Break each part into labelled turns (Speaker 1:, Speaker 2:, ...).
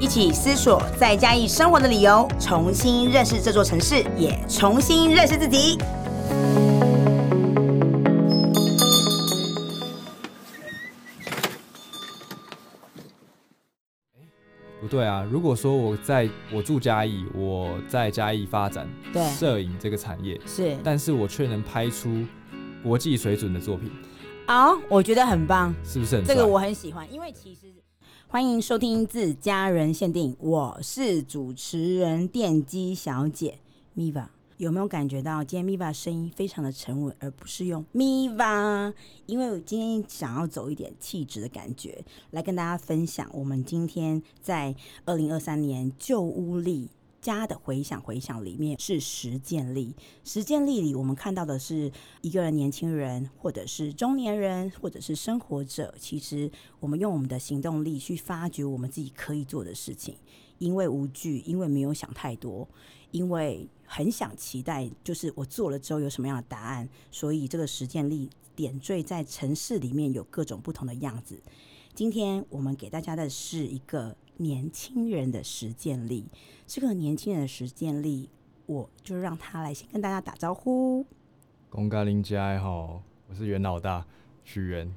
Speaker 1: 一起思索在嘉义生活的理由，重新认识这座城市，也重新认识自己。
Speaker 2: 不对啊！如果说我在我住嘉义，我在嘉义发展
Speaker 1: 对
Speaker 2: 摄影这个产业，
Speaker 1: 是
Speaker 2: 但是我却能拍出国际水准的作品，
Speaker 1: 好，我觉得很棒，
Speaker 2: 是不是很
Speaker 1: 这个
Speaker 2: 帅
Speaker 1: 我很喜欢，因为其实欢迎收听自家人限定，我是主持人电机小姐 Miva。有没有感觉到今天 Miva 声音非常的沉稳，而不是用 Miva？因为我今天想要走一点气质的感觉，来跟大家分享我们今天在二零二三年旧屋力家的回想回想里面是实践力，实践力里我们看到的是一个人年轻人，或者是中年人，或者是生活者，其实我们用我们的行动力去发掘我们自己可以做的事情，因为无惧，因为没有想太多，因为很想期待，就是我做了之后有什么样的答案，所以这个实践力点缀在城市里面有各种不同的样子。今天我们给大家的是一个年轻人的实践力，这个年轻人的实践力，我就让他来先跟大家打招呼。
Speaker 2: 公咖林家好，我是袁老大许源。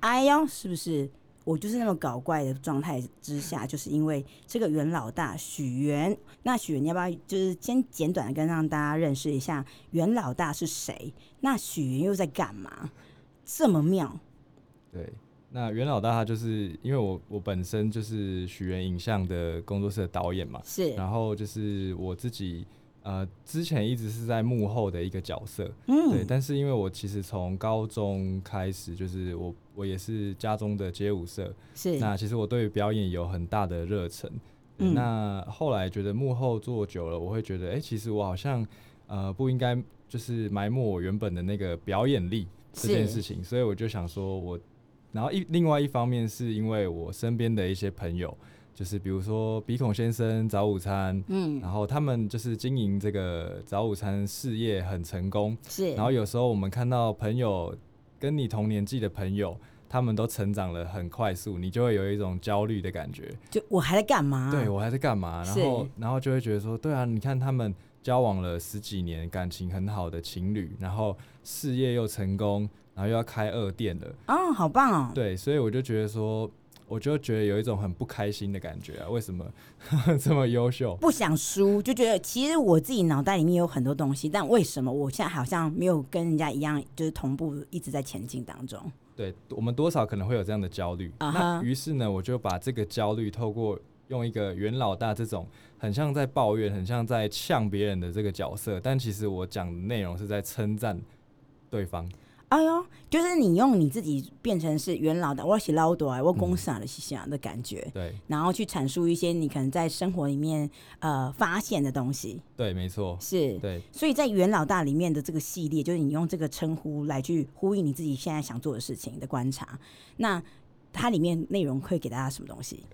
Speaker 1: 哎呦，是不是？我就是那么搞怪的状态之下，就是因为这个袁老大许源。那许源，你要不要就是先简短的跟让大家认识一下袁老大是谁？那许源又在干嘛？这么妙，
Speaker 2: 对，那袁老大他就是因为我我本身就是许源影像的工作室的导演嘛，
Speaker 1: 是
Speaker 2: 然后就是我自己呃之前一直是在幕后的一个角色，对，
Speaker 1: 嗯，
Speaker 2: 但是因为我其实从高中开始，就是我我也是家中的街舞社，
Speaker 1: 是
Speaker 2: 那其实我对于表演有很大的热忱。
Speaker 1: 嗯
Speaker 2: 那后来觉得幕后做久了，我会觉得，哎、其实我好像呃不应该就是埋没我原本的那个表演力这件
Speaker 1: 是
Speaker 2: 事情，所以我就想说我，然后一另外一方面是因为我身边的一些朋友，就是比如说鼻孔先生早午餐，
Speaker 1: 嗯
Speaker 2: 然后他们就是经营这个早午餐事业很成功，
Speaker 1: 是，
Speaker 2: 然后有时候我们看到朋友跟你同年纪的朋友，他们都成长了很快速，你就会有一种焦虑的感觉。
Speaker 1: 就我还在干嘛？
Speaker 2: 对我还在干嘛？然
Speaker 1: 嗯
Speaker 2: 后
Speaker 1: 是
Speaker 2: 然后就会觉得说，对啊，你看他们交往了十几年，感情很好的情侣，然后事业又成功，然后又要开二店了。
Speaker 1: 哦，好棒哦，
Speaker 2: 对，所以我就觉得说，我就觉得有一种很不开心的感觉啊，为什么 这么优秀？
Speaker 1: 不想输，就觉得其实我自己脑袋里面有很多东西，但为什么我现在好像没有跟人家一样，就是同步一直在前进当中？
Speaker 2: 对我们多少可能会有这样的焦虑。
Speaker 1: 啊哈
Speaker 2: 那于是呢，我就把这个焦虑透过用一个袁老大这种很像在抱怨、很像在呛别人的这个角色，但其实我讲的内容是在称赞对方。
Speaker 1: 哎呦，就是你用你自己变成是元老的，我是老大，我公司的是啥的感觉，
Speaker 2: 对
Speaker 1: 然后去阐述一些你可能在生活里面呃发现的东西，
Speaker 2: 对，没错，
Speaker 1: 是。
Speaker 2: 对
Speaker 1: 所以在元老大里面的这个系列，就是你用这个称呼来去呼应你自己现在想做的事情的观察。那它里面内容会给大家什么东西？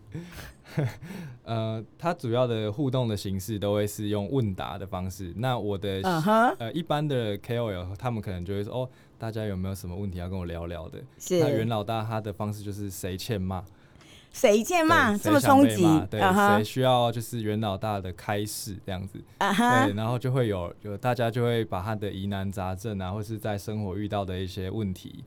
Speaker 2: 呃，它主要的互动的形式都会是用问答的方式。那我的
Speaker 1: 嗯哼，
Speaker 2: 呃，一般的 KOL 他们可能就会说，哦，大家有没有什么问题要跟我聊聊的？那袁
Speaker 1: 是
Speaker 2: 老大他的方式就是谁欠骂，
Speaker 1: 谁见嘛
Speaker 2: 对
Speaker 1: 这么
Speaker 2: 谁想
Speaker 1: 冲
Speaker 2: 被
Speaker 1: 击
Speaker 2: 骂？对，
Speaker 1: 嗯
Speaker 2: 谁
Speaker 1: 哼，
Speaker 2: 需要就是袁老大的开示这样子，
Speaker 1: 啊哈
Speaker 2: 对，，然后就会有有大家就会把他的疑难杂症啊，或是在生活遇到的一些问题，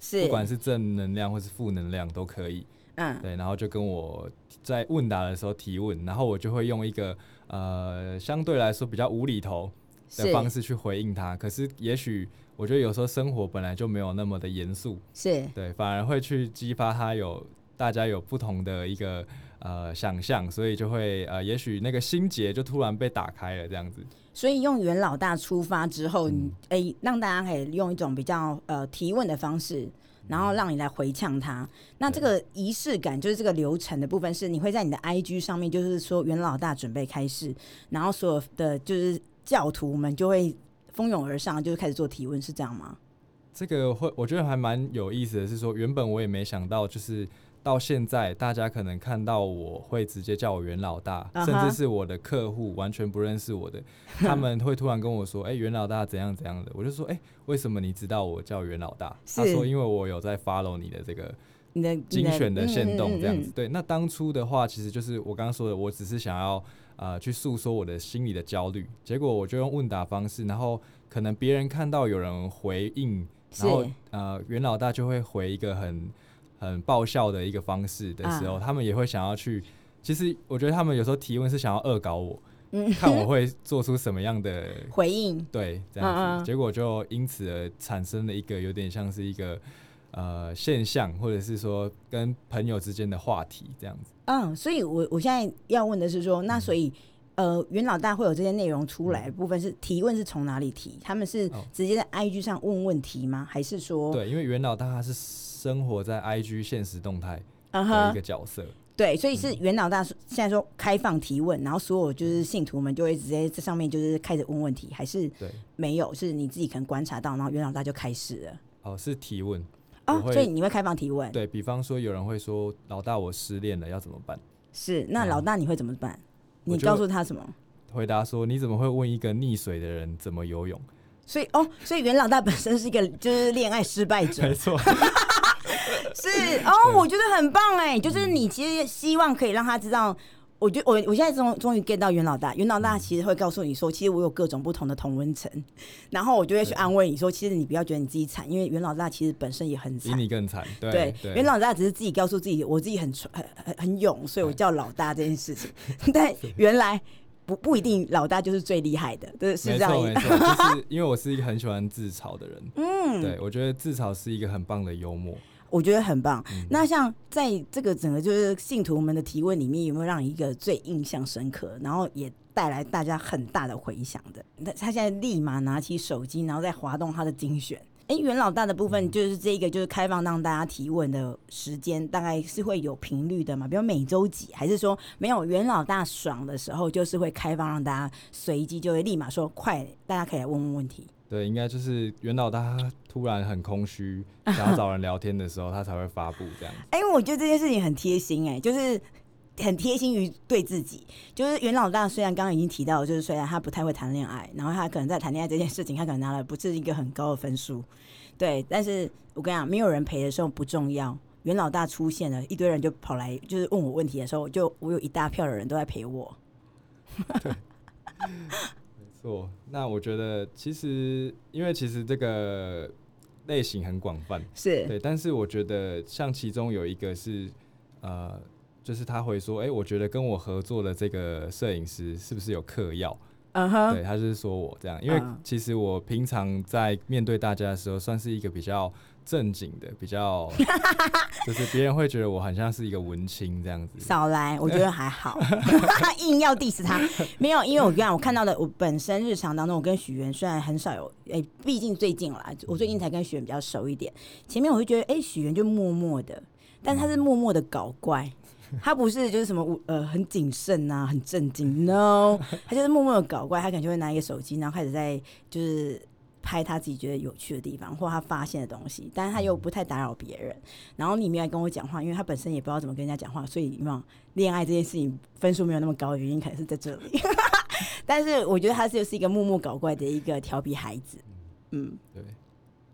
Speaker 1: 是，
Speaker 2: 不管是正能量或是负能量都可以，
Speaker 1: 嗯，
Speaker 2: 对，然后就跟我在问答的时候提问，然后我就会用一个呃相对来说比较无厘头的
Speaker 1: 是
Speaker 2: 方式去回应他，可是也许我觉得有时候生活本来就没有那么的严肃，
Speaker 1: 是
Speaker 2: 对，反而会去激发他有大家有不同的一个呃想象，所以就会呃，也许那个心结就突然被打开了，这样子。
Speaker 1: 所以用袁老
Speaker 2: 嗯嗯
Speaker 1: 大出发之后，你哎、让大家可以用一种比较呃提问的方式，然后让你来回呛他。那这个仪式感就是这个流程的部分，是你会在你的 IG 上面，就是说袁老大准备开始，然后所有的就是教徒们就会蜂拥而上，就是开始做提问，是这样吗？
Speaker 2: 这个会我觉得还蛮有意思的，是说原本我也没想到，就是到现在大家可能看到我会直接叫我袁老大
Speaker 1: 啊哈
Speaker 2: 甚至是我的客户完全不认识 我的，他们会突然跟我说：“哎、袁老大怎样怎样的。”我就说：“哎、为什么你知道我叫袁老大？”他
Speaker 1: 是
Speaker 2: 说：“因为我有在 follow 你的这个
Speaker 1: 你的
Speaker 2: 精选的限动这样。
Speaker 1: 你嗯嗯嗯
Speaker 2: 子
Speaker 1: 嗯。
Speaker 2: 对，那当初的话，其实就是我刚刚说的，我只是想要呃去诉说我的心里的焦虑，结果我就用问答方式，然后可能别人看到有人回应，然后
Speaker 1: 是
Speaker 2: 呃袁老大就会回一个很很爆笑的一个方式的时候，
Speaker 1: 啊
Speaker 2: 他们也会想要去。其实我觉得他们有时候提问是想要恶搞我，
Speaker 1: 嗯
Speaker 2: 看我会做出什么样的
Speaker 1: 回应
Speaker 2: 对，这样子，
Speaker 1: 嗯嗯
Speaker 2: 结果就因此而产生了一个有点像是一个呃现象，或者是说跟朋友之间的话题这样子。
Speaker 1: 嗯，所以我我现在要问的是说，那
Speaker 2: 嗯
Speaker 1: 所以呃，袁老大会有这些内容出来的部分是提问是从哪里提？他们是
Speaker 2: 哦
Speaker 1: 直接在 IG 上问问题吗？还是说，
Speaker 2: 对，因为袁老大他是生活在 IG 现实动态
Speaker 1: 嗯
Speaker 2: 的一
Speaker 1: 哼，
Speaker 2: 个嗯角色，
Speaker 1: 对，所以是袁老大说现在说开放提问，然后所有就是信徒们就会直接在上面就是开始问问题，还是
Speaker 2: 对，
Speaker 1: 没有？是你自己可能观察到，然后袁老大就开始了
Speaker 2: 哦是提问，
Speaker 1: 哦
Speaker 2: 我，会
Speaker 1: 所以你会开放提问，
Speaker 2: 对比方说有人会说老大我失恋了要怎么办？
Speaker 1: 是那
Speaker 2: 嗯
Speaker 1: 老大你会怎么办？
Speaker 2: 我
Speaker 1: 你
Speaker 2: 就
Speaker 1: 告诉他什么？
Speaker 2: 回答说你怎么会问一个溺水的人怎么游泳？
Speaker 1: 所以哦，所以袁老大本身是一个就是恋爱失败者
Speaker 2: 没，错，
Speaker 1: 是哦，我觉得很棒哎，就是你其实希望可以让他知道。我觉得我我现在终终于 get 到袁老大，袁老大
Speaker 2: 嗯
Speaker 1: 其实会告诉你说，其实我有各种不同的同温层，然后我就会去安慰你说，其实你不要觉得你自己惨，因为袁老大其实本身也很
Speaker 2: 比
Speaker 1: 惨。
Speaker 2: 你更惨。对
Speaker 1: 对，
Speaker 2: 对，
Speaker 1: 袁老大只是自己告诉自己，我自己很 蠢很很很勇，所以我叫老大这件事 情。但原来不不一定老大就是最厉害的，对，是
Speaker 2: 没
Speaker 1: 这样
Speaker 2: 错
Speaker 1: 一
Speaker 2: 没错，就是因为我是一个很喜欢自嘲的人，
Speaker 1: 嗯，
Speaker 2: 对我觉得自嘲是一个很棒的幽默。
Speaker 1: 我觉得很棒。
Speaker 2: 嗯
Speaker 1: 那像在这个整个就是信徒们的提问里面，有没有让你一个最印象深刻，然后也带来大家很大的回响的？那他现在立马拿起手机，然后再滑动他的精选。哎，袁老大的部分就是这个，就是开放让大家提问的时间，大概是会有频率的嘛？比如每周几，还是说没有袁老大爽的时候，就是会开放让大家随机就会立马说快，大家可以来问问问题。
Speaker 2: 对，应该就是袁老大他突然很空虚，想要找人聊天的时候，他才会发布这样子。
Speaker 1: 哎、我觉得这件事情很贴心、哎，就是很贴心于对自己。就是袁老大虽然刚刚已经提到，就是虽然他不太会谈恋爱，然后他可能在谈恋爱这件事情，他可能拿了不是一个很高的分数，对。但是我跟你讲，没有人陪的时候不重要。袁老大出现了，一堆人就跑来，就是问我问题的时候，我就我有一大票的人都在陪我。
Speaker 2: 没错，那我觉得其实因为其实这个类型很广泛，
Speaker 1: 是，
Speaker 2: 对，但是我觉得像其中有一个是呃，就是他会说，哎、我觉得跟我合作的这个摄影师是不是有嗑药？
Speaker 1: 嗯哼，
Speaker 2: 对，他就是说我这样，因为
Speaker 1: 嗯
Speaker 2: 其实我平常在面对大家的时候，算是一个比较正经的，比较就是别人会觉得我很像是一个文青这样子。
Speaker 1: 少来，我觉得还 好。硬要 diss 他，没有，因为我跟你讲，我看到的，我本身日常当中，我跟许源虽然很少有，哎、毕竟最近啦，我最近才跟许源比较熟一点。前面我会觉得，哎、许源就默默的，但他是默默的搞怪，他不是就是什么呃很谨慎啊，很正经，no，他就是默默的搞怪，他可能就会拿一个手机，然后开始在就是。拍他自己觉得有趣的地方，或他发现的东西，但是他又不太打扰别人。然后你没来跟我讲话，因为他本身也不知道怎么跟人家讲话，所以你嘛，恋爱这件事情分数没有那么高的原因，可能是在这里。 但是我觉得他就是一个默默搞怪的一个调皮孩子。嗯，
Speaker 2: 对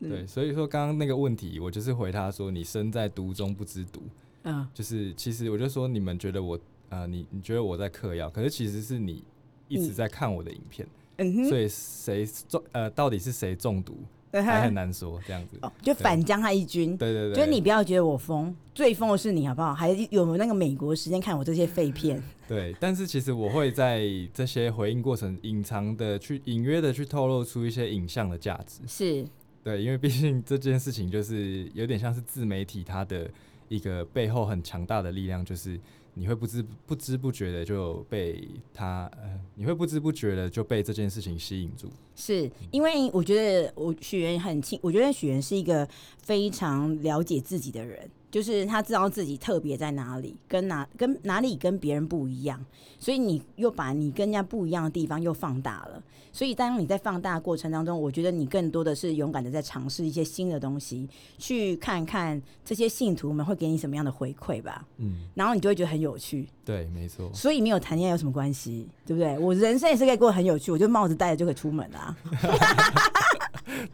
Speaker 1: 嗯
Speaker 2: 对，所以说刚刚那个问题，我就是回他说你身在毒中不知毒，
Speaker 1: 嗯，
Speaker 2: 就是其实我就说你们觉得我呃，你你觉得我在嗑药，可是其实是你一直
Speaker 1: 你
Speaker 2: 在看我的影片，
Speaker 1: 嗯哼
Speaker 2: 所以谁中呃到底是谁中毒
Speaker 1: 嗯
Speaker 2: 还很
Speaker 1: 哼，
Speaker 2: 难说这样子。
Speaker 1: 哦，就反将他一军。
Speaker 2: 对对对，
Speaker 1: 就是你不要觉得我疯，最疯的是你好不好？还有没有那个美国时间看我这些废片？
Speaker 2: 对，但是其实我会在这些回应过程隐藏的去隐约的去透露出一些影像的价值。
Speaker 1: 是，
Speaker 2: 对，因为毕竟这件事情就是有点像是自媒体它的一个背后很强大的力量，就是你会不知不知不觉的就被他，呃，你会不知不觉的就被这件事情吸引住。
Speaker 1: 是因为我觉得我许源很清，我觉得许源是一个非常了解自己的人，就是他知道自己特别在哪里，跟哪跟哪里跟别人不一样，所以你又把你跟人家不一样的地方又放大了。所以当你在放大的过程当中，我觉得你更多的是勇敢的在尝试一些新的东西，去看看这些信徒们会给你什么样的回馈吧，
Speaker 2: 嗯，
Speaker 1: 然后你就会觉得很有趣。
Speaker 2: 对，没错。
Speaker 1: 所以没有谈恋爱有什么关系，对不对？我人生也是可以过得很有趣，我就帽子戴着就可以出门啊。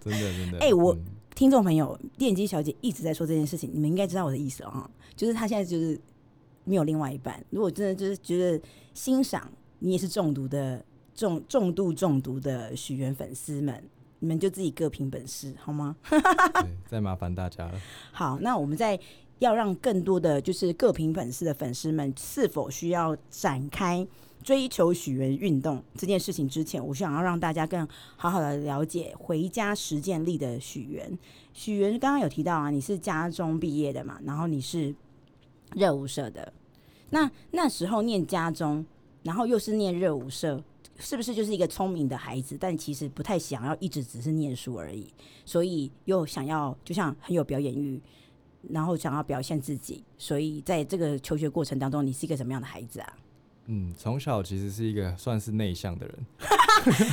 Speaker 2: 真的真的。
Speaker 1: 哎我
Speaker 2: 嗯
Speaker 1: 听众朋友，电机小姐一直在说这件事情，你们应该知道我的意思了哈，就是她现在就是没有另外一半。如果真的就是觉得欣赏你也是中毒的重重度中毒的许愿粉丝们，你们就自己各凭本事好吗？
Speaker 2: 对再麻烦大家了。
Speaker 1: 好，那我们在要让更多的就是各凭本事的粉丝们，是否需要展开追求许愿运动这件事情之前，我想要让大家更好好的了解回家实践力的许愿。许愿刚刚有提到啊，你是家中毕业的嘛，然后你是热舞社的，那那时候念家中，然后又是念热舞社。是不是就是一个聪明的孩子，但其实不太想要一直只是念书而已？所以又想要就像很有表演欲，然后想要表现自己，所以在这个求学过程当中，你是一个什么样的孩子啊？
Speaker 2: 嗯，从小其实是一个算是内向的人，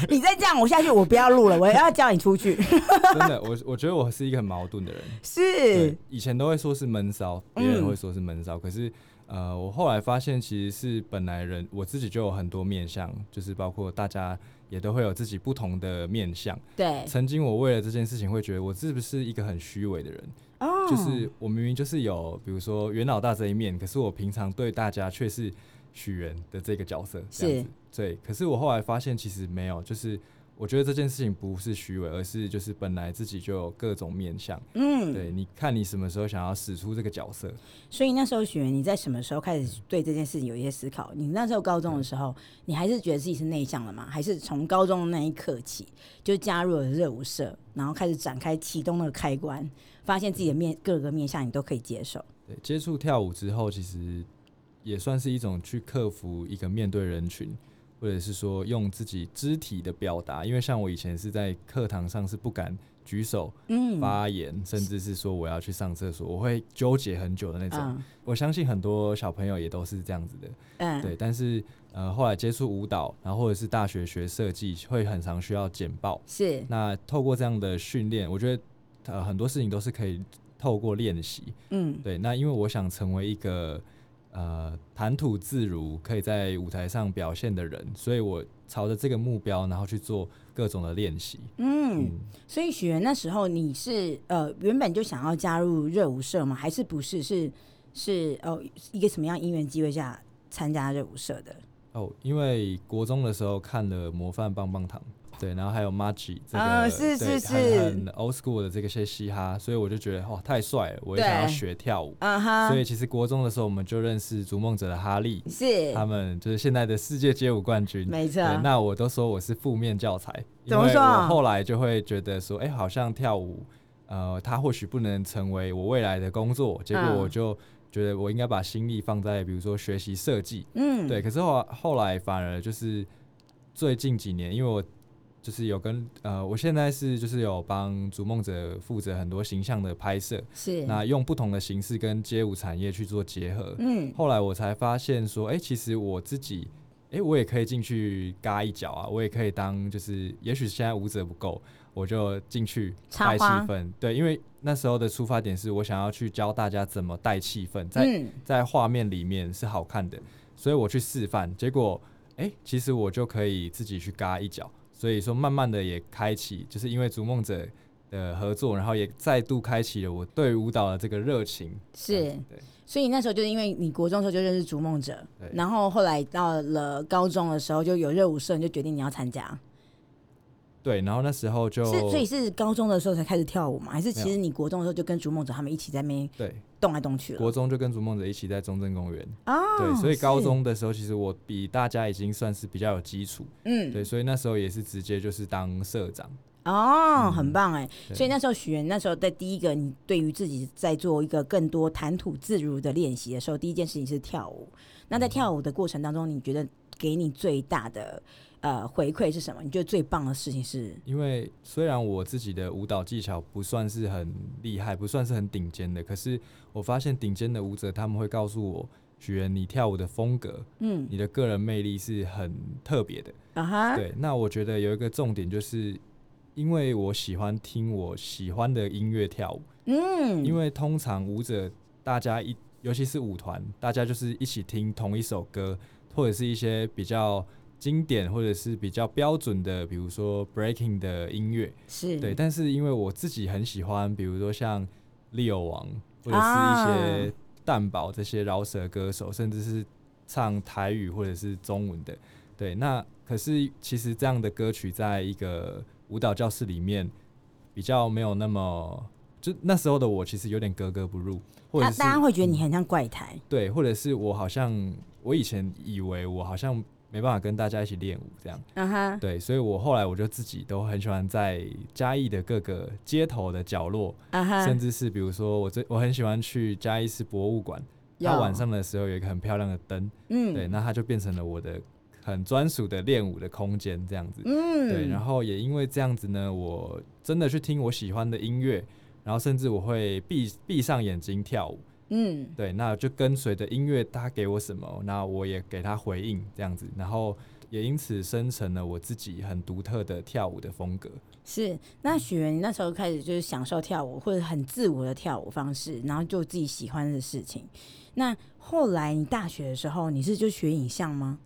Speaker 1: 你再这样，我下去我不要录了，我要叫你出去。
Speaker 2: 真的，我我觉得我是一个很矛盾的人。
Speaker 1: 是
Speaker 2: 对，，嗯以前都会说是闷骚，别人会说是闷骚，可是呃，我后来发现其实是本来人我自己就有很多面相，就是包括大家也都会有自己不同的面相。
Speaker 1: 对，
Speaker 2: 曾经我为了这件事情会觉得我是不是一个很虚伪的人，
Speaker 1: 哦，
Speaker 2: 就是我明明就是有比如说袁老大这一面，可是我平常对大家却是许源的这个角色这样子。对，可是我后来发现其实没有，就是我觉得这件事情不是虚伪，而是就是本来自己就有各种面相。
Speaker 1: 嗯，
Speaker 2: 对，你看你什么时候想要使出这个角色？
Speaker 1: 所以那时候许源，你在什么时候开始对这件事情有一些思考？你那时候高中的时候，你还是觉得自己是内向的吗？还是从高中的那一刻起就加入了热舞社，然后开始展开启动那个开关，发现自己的面各个面向你都可以接受？
Speaker 2: 对，接触跳舞之后，其实也算是一种去克服一个面对人群，或者是说用自己肢体的表达。因为像我以前是在课堂上是不敢举手
Speaker 1: 嗯，
Speaker 2: 发言，甚至是说我要去上厕所，我会纠结很久的那种。
Speaker 1: 嗯
Speaker 2: 我相信很多小朋友也都是这样子的。
Speaker 1: 嗯，
Speaker 2: 对，但是呃，后来接触舞蹈，然后或者是大学学设计，会很常需要简报。
Speaker 1: 是
Speaker 2: 那透过这样的训练，我觉得呃很多事情都是可以透过练习。
Speaker 1: 嗯
Speaker 2: 对，那因为我想成为一个呃谈吐自如，可以在舞台上表现的人，所以我朝着这个目标，然后去做各种的练习。
Speaker 1: 嗯，
Speaker 2: 嗯，
Speaker 1: 所以许源那时候你是呃原本就想要加入热舞社吗？还是不是？是是哦，一个什么样因缘机会下参加热舞社的？
Speaker 2: 哦，因为国中的时候看了《模范棒棒糖》，对，然后还有 Maggie 这个，
Speaker 1: 啊是
Speaker 2: 对
Speaker 1: 是
Speaker 2: 很
Speaker 1: 是
Speaker 2: 很 old school 的这个些嘻哈，所以我就觉得哇哦太帅了，我也想要
Speaker 1: 对
Speaker 2: 学跳舞。
Speaker 1: 啊哈
Speaker 2: 所以其实国中的时候，我们就认识逐梦者的哈利，
Speaker 1: 是
Speaker 2: 他们就是现在的世界街舞冠军。
Speaker 1: 没错，
Speaker 2: 对，那我都说我是负面教材，因
Speaker 1: 怎么
Speaker 2: 为
Speaker 1: 说
Speaker 2: 我后来就会觉得说，哎、好像跳舞，呃，它或许不能成为我未来的工作，结果
Speaker 1: 嗯
Speaker 2: 我就觉得我应该把心力放在比如说学习设计，
Speaker 1: 嗯
Speaker 2: 对。可是后后来反而就是最近几年，因为我就是有跟呃，我现在是就是有帮逐梦者负责很多形象的拍摄，
Speaker 1: 是
Speaker 2: 那用不同的形式跟街舞产业去做结合，
Speaker 1: 嗯
Speaker 2: 后来我才发现说，哎、其实我自己，哎、我也可以进去嘎一脚啊，我也可以当，就是也许现在舞者不够，我就进去
Speaker 1: 插
Speaker 2: 带气
Speaker 1: 花
Speaker 2: 氛。对，因为那时候的出发点是我想要去教大家怎么带气氛，在、
Speaker 1: 嗯
Speaker 2: 在画面里面是好看的，所以我去示范，结果，哎、其实我就可以自己去嘎一脚。所以说，慢慢的也开启，就是因为逐梦者的合作，然后也再度开启了我对舞蹈的这个热情。这样
Speaker 1: 是
Speaker 2: 子，对。
Speaker 1: 所以那时候就是因为你国中的时候就认识逐梦者
Speaker 2: 对，
Speaker 1: 然后后来到了高中的时候就有热舞社，你就决定你要参加。，
Speaker 2: 对，然后那时候就是
Speaker 1: 所以是高中的时候才开始跳舞吗？还是其
Speaker 2: 没
Speaker 1: 实你国中的时候就跟逐梦者他们一起在那边
Speaker 2: 对
Speaker 1: 动来动去了？
Speaker 2: 国中就跟逐梦者一起在中正公园。
Speaker 1: 哦
Speaker 2: 对，所以
Speaker 1: 是
Speaker 2: 高中的时候，其实我比大家已经算是比较有基础。
Speaker 1: 嗯
Speaker 2: 对，所以那时候也是直接就是当社长。
Speaker 1: 哦，
Speaker 2: 嗯
Speaker 1: 很棒哎！
Speaker 2: 对
Speaker 1: 所以那时候许源那时候在第一个，你对于自己在做一个更多谈吐自如的练习的时候，第一件事情是跳舞。那
Speaker 2: 嗯
Speaker 1: 在跳舞的过程当中，你觉得给你最大的呃回馈是什么？你觉得最棒的事情是？
Speaker 2: 因为虽然我自己的舞蹈技巧不算是很厉害，不算是很顶尖的，可是我发现顶尖的舞者他们会告诉我，许源，你跳舞的风格，
Speaker 1: 嗯
Speaker 2: 你的个人魅力是很特别的。
Speaker 1: 啊哈，
Speaker 2: 对，那我觉得有一个重点就是。因为我喜欢听我喜欢的音乐跳舞，
Speaker 1: 嗯，
Speaker 2: 因
Speaker 1: 为
Speaker 2: 为通常舞者大家一，尤其是舞团，大家就是一起听同一首歌，或者是一些比较经典或者是比较标准的，比如说 breaking 的音乐。
Speaker 1: 是
Speaker 2: 对，但是因为我自己很喜欢，比如说像利友王或者
Speaker 1: 啊
Speaker 2: 是一些蛋堡这些饶舌歌手，甚至是唱台语或者是中文的。对，那可是其实这样的歌曲在一个舞蹈教室里面比较没有那么，就那时候的我其实有点格格不入，或者
Speaker 1: 大
Speaker 2: 是嗯
Speaker 1: 大家会觉得你很像怪胎，
Speaker 2: 对，或者是我好像我以前以为我好像没办法跟大家一起练舞这样。
Speaker 1: 啊 哈，
Speaker 2: 对，所以我后来我就自己都很喜欢在嘉义的各个街头的角落，
Speaker 1: 啊哈
Speaker 2: 甚，至是比如说我最我很喜欢去嘉义市博物馆，它
Speaker 1: 有
Speaker 2: 晚上的时候有一个很漂亮的灯，
Speaker 1: 嗯
Speaker 2: 对，那它就变成了我的很专属的练舞的空间这样子。
Speaker 1: 嗯
Speaker 2: 对，然后也因为这样子呢，我真的去听我喜欢的音乐，然后甚至我会闭闭上眼睛跳舞。
Speaker 1: 嗯
Speaker 2: 对，那就跟随着音乐，他给我什么，那我也给他回应这样子，然后也因此生成了我自己很独特的跳舞的风格。
Speaker 1: 是，那许源，你那时候开始就是享受跳舞，或者很自我的跳舞方式，然后做自己喜欢的事情。那后来你大学的时候，你是就学影像吗？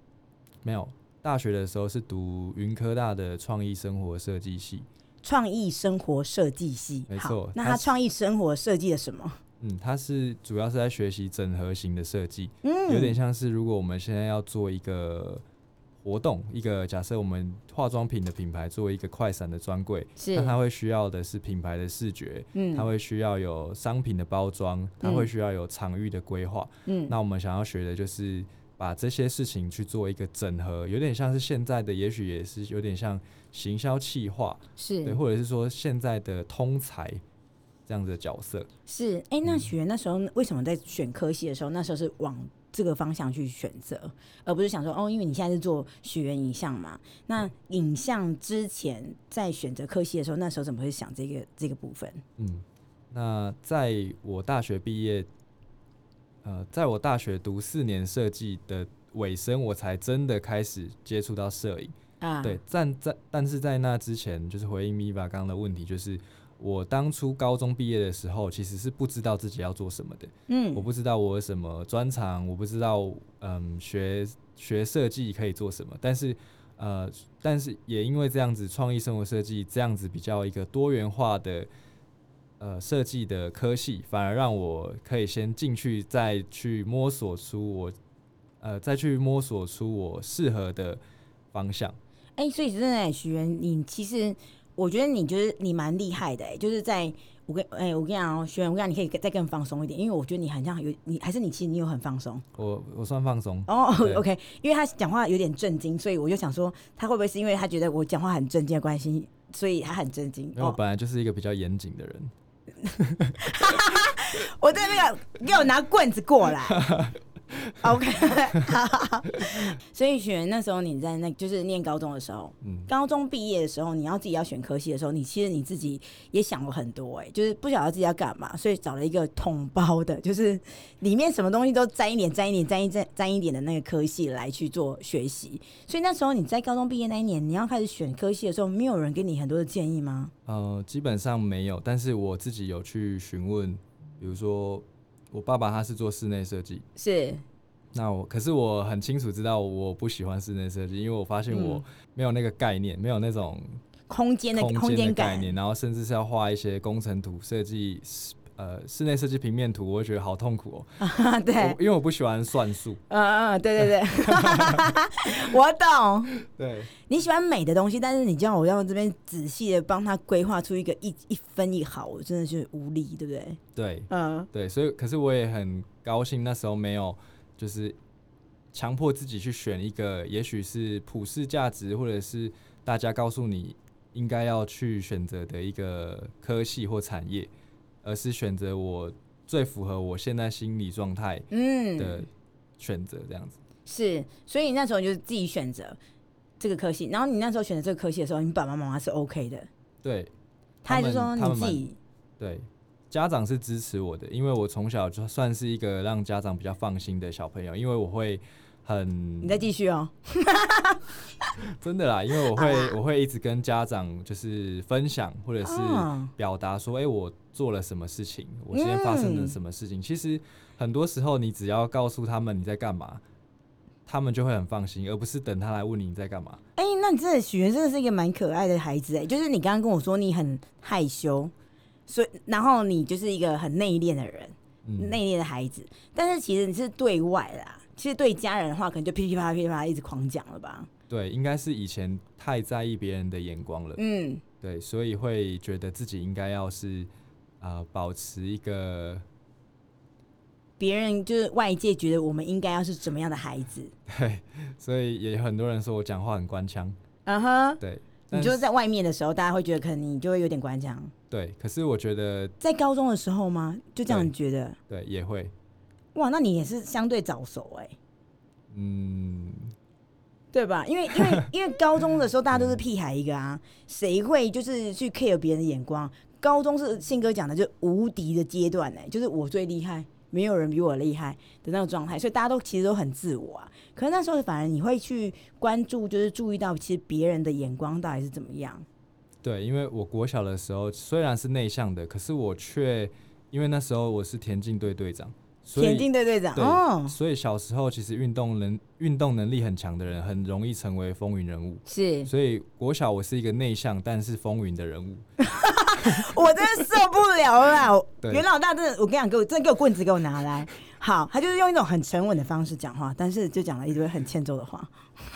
Speaker 2: 没有，大学的时候是读云科大的创意生活设计系，
Speaker 1: 创意生活设计系，
Speaker 2: 没
Speaker 1: 好
Speaker 2: 错
Speaker 1: 那
Speaker 2: 它
Speaker 1: 他
Speaker 2: 是
Speaker 1: 创意生活设计了什么？
Speaker 2: 嗯，它是主要是在学习整合型的设计，
Speaker 1: 嗯，
Speaker 2: 有点像是如果我们现在要做一个活动，一个假设我们化妆品的品牌做一个快闪的专柜，
Speaker 1: 是
Speaker 2: 那它会需要的是品牌的视觉，
Speaker 1: 嗯，
Speaker 2: 它会需要有商品的包装，它会
Speaker 1: 嗯
Speaker 2: 需要有场域的规划。
Speaker 1: 嗯
Speaker 2: 那我们想要学的就是把这些事情去做一个整合，有点像是现在的，也许也是有点像行销企划，对，
Speaker 1: 是
Speaker 2: 或者是说现在的通才这样子的角色。
Speaker 1: 是哎、那
Speaker 2: 嗯
Speaker 1: 许源那时候为什么在选科系的时候，那时候是往这个方向去选择，而不是想说哦，因为你现在是做许源影像嘛？那影像之前在选择科系的时候，那时候怎么会想这个这个部分？
Speaker 2: 嗯，那在我大学毕业，呃，在我大学读四年设计的尾声，我才真的开始接触到摄影。
Speaker 1: 啊，
Speaker 2: 对，，但在但是在那之前，就是回应 Miva 刚刚的问题，就是我当初高中毕业的时候，其实是不知道自己要做什么的，
Speaker 1: 嗯，
Speaker 2: 我不知道我有什么专长，我不知道嗯学学设计可以做什么，但是呃，但是也因为这样子，创意生活设计这样子比较一个多元化的。呃，设计的科系反而让我可以先进去，再去摸索出我，呃，再去摸索出我适合的方向。
Speaker 1: 哎、所以真的、欸，许源，你其实我觉得你就是你蛮厉害的、欸，就是在我跟哎、我跟你讲哦、许源，我跟你讲，你可以再更放松一点，因为我觉得你很像有你，还是你其实你有很放松
Speaker 2: 我我算放松，
Speaker 1: 哦。
Speaker 2: 对
Speaker 1: OK，因为他讲话有点震惊，所以我就想说，他会不会是因为他觉得我讲话很震惊的关系，所以他很震惊
Speaker 2: 因为我
Speaker 1: 哦？
Speaker 2: 本来就是一个比较严谨的人。
Speaker 1: 我在那个给我拿棍子过 来。OK，好。所以许源那时候你在那就是念高中的时候，
Speaker 2: 嗯，
Speaker 1: 高中毕业的时候，你要自己要选科系的时候，你其实你自己也想了很多、欸，就是不晓得自己要干嘛，所以找了一个统包的，就是里面什么东西都沾一点、沾一点、沾一沾、沾一点的那个科系来去做学习。所以那时候你在高中毕业那一年，你要开始选科系的时候，没有人给你很多的建议吗？
Speaker 2: 呃，基本上没有，但是我自己有去询问，比如说我爸爸他是做室内设计，
Speaker 1: 是，
Speaker 2: 那我可是我很清楚知道我不喜欢室内设计，因为我发现
Speaker 1: 嗯
Speaker 2: 我没有那个概念，没有那种
Speaker 1: 空间的
Speaker 2: 空间的
Speaker 1: 间
Speaker 2: 概
Speaker 1: 感，
Speaker 2: 念，然后甚至是要画一些工程图设计。呃，室内设计平面图，我会觉得好痛苦哦。
Speaker 1: 对，
Speaker 2: 我因为我不喜欢算数。
Speaker 1: 嗯嗯，对对对，我懂。
Speaker 2: 对，
Speaker 1: 你喜欢美的东西，但是你叫我要这边仔细的帮他规划出一个一一分一毫，我真的是无力，对不对？
Speaker 2: 对，
Speaker 1: 嗯，
Speaker 2: 对，所以可是我也很高兴，那时候没有就是强迫自己去选一个，也许是普世价值，或者是大家告诉你应该要去选择的一个科系或产业，而是选择我最符合我现在心理状态的
Speaker 1: 嗯，
Speaker 2: 选择，这样子。
Speaker 1: 是，所以你那时候就是自己选择这个科系，然后你那时候选择这个科系的时候，你爸爸妈妈是 OK 的，
Speaker 2: 对
Speaker 1: 他
Speaker 2: 他
Speaker 1: 还是
Speaker 2: 们
Speaker 1: 说
Speaker 2: 他
Speaker 1: 你
Speaker 2: 们
Speaker 1: 自
Speaker 2: 蛮
Speaker 1: 己
Speaker 2: 对，家长是支持我的，因为我从小就算是一个让家长比较放心的小朋友，因为我会很
Speaker 1: 你再继续哦、
Speaker 2: 真的啦，因为我
Speaker 1: 啊
Speaker 2: 会我会一直跟家长就是分享或者是
Speaker 1: 哦
Speaker 2: 表达说，哎、我做了什么事情，我今天发生了什么事情。
Speaker 1: 嗯
Speaker 2: 其实很多时候，你只要告诉他们你在干嘛，他们就会很放心，而不是等他来问你在干嘛。
Speaker 1: 哎、那你真的许愿真的是一个蛮可爱的孩子哎、就是你刚刚跟我说你很害羞，所以然后你就是一个很内敛的人，
Speaker 2: 嗯，
Speaker 1: 内敛的孩子，但是其实你是对外啦，其实对家人的话，可能就噼噼啪啪噼噼啪一直狂讲了吧？
Speaker 2: 对，应该是以前太在意别人的眼光了，
Speaker 1: 嗯，
Speaker 2: 对，所以会觉得自己应该要是啊、呃保持一个
Speaker 1: 别人就是外界觉得我们应该要是怎么样的孩子，
Speaker 2: 对，所以也有很多人说我讲话很官腔，
Speaker 1: 嗯哼，
Speaker 2: 对，
Speaker 1: 你
Speaker 2: 但
Speaker 1: 就是是在外面的时候，大家会觉得可能你就会有点官腔，
Speaker 2: 对，可是我觉得
Speaker 1: 在高中的时候吗？就这样觉得，
Speaker 2: 对也会。
Speaker 1: 哇，那你也是相对早熟哎、
Speaker 2: 嗯，
Speaker 1: 对吧？因为因 为因为高中的时候大家都是屁孩一个啊，谁会就是去 care 别人的眼光？高中是信哥讲的，就是无敌的阶段呢、就是我最厉害，没有人比我厉害的那个状态，所以大家都其实都很自我啊。可是那时候反而你会去关注，就是注意到其实别人的眼光到底是怎么样。
Speaker 2: 对，因为我国小的时候虽然是内向的，可是我却因为那时候我是田径队队长，所
Speaker 1: 田
Speaker 2: 以
Speaker 1: 径队队长
Speaker 2: 对
Speaker 1: 哦，
Speaker 2: 所以小时候其实运动能运动能力很强的人，很容易成为风云人物。
Speaker 1: 是
Speaker 2: 所以国小我是一个内向但是风云的人物，
Speaker 1: 我真的受不了了啦我
Speaker 2: 对
Speaker 1: 袁老大真的，我跟你讲，给我真的给我棍子给我拿来。好，他就是用一种很沉稳的方式讲话，但是就讲了一堆很欠揍的话。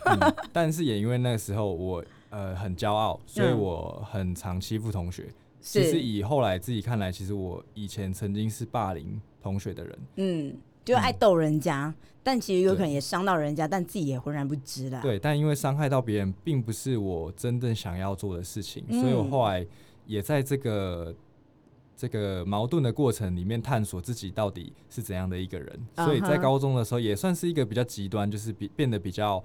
Speaker 2: 嗯但是也因为那个时候我呃很骄傲，所以
Speaker 1: 嗯
Speaker 2: 我很常欺负同学。
Speaker 1: 是
Speaker 2: 其实以后来自己看来，其实我以前曾经是霸凌同学的人。
Speaker 1: 嗯，就爱逗人家，
Speaker 2: 嗯
Speaker 1: 但其实有可能也伤到人家，但自己也浑然不知啦。
Speaker 2: 对，但因为伤害到别人，并不是我真正想要做的事情，所以我
Speaker 1: 嗯
Speaker 2: 后来也在这个这个矛盾的过程里面探索自己到底是怎样的一个人。所以
Speaker 1: 啊
Speaker 2: 在
Speaker 1: 哈
Speaker 2: 高中的时候，也算是一个比较极端，就是比变得比较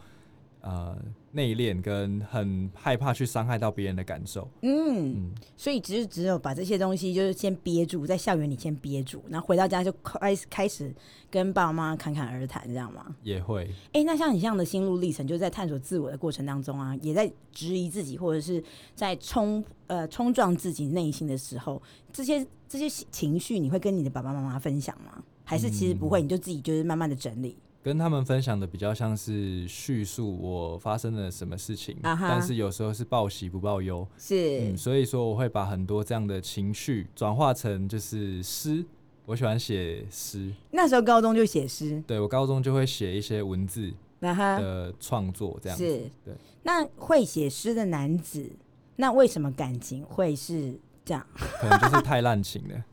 Speaker 2: 呃内敛，跟很害怕去伤害到别人的感受。
Speaker 1: 嗯，
Speaker 2: 嗯，
Speaker 1: 所以只是只有把这些东西就是先憋住，在校园里先憋住，然后回到家就开始开始跟爸妈侃侃而谈，这样吗？
Speaker 2: 也会
Speaker 1: 哎、那像你这样的心路历程，就是在探索自我的过程当中啊，也在质疑自己，或者是在冲呃冲撞自己内心的时候，这些这些情绪，你会跟你的爸爸妈妈分享吗？还是其实不
Speaker 2: 嗯
Speaker 1: 会，你就自己就是慢慢的整理？
Speaker 2: 跟他们分享的比较像是叙述我发生了什么事情
Speaker 1: 啊哈
Speaker 2: 但是有时候是报喜不报忧。
Speaker 1: 是
Speaker 2: 嗯，所以说我会把很多这样的情绪转化成就是诗，我喜欢写诗。
Speaker 1: 那时候高中就写诗，
Speaker 2: 对我高中就会写一些文字
Speaker 1: 那哈，
Speaker 2: 的创作，这样子。
Speaker 1: 是，
Speaker 2: 对。
Speaker 1: 那会写诗的男子，那为什么感情会是这样？
Speaker 2: 可能就是太滥情了。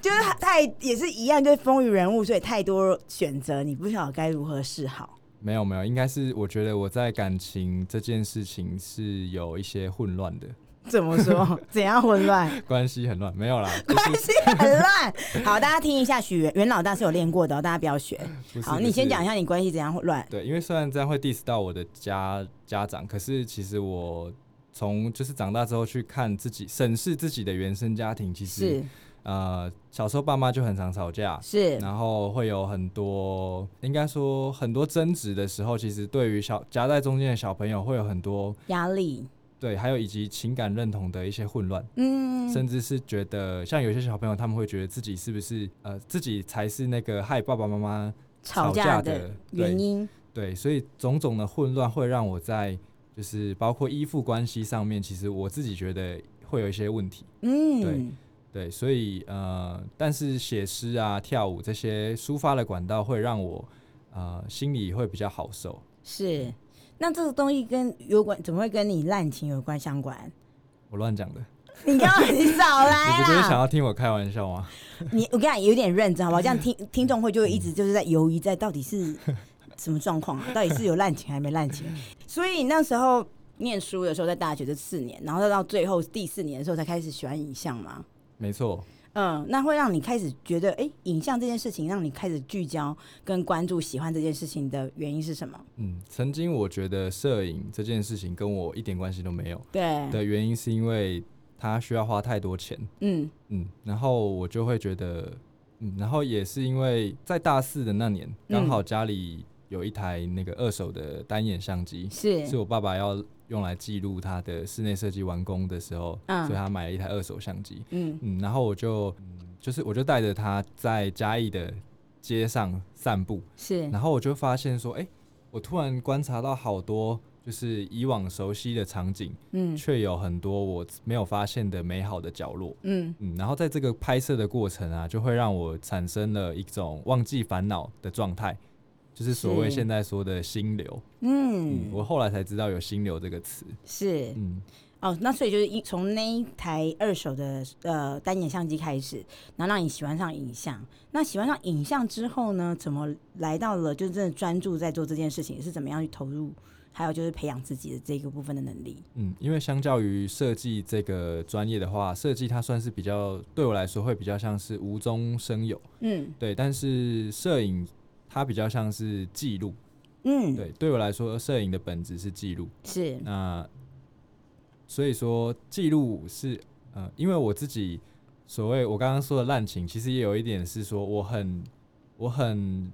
Speaker 1: 就是他太也是一样，就是风云人物，所以太多选择，你不晓得该如何是好。
Speaker 2: 没有没有，应该是我觉得我在感情这件事情是有一些混乱的，
Speaker 1: 怎么说？ 怎样混乱？
Speaker 2: 关系很乱。没有啦，
Speaker 1: 关系很乱。 好，大家听一下，许袁袁老大是有练过的、哦，大家不要学。
Speaker 2: 不是
Speaker 1: 好，
Speaker 2: 不
Speaker 1: 你先
Speaker 2: 是
Speaker 1: 讲一下你关系怎样乱。
Speaker 2: 对，因为虽然这样会 diss 到我的家家长，可是其实我从就是长大之后去看自己审视自己的原生家庭，其实
Speaker 1: 是
Speaker 2: 呃，小时候爸妈就很常吵架，
Speaker 1: 是，
Speaker 2: 然后会有很多，应该说很多争执的时候，其实对于小夹在中间的小朋友会有很多
Speaker 1: 压力。
Speaker 2: 对，还有以及情感认同的一些混乱，
Speaker 1: 嗯，
Speaker 2: 甚至是觉得像有些小朋友他们会觉得自己是不是呃自己才是那个害爸爸妈妈
Speaker 1: 吵
Speaker 2: 吵
Speaker 1: 架
Speaker 2: 架
Speaker 1: 的
Speaker 2: 的
Speaker 1: 原因
Speaker 2: 对，所以种种的混乱会让我在就是包括依附关系上面，其实我自己觉得会有一些问题。
Speaker 1: 嗯
Speaker 2: 对，对，所以呃，但是写诗啊、跳舞这些抒发的管道会让我呃心里会比较好受。
Speaker 1: 是。那这个东西跟有关，怎么会跟你滥情有关相关？
Speaker 2: 我乱讲的，你
Speaker 1: 你刚刚 你少来
Speaker 2: 不就是想
Speaker 1: 啦！
Speaker 2: 要听我开玩笑吗？
Speaker 1: 你我跟你讲，有点认真好不好？这样 听听众会就会一直就是在犹 疑，在到底是什么状况、啊，到底是有滥情还没滥情。所以那时候念书的时候，在大学这四年，然后再到最后第四年的时候才开始喜欢影像嘛。
Speaker 2: 没错，
Speaker 1: 嗯，那会让你开始觉得，哎、影像这件事情让你开始聚焦跟关注喜欢这件事情的原因是什么？
Speaker 2: 嗯，曾经我觉得摄影这件事情跟我一点关系都没有
Speaker 1: 对，
Speaker 2: 的原因，是因为它需要花太多钱，
Speaker 1: 嗯，
Speaker 2: 嗯，然后我就会觉得，嗯，然后也是因为在大四的那年，刚好家里有一台那个二手的单眼相机，
Speaker 1: 是，
Speaker 2: 是我爸爸要用来记录他的室内设计完工的时候，
Speaker 1: 嗯
Speaker 2: 所以他买了一台二手相机，
Speaker 1: 嗯，
Speaker 2: 嗯，然后我就，嗯就是我就带着他在嘉义的街上散步，
Speaker 1: 是，
Speaker 2: 然后我就发现说，哎、我突然观察到好多就是以往熟悉的场景，
Speaker 1: 嗯
Speaker 2: 却有很多我没有发现的美好的角落。
Speaker 1: 嗯，
Speaker 2: 嗯，然后在这个拍摄的过程啊，就会让我产生了一种忘记烦恼的状态，就是所谓
Speaker 1: 是
Speaker 2: 现在说的心流。嗯，
Speaker 1: 嗯，
Speaker 2: 我后来才知道有心流这个词。
Speaker 1: 是，
Speaker 2: 嗯，
Speaker 1: 哦，那所以就是一从那一台二手的呃单眼相机开始，然后让你喜欢上影像。那喜欢上影像之后呢，怎么来到了就真的专注在做这件事情，是怎么样去投入？还有就是培养自己的这个部分的能力。
Speaker 2: 嗯，因为相较于设计这个专业的话，设计它算是比较对我来说会比较像是无中生有，
Speaker 1: 嗯
Speaker 2: 对，但是摄影它比较像是记录，
Speaker 1: 嗯，
Speaker 2: 对，对我来说，摄影的本质是记录。
Speaker 1: 是
Speaker 2: 那所以说记录是呃，因为我自己所谓我刚刚说的滥情，其实也有一点是说我很我很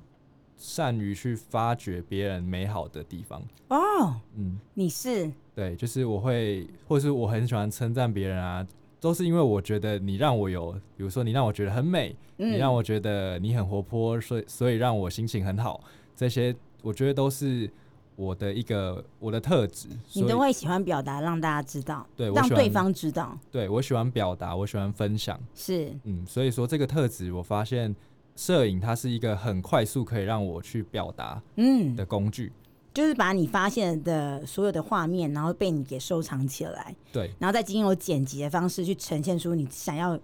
Speaker 2: 善于去发掘别人美好的地方，
Speaker 1: 哦，
Speaker 2: 嗯，
Speaker 1: 你是
Speaker 2: 对，就是我会或是我很喜欢称赞别人啊。都是因为我觉得你让我有，比如说你让我觉得很美，你让
Speaker 1: 嗯
Speaker 2: 我觉得你很活泼，所以所以让我心情很好，这些我觉得都是我的一个我的特质。
Speaker 1: 你
Speaker 2: 所以
Speaker 1: 都会喜欢表达，让大家知道，
Speaker 2: 对我
Speaker 1: 让
Speaker 2: 喜
Speaker 1: 对
Speaker 2: 欢
Speaker 1: 方知道，
Speaker 2: 对我喜欢表达，我喜欢分享，
Speaker 1: 是
Speaker 2: 嗯，所以说这个特质，我发现摄影它是一个很快速可以让我去表达
Speaker 1: 嗯，
Speaker 2: 的工具。
Speaker 1: 就是把你发现的所有的画面，然后被你给收藏起来。
Speaker 2: 对，
Speaker 1: 然后再经由剪辑的方式去呈现出你想要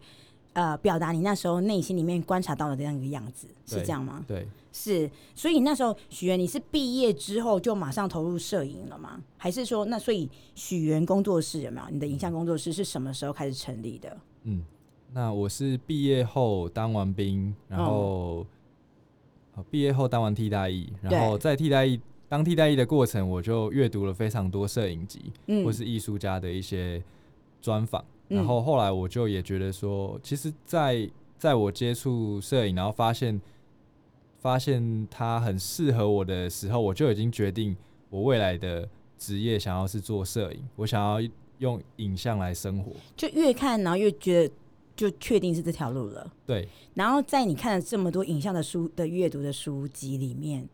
Speaker 1: 呃表达你那时候内心里面观察到的这样一个样子，是
Speaker 2: 对
Speaker 1: 这样吗？
Speaker 2: 对，
Speaker 1: 是，所以你那时候许源你是毕业之后就马上投入摄影了吗？还是说那所以许源工作室有没有你的影像工作室是什么时候开始成立的？
Speaker 2: 嗯，那我是毕业后当完兵，然
Speaker 1: 嗯
Speaker 2: 后、呃毕业后当完替代役，然后在替代役当替代役的过程，我就阅读了非常多摄影集、
Speaker 1: 嗯
Speaker 2: 或是艺术家的一些专访，
Speaker 1: 嗯
Speaker 2: 然后后来我就也觉得说，其实在，在我接触摄影，然后发现发现它很适合我的时候，我就已经决定我未来的职业想要是做摄影，我想要用影像来生活。
Speaker 1: 就越看然后越觉得就确定是这条路了。
Speaker 2: 对，
Speaker 1: 然后在你看了这么多影像的书的阅读的书籍里面，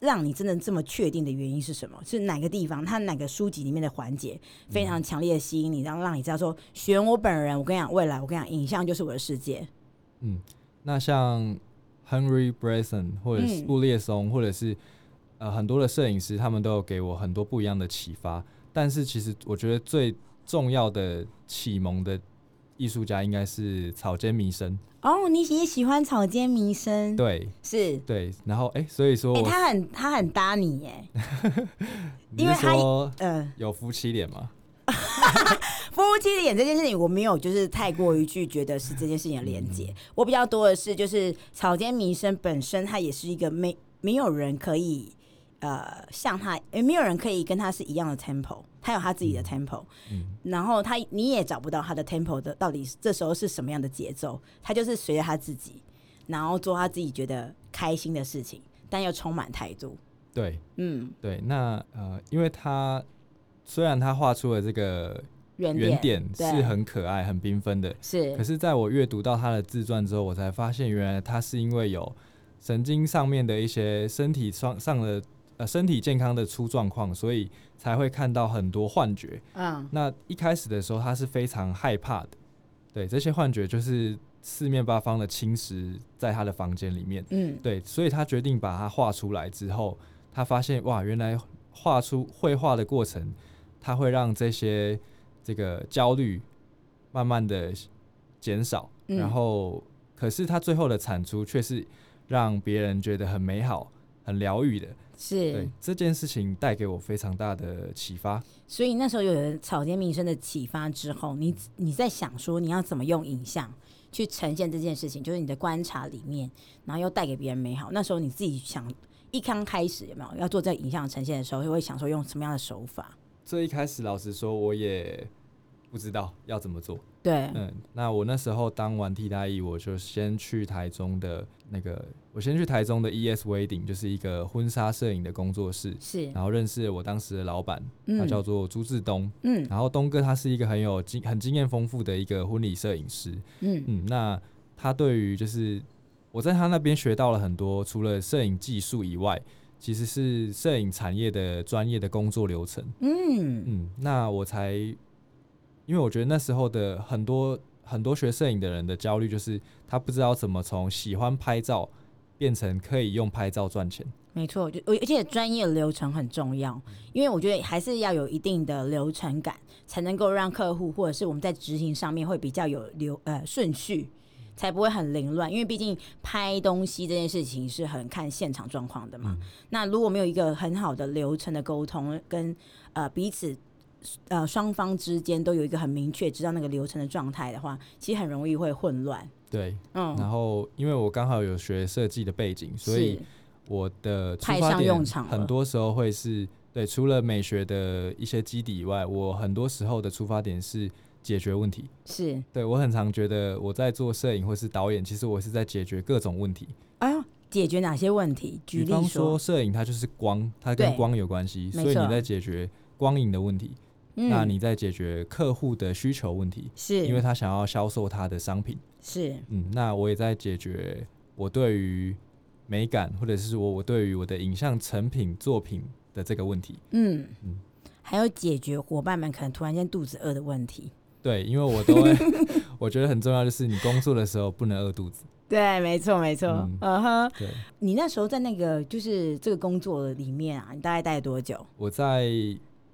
Speaker 1: 让你真的这么确定的原因是什么？是哪个地方？它哪个书籍里面的环节非常强烈的吸引你，然后让你知道说，选我本人，我跟你讲，未来我跟你讲，影像就是我的世界。
Speaker 2: 嗯，那像 Henry Bresson 或者是
Speaker 1: 嗯
Speaker 2: 布列松，或者是呃很多的摄影师，他们都有给我很多不一样的启发。但是其实我觉得最重要的启蒙的艺术家应该是草间弥生。
Speaker 1: 哦，你也喜欢草间弥生，
Speaker 2: 对
Speaker 1: 是。
Speaker 2: 对，然后哎、所以说
Speaker 1: 哎、
Speaker 2: 我、
Speaker 1: 他很他很搭你耶，
Speaker 2: 你
Speaker 1: 因为
Speaker 2: 是
Speaker 1: 他
Speaker 2: 说
Speaker 1: 呃，
Speaker 2: 有夫妻脸吗？
Speaker 1: 夫妻脸这件事情，我没有就是太过于去觉得是这件事情的连
Speaker 2: 嗯
Speaker 1: 接，我比较多的是就是草间弥生本身，他也是一个没没有人可以呃像他，也没有人可以跟他是一样的 tempo，他有他自己的 tempo，、
Speaker 2: 嗯
Speaker 1: 然后他你也找不到他的 tempo 的到底是这时候是什么样的节奏，他就是随着他自己，然后做他自己觉得开心的事情，但又充满态度，
Speaker 2: 对
Speaker 1: 嗯，
Speaker 2: 对，那呃，因为他虽然他画出了这个
Speaker 1: 原点
Speaker 2: 圆点
Speaker 1: 对
Speaker 2: 是很可爱、很缤纷的，可
Speaker 1: 是
Speaker 2: 是，在我阅读到他的自传之后，我才发现，原来他是因为有神经上面的一些身体上上的呃身体健康的出状况，所以才会看到很多幻觉。
Speaker 1: 嗯
Speaker 2: 那一开始的时候，他是非常害怕的，对这些幻觉就是四面八方的侵蚀在他的房间里面。
Speaker 1: 嗯
Speaker 2: 对，所以他决定把它画出来之后，他发现哇，原来画出绘画的过程，它会让这些这个焦虑慢慢的减少，
Speaker 1: 嗯
Speaker 2: 然后可是他最后的产出却是让别人觉得很美好、很疗愈的。
Speaker 1: 是
Speaker 2: 对，这件事情带给我非常大的启发。
Speaker 1: 所以那时候有了草间弥生的启发之后，你你在想说你要怎么用影像去呈现这件事情，就是你的观察里面，然后又带给别人美好。那时候你自己想一刚开始有没有要做这个影像呈现的时候，会想说用什么样的手法？
Speaker 2: 最一开始，老实说，我也不知道要怎么做。
Speaker 1: 对，
Speaker 2: 嗯，那我那时候当完替代役，我就先去台中的那个，我先去台中的 ES Wedding，就是一个婚纱摄影的工作室，
Speaker 1: 是，
Speaker 2: 然后认识了我当时的老板，他叫
Speaker 1: 嗯
Speaker 2: 做朱志东。
Speaker 1: 嗯
Speaker 2: 然后东哥他是一个很有经很经验丰富的一个婚礼摄影师，
Speaker 1: 嗯，
Speaker 2: 嗯，那他对于就是我在他那边学到了很多，除了摄影技术以外，其实是摄影产业的专业的工作流程。
Speaker 1: 嗯，
Speaker 2: 嗯，那我才，因为我觉得那时候的很多很多学摄影的人的焦虑就是他不知道怎么从喜欢拍照变成可以用拍照赚钱。
Speaker 1: 没错，就而而且专业流程很重要，
Speaker 2: 嗯
Speaker 1: 因为我觉得还是要有一定的流程感，才能够让客户或者是我们在执行上面会比较有流呃顺序，
Speaker 2: 嗯
Speaker 1: 才不会很凌乱。因为毕竟拍东西这件事情是很看现场状况的
Speaker 2: 嗯
Speaker 1: 嘛。那如果没有一个很好的流程的沟通，跟呃彼此呃双方之间都有一个很明确知道那个流程的状态的话，其实很容易会混乱。
Speaker 2: 对，然
Speaker 1: 嗯，
Speaker 2: 后因为我刚好有学设计的背景，所以
Speaker 1: 是
Speaker 2: 我的出
Speaker 1: 派
Speaker 2: 发
Speaker 1: 上
Speaker 2: 点
Speaker 1: 用场了
Speaker 2: 很多时候会是对，除了美学的一些基底以外，我很多时候的出发点是解决问题。
Speaker 1: 是
Speaker 2: 对我很常觉得我在做摄影或是导演，其实我是在解决各种问题。
Speaker 1: 啊，解决哪些问题？举
Speaker 2: 比方
Speaker 1: 例
Speaker 2: 说，摄影它就是光，它跟
Speaker 1: 对
Speaker 2: 光有关系，
Speaker 1: 没
Speaker 2: 所以你
Speaker 1: 错
Speaker 2: 在解决光影的问题，
Speaker 1: 嗯
Speaker 2: 那你在解决客户的需求问题，
Speaker 1: 是
Speaker 2: 因为他想要销售他的商品。
Speaker 1: 是
Speaker 2: 嗯，那我也在解决我对于美感，或者是我我对于我的影像成品作品的这个问题。
Speaker 1: 嗯
Speaker 2: 嗯
Speaker 1: 还有解决伙伴们可能突然间肚子饿的问题。
Speaker 2: 对，因为我都 会，我觉得很重要，就是你工作的时候不能饿肚子。
Speaker 1: 对，没错，没错
Speaker 2: 嗯
Speaker 1: 嗯哼，
Speaker 2: 对，
Speaker 1: 你那时候在那个就是这个工作里面啊，你大概待多久？
Speaker 2: 我在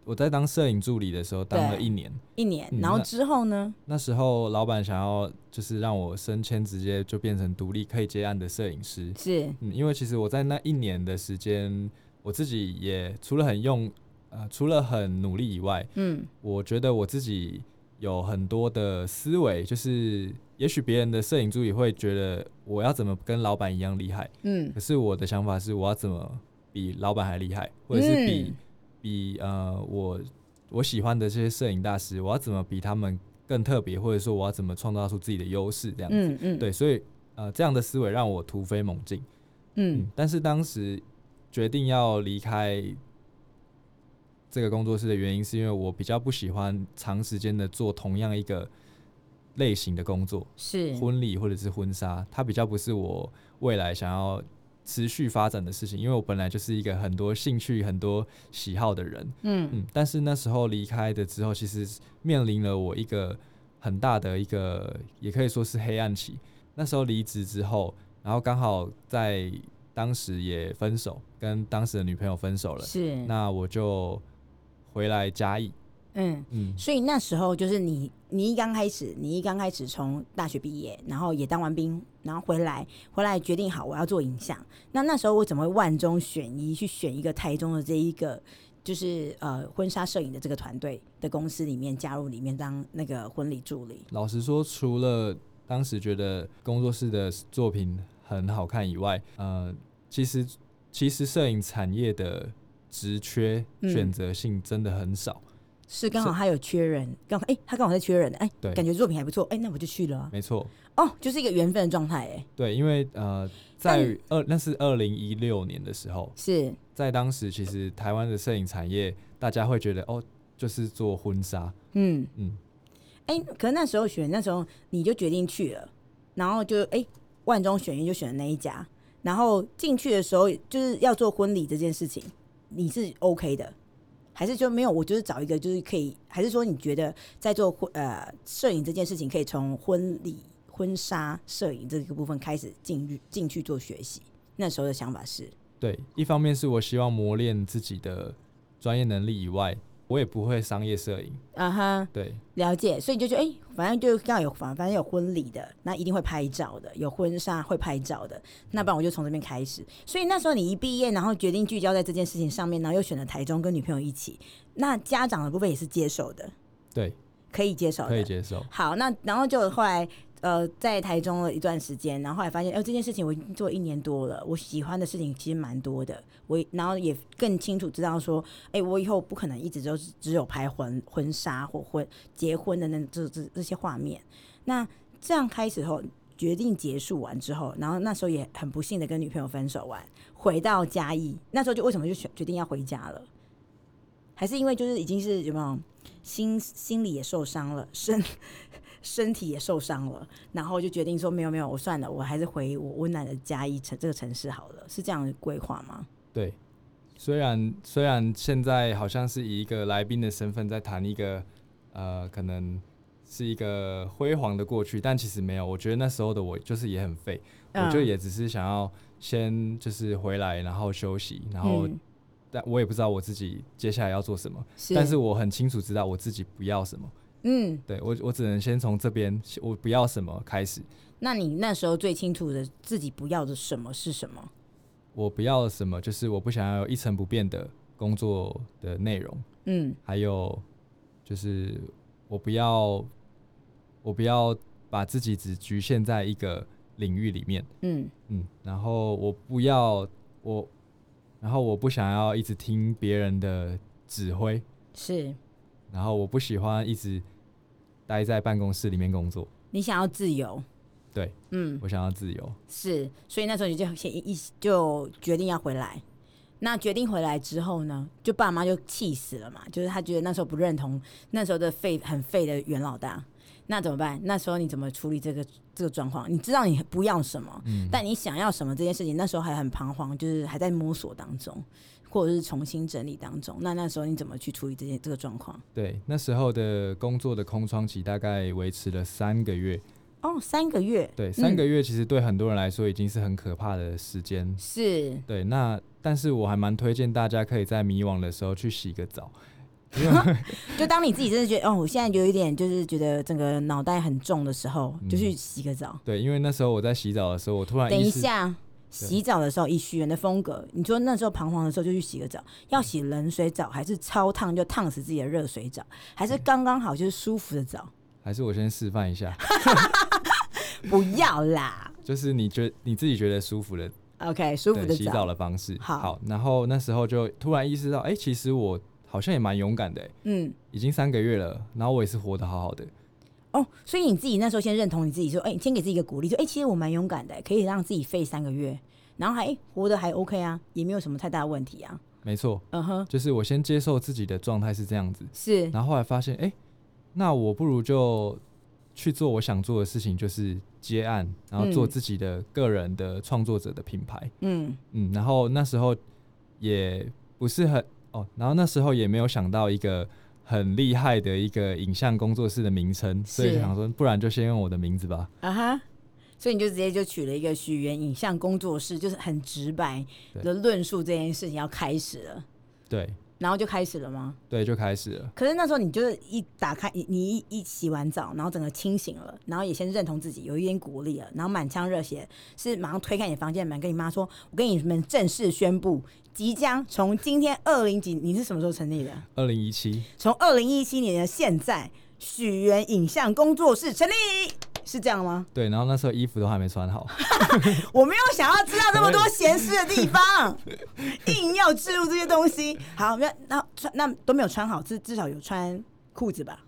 Speaker 2: 我在当摄影助理的时候当了
Speaker 1: 对
Speaker 2: 一年，
Speaker 1: 一年。
Speaker 2: 嗯
Speaker 1: 然后
Speaker 2: 那
Speaker 1: 之后呢？
Speaker 2: 那时候老板想要就是让我升迁，直接就变成独立可以接案的摄影师。
Speaker 1: 是
Speaker 2: 嗯，因为其实我在那一年的时间，我自己也除了很用呃除了很努力以外，
Speaker 1: 嗯
Speaker 2: 我觉得我自己有很多的思维，就是也许别人的摄影助理会觉得我要怎么跟老板一样厉害，
Speaker 1: 嗯
Speaker 2: 可是我的想法是我要怎么比老板还厉害，或者是比、
Speaker 1: 嗯
Speaker 2: 比呃我我喜欢的这些摄影大师，我要怎么比他们更特别，或者说我要怎么创造出自己的优势，这样、
Speaker 1: 嗯嗯，
Speaker 2: 对，所以呃这样的思维让我突飞猛进。
Speaker 1: 嗯
Speaker 2: 嗯，但是当时决定要离开这个工作室的原因，是因为我比较不喜欢长时间的做同样一个类型的工作，
Speaker 1: 是
Speaker 2: 婚礼或者是婚纱，它比较不是我未来想要持续发展的事情。因为我本来就是一个很多兴趣、很多喜好的人，
Speaker 1: 嗯
Speaker 2: 嗯，但是那时候离开的之后，其实面临了我一个很大的一个，也可以说是黑暗期。那时候离职之后，然后刚好在当时也分手，跟当时的女朋友分手了，
Speaker 1: 是
Speaker 2: 那我就回来嘉义，
Speaker 1: 嗯。
Speaker 2: 嗯，
Speaker 1: 所以那时候就是你，你一刚开始，你一刚开始从大学毕业，然后也当完兵，然后回来，回来决定好我要做影像。那那时候我怎么会万中选一去选一个台中的这一个就是呃婚纱摄影的这个团队的公司里面加入里面当那个婚礼助理？
Speaker 2: 老实说，除了当时觉得工作室的作品很好看以外，呃，其实其实摄影产业的职缺
Speaker 1: 嗯
Speaker 2: 选择性真的很少。
Speaker 1: 是刚好他有缺人，刚好哎、他刚好在缺人，哎、
Speaker 2: 对
Speaker 1: 感觉作品还不错，哎、那我就去了啊、
Speaker 2: 没错，
Speaker 1: 哦，就是一个缘分的状态，哎，
Speaker 2: 对，因为呃，
Speaker 1: 但
Speaker 2: 在二那是二零一六年的时候，
Speaker 1: 是
Speaker 2: 在当时其实台湾的摄影产业，大家会觉得哦，就是做婚纱，
Speaker 1: 嗯。
Speaker 2: 嗯，
Speaker 1: 哎、可是那时候选，那时候你就决定去了，然后就哎、万中选一就选了那一家，然后进去的时候就是要做婚礼这件事情，你是 OK 的，还是就没有？我就是找一个就是可以，还是说你觉得在做婚呃摄影这件事情，可以从婚礼婚纱摄影这个部分开始进入进去做学习？那时候的想法是，
Speaker 2: 对，一方面是我希望磨练自己的专业能力以外，我也不会商业摄影。
Speaker 1: 啊哈，
Speaker 2: 对，
Speaker 1: 了解，所以就觉得哎、反正就刚好有反反正有婚礼的，那一定会拍照的，有婚纱会拍照的，那不然我就从这边开始。所以那时候你一毕业，然后决定聚焦在这件事情上面，然后又选了台中跟女朋友一起，那家长的部分也是接受的，
Speaker 2: 对，
Speaker 1: 可以接受的，
Speaker 2: 可以接受。
Speaker 1: 好，那然后就后来呃在台中了一段时间，然后后来发现，哦、这件事情我已经做一年多了，我喜欢的事情其实蛮多的，我然后也更清楚知道说，哎、我以后不可能一直都是只有拍婚婚纱或婚结婚的那这这这些画面。那这样开始后。决定结束完之后，然后那时候也很不幸的跟女朋友分手完，回到嘉义，那时候就为什么就选决定要回家了？还是因为就是已经是有没有心心里也受伤了，身身体也受伤了，然后就决定说没有没有，我算了，我还是回我温暖的嘉义城这个城市好了，是这样的规划吗？
Speaker 2: 对，虽然虽然现在好像是以一个来宾的身份在谈一个呃，可能是一个辉煌的过去，但其实没有。我觉得那时候的我就是也很废，我就
Speaker 1: 嗯
Speaker 2: 也只是想要先就是回来，然后休息，然后、
Speaker 1: 嗯
Speaker 2: 但我也不知道我自己接下来要做什么，
Speaker 1: 是
Speaker 2: 但是我很清楚知道我自己不要什么。
Speaker 1: 嗯，
Speaker 2: 对我，我只能先从这边我不要什么开始，
Speaker 1: 那你那时候最清楚的自己不要的什么是什么？
Speaker 2: 我不要什么，就是我不想要有一成不变的工作的内容。
Speaker 1: 嗯
Speaker 2: 还有就是我不要，我不要把自己只局限在一个领域里面，
Speaker 1: 嗯
Speaker 2: 嗯，然后我不要我，然后我不想要一直听别人的指挥，
Speaker 1: 是。
Speaker 2: 然后我不喜欢一直待在办公室里面工作，
Speaker 1: 你想要自由，
Speaker 2: 对
Speaker 1: 嗯，
Speaker 2: 我想要自由，
Speaker 1: 是，所以那时候你就先一就决定要回来。那决定回来之后呢，就爸妈就气死了嘛，就是他觉得那时候不认同那时候的废很废的袁老大，那怎么办？那时候你怎么处理这个这个状况？你知道你不要什么，
Speaker 2: 嗯，
Speaker 1: 但你想要什么这件事情，那时候还很彷徨，就是还在摸索当中，或者是重新整理当中。那那时候你怎么去处理这件这个状况？
Speaker 2: 对，那时候的工作的空窗期大概维持了三个月，
Speaker 1: 哦，三个月，
Speaker 2: 对，三
Speaker 1: 嗯
Speaker 2: 个月其实对很多人来说已经是很可怕的时间，
Speaker 1: 是
Speaker 2: 对，那但是我还蛮推荐大家可以在迷惘的时候去洗个澡，
Speaker 1: 就当你自己真的觉得哦，我现在有一点就是觉得整个脑袋很重的时候，
Speaker 2: 嗯
Speaker 1: 就去洗个澡。
Speaker 2: 对，因为那时候我在洗澡的时候，我突然
Speaker 1: 等
Speaker 2: 意
Speaker 1: 一
Speaker 2: 识，
Speaker 1: 下洗澡的时候，以许源的风格，你说那时候彷徨的时候就去洗个澡，要
Speaker 2: 嗯
Speaker 1: 洗冷水澡还是超烫就烫死自己的热水澡，还
Speaker 2: 嗯
Speaker 1: 是刚刚好就是舒服的澡？
Speaker 2: 还是我先示范一下，
Speaker 1: 不要啦
Speaker 2: 就是你觉你自己觉得舒服的
Speaker 1: ，OK，舒服
Speaker 2: 对
Speaker 1: 的
Speaker 2: 洗澡的方式。
Speaker 1: 好
Speaker 2: 然后那时候就突然意识到，哎、其实我好像也蛮勇敢的、哎
Speaker 1: 嗯，
Speaker 2: 已经三个月了，然后我也是活得好好的，
Speaker 1: 哦，所以你自己那时候先认同你自己，说，哎、先给自己一个鼓励，说，哎、其实我蛮勇敢的，可以让自己废三个月，然后还、哎活得还 OK 啊，也没有什么太大的问题啊，
Speaker 2: 没错，
Speaker 1: 嗯哼，
Speaker 2: 就是我先接受自己的状态是这样子，
Speaker 1: 是，
Speaker 2: 然后后来发现，哎、那我不如就去做我想做的事情，就是接案，然后做
Speaker 1: 嗯
Speaker 2: 自己的个人的创作者的品牌。
Speaker 1: 嗯
Speaker 2: 嗯，然后那时候也不是很哦，然后那时候也没有想到一个很厉害的一个影像工作室的名称，所以
Speaker 1: 是
Speaker 2: 就想说，不然就先用我的名字吧。
Speaker 1: 啊哈，所以你就直接就取了一个许源影像工作室，就是很直白
Speaker 2: 对
Speaker 1: 的论述这件事情要开始了，
Speaker 2: 对
Speaker 1: 然后就开始了吗？
Speaker 2: 对，就开始了。
Speaker 1: 可是那时候你就是一打开，你你一一洗完澡，然后整个清醒了，然后也先认同自己有一点鼓励了，然后满腔热血是马上推开你房间的门，跟你妈说：“我跟你们正式宣布，即将从今天二零几，你是什么时候成立的？
Speaker 2: 二零一七，
Speaker 1: 从二零一七年的现在，许源影像工作室成立，是这样吗？”
Speaker 2: 对，然后那时候衣服都还没穿好，
Speaker 1: 我没有想要知道这么多闲事的地方，硬要置入这些东西。好，那那穿那都没有穿好，至至少有穿裤子吧？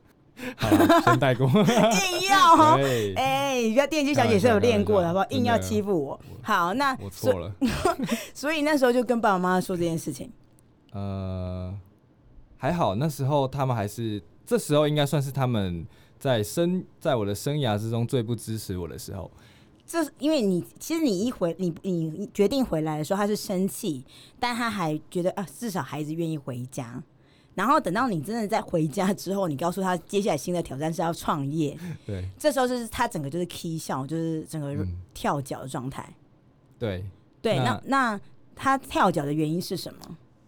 Speaker 2: 好啦先带过。
Speaker 1: 硬要 哦，
Speaker 2: 对，
Speaker 1: 哎，人家电锯小姐是有练过的，好不好？硬要欺负我。好，那
Speaker 2: 我
Speaker 1: 所
Speaker 2: 错了。
Speaker 1: 所以那时候就跟爸爸妈妈说这件事情。
Speaker 2: 呃，还好那时候他们还是，这时候应该算是他们在生在我的生涯之中最不支持我的时候。
Speaker 1: 这是因为你其实你一回你你你决定回来的时候，他是生气，但他还觉得啊，至少孩子愿意回家。然后等到你真的在回家之后，你告诉他接下来新的挑战是要创业，
Speaker 2: 对，
Speaker 1: 这时候就是他整个就是 k 笑，就是整个
Speaker 2: 嗯，
Speaker 1: 跳脚的状态。
Speaker 2: 对，
Speaker 1: 对，
Speaker 2: 那
Speaker 1: 那那他跳脚的原因是什么？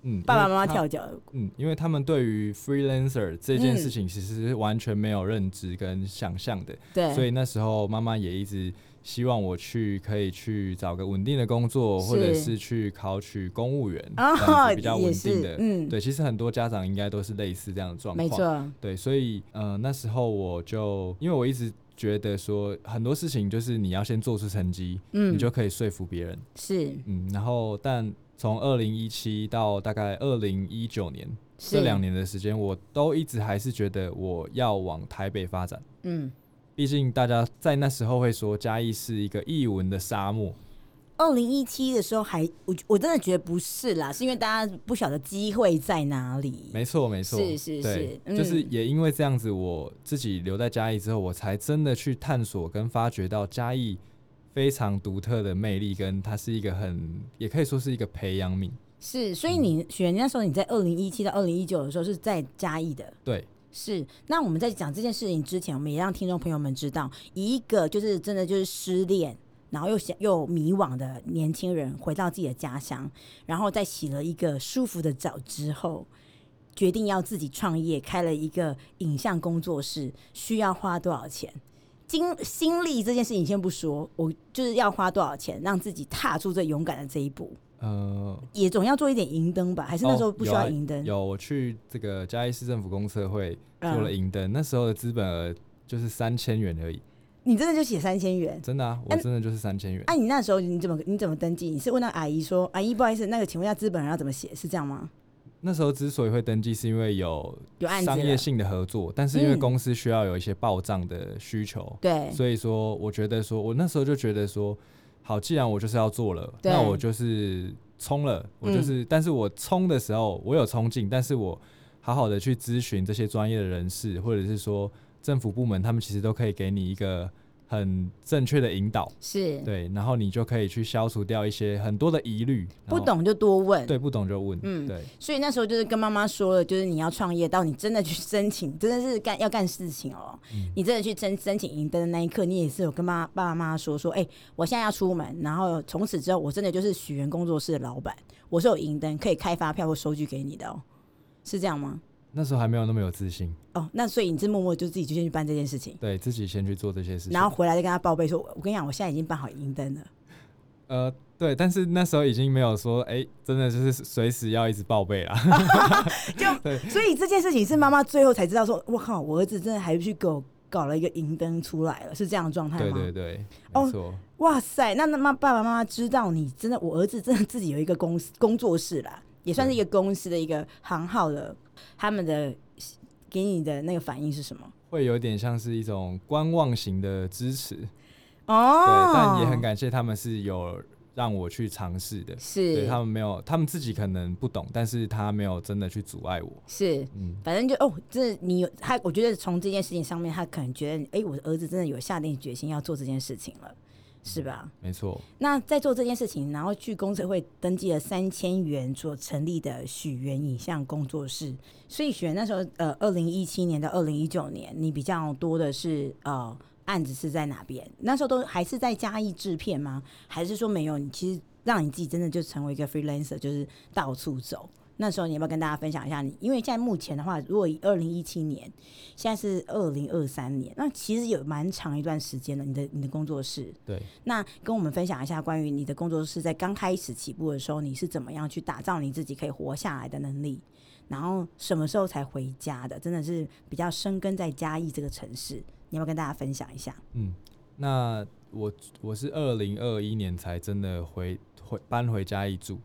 Speaker 2: 嗯，
Speaker 1: 爸爸
Speaker 2: 因为
Speaker 1: 妈妈
Speaker 2: 他
Speaker 1: 跳脚，
Speaker 2: 嗯，因为他们对于 freelancer 这
Speaker 1: 嗯
Speaker 2: 件事情其实是完全没有认知跟想象的，
Speaker 1: 对，
Speaker 2: 所以那时候妈妈也一直希望我去可以去找个稳定的工作，或者
Speaker 1: 是
Speaker 2: 是去考取公务员，这样
Speaker 1: 啊，
Speaker 2: 子比较稳
Speaker 1: 也是
Speaker 2: 定的。
Speaker 1: 嗯，
Speaker 2: 对，其实很多家长应该都是类似这样的状
Speaker 1: 没
Speaker 2: 况。
Speaker 1: 错，
Speaker 2: 对，所以呃那时候我就因为我一直觉得说很多事情就是你要先做出成绩，
Speaker 1: 嗯，
Speaker 2: 你就可以说服别人。
Speaker 1: 是
Speaker 2: 嗯，然后但从二零一七到大概二零一九年
Speaker 1: 是
Speaker 2: 这两，年的时间，我都一直还是觉得我要往台北发展。
Speaker 1: 嗯，
Speaker 2: 毕竟大家在那时候会说嘉义是一个艺文的沙漠，
Speaker 1: 二零一七的时候还我我真的觉得不是啦，是因为大家不晓得机会在哪里，
Speaker 2: 没错没错，
Speaker 1: 是是
Speaker 2: 对
Speaker 1: 是
Speaker 2: 就是
Speaker 1: 嗯
Speaker 2: 也因为这样子，我自己留在嘉义之后，我才真的去探索跟发掘到嘉义非常独特的魅力，跟它是一个很也可以说是一个培养皿，
Speaker 1: 是，所以你选那时候你在二零一七到二零一九的时候是在嘉义的。
Speaker 2: 对。
Speaker 1: 是，那我们在讲这件事情之前，我们也让听众朋友们知道，一个就是真的就是失恋，然后又想又迷惘的年轻人回到自己的家乡，然后再洗了一个舒服的澡之后，决定要自己创业，开了一个影像工作室，需要花多少钱？精心力这件事情先不说，我就是要花多少钱让自己踏出最勇敢的这一步，
Speaker 2: 呃，
Speaker 1: 也总要做一点银灯吧？还是那时候
Speaker 2: 哦
Speaker 1: 不需
Speaker 2: 有
Speaker 1: 要
Speaker 2: 啊
Speaker 1: 银灯？嗯
Speaker 2: 有我去这个嘉义市政府公测会做了银灯，那时候的资本额就是三千元而已，
Speaker 1: 你真的就写三千元？
Speaker 2: 真的啊，我
Speaker 1: 嗯
Speaker 2: 真的就是三千元。
Speaker 1: 哎、你那时候你怎么你怎么登记？你是问到阿姨说，阿姨不好意思，那个请问一下资本人要怎么写？是这样吗？
Speaker 2: 那时候之所以会登记，是因为有
Speaker 1: 有案子
Speaker 2: 商
Speaker 1: 了
Speaker 2: 业性的合作，但是因为
Speaker 1: 嗯
Speaker 2: 公司需要有一些报账的需求，
Speaker 1: 对，
Speaker 2: 所以说我觉得说，我那时候就觉得说，好，既然我就是要做了，
Speaker 1: 对嗯
Speaker 2: 那我就是冲了，我就是，但是我冲的时候我有冲劲，但是我好好的去咨询这些专业的人士，或者是说政府部门，他们其实都可以给你一个很正确的引导，
Speaker 1: 是
Speaker 2: 对，然后你就可以去消除掉一些很多的疑虑，然
Speaker 1: 不
Speaker 2: 后，
Speaker 1: 懂就多问。
Speaker 2: 对，不懂就问，
Speaker 1: 嗯
Speaker 2: 对。
Speaker 1: 所以那时候就是跟妈妈说了，就是你要创业，到你真的去申请，真的是干要干事情哦。
Speaker 2: 嗯
Speaker 1: 你真的去申申请银灯的那一刻，你也是有跟妈爸爸妈妈说说，哎、我现在要出门，然后从此之后，我真的就是许愿工作室的老板，我是有银灯可以开发票或收据给你的哦，是这样吗？
Speaker 2: 那时候还没有那么有自信，
Speaker 1: 哦，那所以你是默默就自己就先去办这件事情，
Speaker 2: 对自己先去做这些事情。
Speaker 1: 然后回来再跟他报备说，我跟你讲，我现在已经办好银灯了。
Speaker 2: 呃，对，但是那时候已经没有说，哎、真的就是随时要一直报备啦。
Speaker 1: 所以这件事情是妈妈最后才知道说，我靠，我儿子真的还去给我搞了一个银灯出来了，是这样的状态
Speaker 2: 对
Speaker 1: 吗？
Speaker 2: 对对，
Speaker 1: 哦
Speaker 2: 没错。
Speaker 1: 哇塞，那那妈爸爸妈妈知道你真的，我儿子真的自己有一个公司工作室啦，也算是一个公司的一个行号的，他们的给你的那个反应是什么？
Speaker 2: 会有点像是一种观望型的支持，对，
Speaker 1: 哦，
Speaker 2: 但也很感谢他们是有让我去尝试的，对
Speaker 1: 是
Speaker 2: 他们没有，他们自己可能不懂，但是他没有真的去阻碍我，
Speaker 1: 是。
Speaker 2: 嗯，
Speaker 1: 反正就哦，这你有他，我觉得从这件事情上面，他可能觉得，哎、我的儿子真的有下定决心要做这件事情了，是吧？
Speaker 2: 没错，
Speaker 1: 那在做这件事情，然后去公测会登记了三千元所成立的许源影像工作室。所以许源那时候，呃，二零一七年到二零一九年，你比较多的是呃案子是在哪边？那时候都还是在嘉义制片吗？还是说没有？你其实让你自己真的就成为一个 freelancer，就是到处走。那时候你要不要跟大家分享一下你？因为现在目前的话，如果以二零一七年，现在是二零二三年，那其实有蛮长一段时间了。你的你的工作室，
Speaker 2: 对。
Speaker 1: 那跟我们分享一下关于你的工作室在刚开始起步的时候，你是怎么样去打造你自己可以活下来的能力？然后什么时候才回家的？真的是比较生根在嘉义这个城市，你要不要跟大家分享一下？
Speaker 2: 嗯，那我我是二零二一年才真的回回搬回家一住，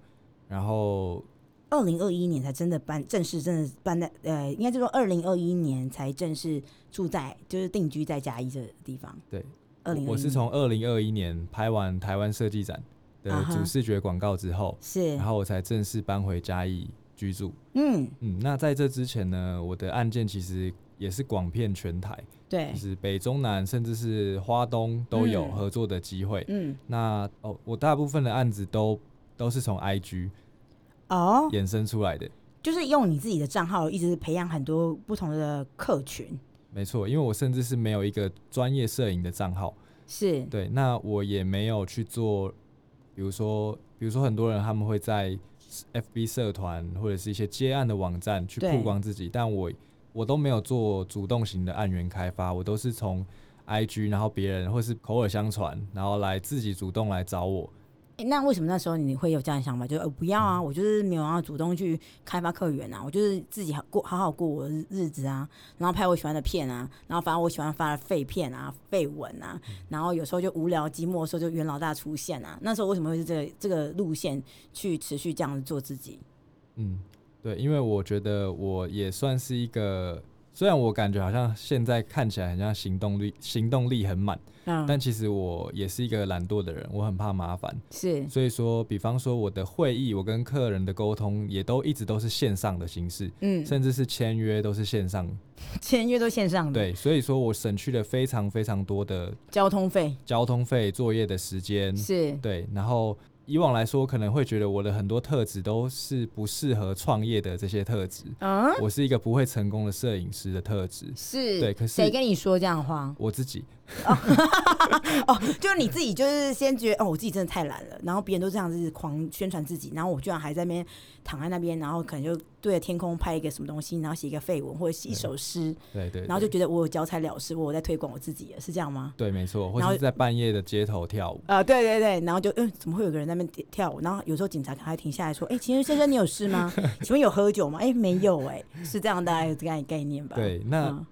Speaker 2: 然后
Speaker 1: 二零二一年才真的搬，正式真的搬在呃，应该就说二零二一年才正式住在，就是定居在嘉义这个地方。
Speaker 2: 对，
Speaker 1: 二零
Speaker 2: 我是从二零二一年拍完台湾设计展
Speaker 1: 啊
Speaker 2: 的
Speaker 1: 哈
Speaker 2: 主视觉广告之后，
Speaker 1: 是
Speaker 2: 然后我才正式搬回嘉义居住。
Speaker 1: 嗯
Speaker 2: 嗯，那在这之前呢，我的案件其实也是广遍全台，
Speaker 1: 对
Speaker 2: 就是北中南甚至是花东都有
Speaker 1: 嗯
Speaker 2: 合作的机会。
Speaker 1: 嗯
Speaker 2: 那哦，我大部分的案子都都是从 IG
Speaker 1: 哦，
Speaker 2: 衍生出来的，
Speaker 1: 就是用你自己的账号一直培养很多不同的客群，
Speaker 2: 没错，因为我甚至是没有一个专业摄影的账号，
Speaker 1: 是
Speaker 2: 对，那我也没有去做，比如说，比如说很多人他们会在 FB 社团或者是一些接案的网站去曝
Speaker 1: 对
Speaker 2: 光自己，但我我都没有做主动型的案源开发，我都是从 IG，然后别人或是口耳相传，然后来自己主动来找我。
Speaker 1: 诶那为什么那时候你会有这样的想法？就是、呃、不要啊，我就是没有要主动去开发客源啊，我就是自己好过好好过我的日子啊，然后拍我喜欢的片啊，然后发我喜欢发的废片啊、废文啊，
Speaker 2: 嗯
Speaker 1: 然后有时候就无聊寂寞的时候就袁老大出现啊。那时候为什么会是这个这个路线去持续这样子做自己？
Speaker 2: 嗯，对，因为我觉得我也算是一个，虽然我感觉好像现在看起来很像行动力行动力很满，
Speaker 1: 嗯，
Speaker 2: 但其实我也是一个懒惰的人，我很怕麻烦，
Speaker 1: 是
Speaker 2: 所以说，比方说我的会议，我跟客人的沟通也都一直都是线上的形式，
Speaker 1: 嗯，
Speaker 2: 甚至是签约都是线上。
Speaker 1: 签约都线上的，
Speaker 2: 对，所以说我省去了非常非常多的
Speaker 1: 交通费
Speaker 2: 交通费、作业的时间。
Speaker 1: 是
Speaker 2: 对，然后以往来说，可能会觉得我的很多特质都是不适合创业的这些特质。
Speaker 1: 嗯
Speaker 2: 我是一个不会成功的摄影师的特质，
Speaker 1: 是，
Speaker 2: 对可是
Speaker 1: 谁跟你说这样的话？
Speaker 2: 我自己。
Speaker 1: 哦，就是你自己，就是先觉得哦，我自己真的太懒了，然后别人都这样子狂宣传自己，然后我居然还在那边躺在那边，然后可能就对着天空拍一个什么东西，然后写一个废文或者是一首诗，
Speaker 2: 对对对
Speaker 1: 然后就觉得我有脚踩了事，我有在推广我自己了，是这样吗？
Speaker 2: 对，没错，或
Speaker 1: 然后
Speaker 2: 是在半夜的街头跳舞。
Speaker 1: 啊，对对对，然后就嗯，怎么会有个人在那边跳舞？然后有时候警察可能还停下来说：“哎、秦先生，你有事吗？ 请问有喝酒吗？”哎、没有、哎，是这样，大家有这个概念吧？
Speaker 2: 对，那、
Speaker 1: 嗯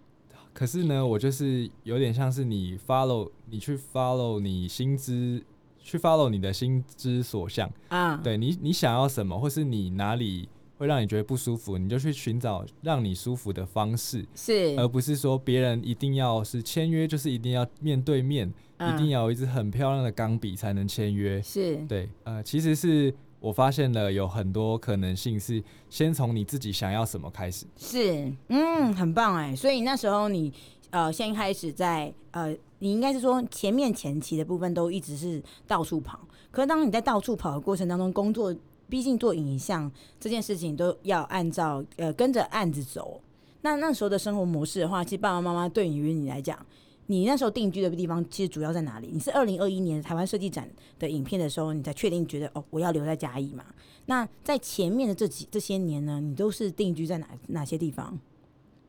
Speaker 2: 可是呢，我就是有点像是你 follow，你去 follow 你心之，去 follow 你的心之所向。
Speaker 1: 啊，
Speaker 2: 对你，你想要什么，或是你哪里会让你觉得不舒服，你就去寻找让你舒服的方式，
Speaker 1: 是
Speaker 2: 而不是说别人一定要是签约，就是一定要面对面，呃一定
Speaker 1: 要
Speaker 2: 要有一支很漂亮的钢笔才能签约。
Speaker 1: 嗯是
Speaker 2: 对，呃，其实是我发现了有很多可能性是先从你自己想要什么开始。
Speaker 1: 是，嗯，很棒哎。所以那时候你呃，先开始在呃，你应该是说前面前期的部分都一直是到处跑。可是当你在到处跑的过程当中，工作毕竟做影像这件事情都要按照呃跟着案子走。那那时候的生活模式的话，其实爸爸妈妈对于你来讲，你那时候定居的地方其实主要在哪里？你是二零二一年台湾设计展的影片的时候，你才确定觉得哦，我要留在嘉义嘛？那在前面的这几这些年呢，你都是定居在哪哪些地方？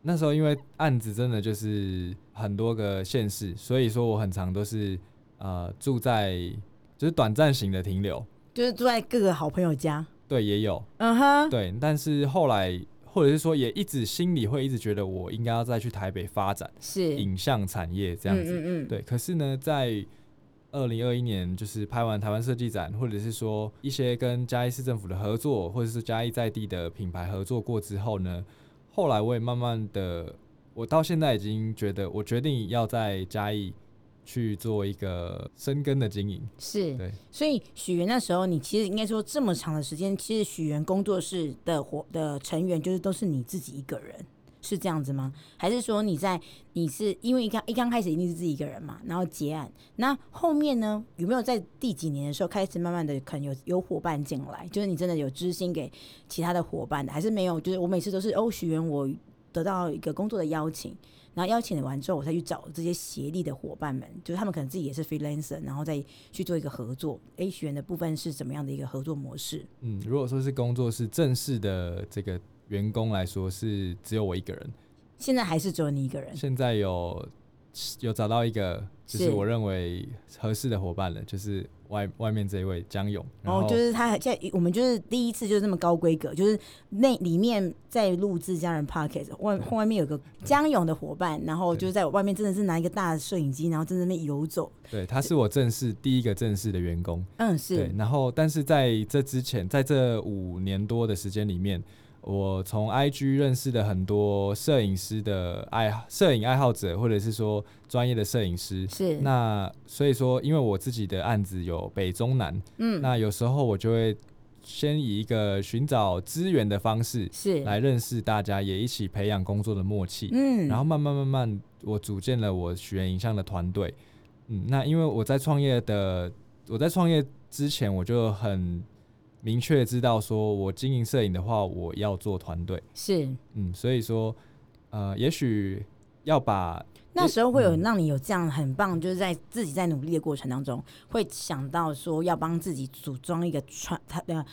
Speaker 2: 那时候因为案子真的就是很多个县市，所以说我很常都是呃住在就是短暂型的停留，
Speaker 1: 就是住在各个好朋友家。
Speaker 2: 对，也有
Speaker 1: 嗯哼，
Speaker 2: 对，但是后来或者是说也一直心里会一直觉得我应该要再去台北发展
Speaker 1: 是
Speaker 2: 影像产业这样子，
Speaker 1: 嗯嗯嗯嗯，
Speaker 2: 对，可是呢，在二零二一年，就是拍完台湾设计展，或者是说一些跟嘉义市政府的合作，或者是嘉义在地的品牌合作过之后呢，后来我也慢慢的，我到现在已经觉得，我决定要在嘉义去做一个深耕的经营。
Speaker 1: 是。
Speaker 2: 对，
Speaker 1: 所以许源那时候，你其实应该说这么长的时间，其实许源工作室的活的成员就是都是你自己一个人，是这样子吗？还是说你在你是因为一刚一刚开始一定是自己一个人嘛，然后结案，那后面呢有没有在第几年的时候开始慢慢的可能有有伙伴进来，就是你真的有知心给其他的伙伴的，还是没有？就是我每次都是哦许源我得到一个工作的邀请，然后邀请完之后，我才去找这些协力的伙伴们，就是他们可能自己也是 freelancer，然后再去做一个合作。A 学员的部分是怎么样的一个合作模式？
Speaker 2: 嗯，如果说是工作室正式的这个员工来说，是只有我一个人。
Speaker 1: 现在还是只有你一个人，
Speaker 2: 现在有有找到一个，就是
Speaker 1: 是
Speaker 2: 我认为合适的伙伴了，就是外外面这一位江勇。
Speaker 1: 然
Speaker 2: 然后、
Speaker 1: 后哦就是他现在我们就是第一次就是这么高规格，就是那里面在录制家人 podcast，外外面有个江勇的伙伴，然后就是在外面真的是拿一个大的摄影机，然后在那边游走。
Speaker 2: 对，他是我正式第一个正式的员工。
Speaker 1: 嗯，
Speaker 2: 对
Speaker 1: 是，
Speaker 2: 然后但是在这之前，在这五年多的时间里面，我从 IG 认识的很多摄影师的爱摄影爱好者，或者是说专业的摄影师。
Speaker 1: 是，
Speaker 2: 那所以说，因为我自己的案子有北中南，
Speaker 1: 嗯，
Speaker 2: 那有时候我就会先以一个寻找资源的方式
Speaker 1: 是，
Speaker 2: 来认识大家，也一起培养工作的默契。
Speaker 1: 嗯，
Speaker 2: 然后慢慢慢慢，我组建了我许愿影像的团队。嗯，那因为我在创业的，我在创业之前我就很明确知道，说我经营摄影的话，我要做团队。
Speaker 1: 是。
Speaker 2: 嗯，所以说，呃，也许要把
Speaker 1: 那时候会有
Speaker 2: 嗯
Speaker 1: 让你有这样很棒，就是在自己在努力的过程当中，会想到说要帮自己组装一个团，他的呃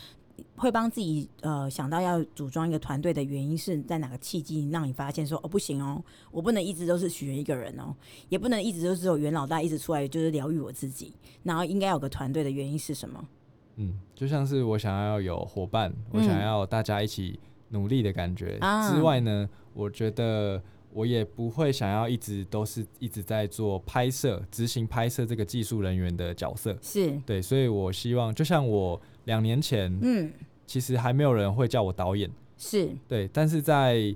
Speaker 1: 会帮自己呃想到要组装一个团队的原因是在哪个契机让你发现说哦不行哦，我不能一直都是许愿一个人哦，也不能一直都只有袁老大一直出来就是疗愈我自己，然后应该有个团队的原因是什么？
Speaker 2: 嗯，就像是我想要有伙伴，我想要大家一起努力的感觉、
Speaker 1: 嗯啊
Speaker 2: 之外呢，我觉得我也不会想要一直都是一直在做拍摄、执行拍摄这个技术人员的角色。
Speaker 1: 是，
Speaker 2: 对，所以我希望，就像我两年前，
Speaker 1: 嗯，
Speaker 2: 其实还没有人会叫我导演，
Speaker 1: 是
Speaker 2: 对，但是在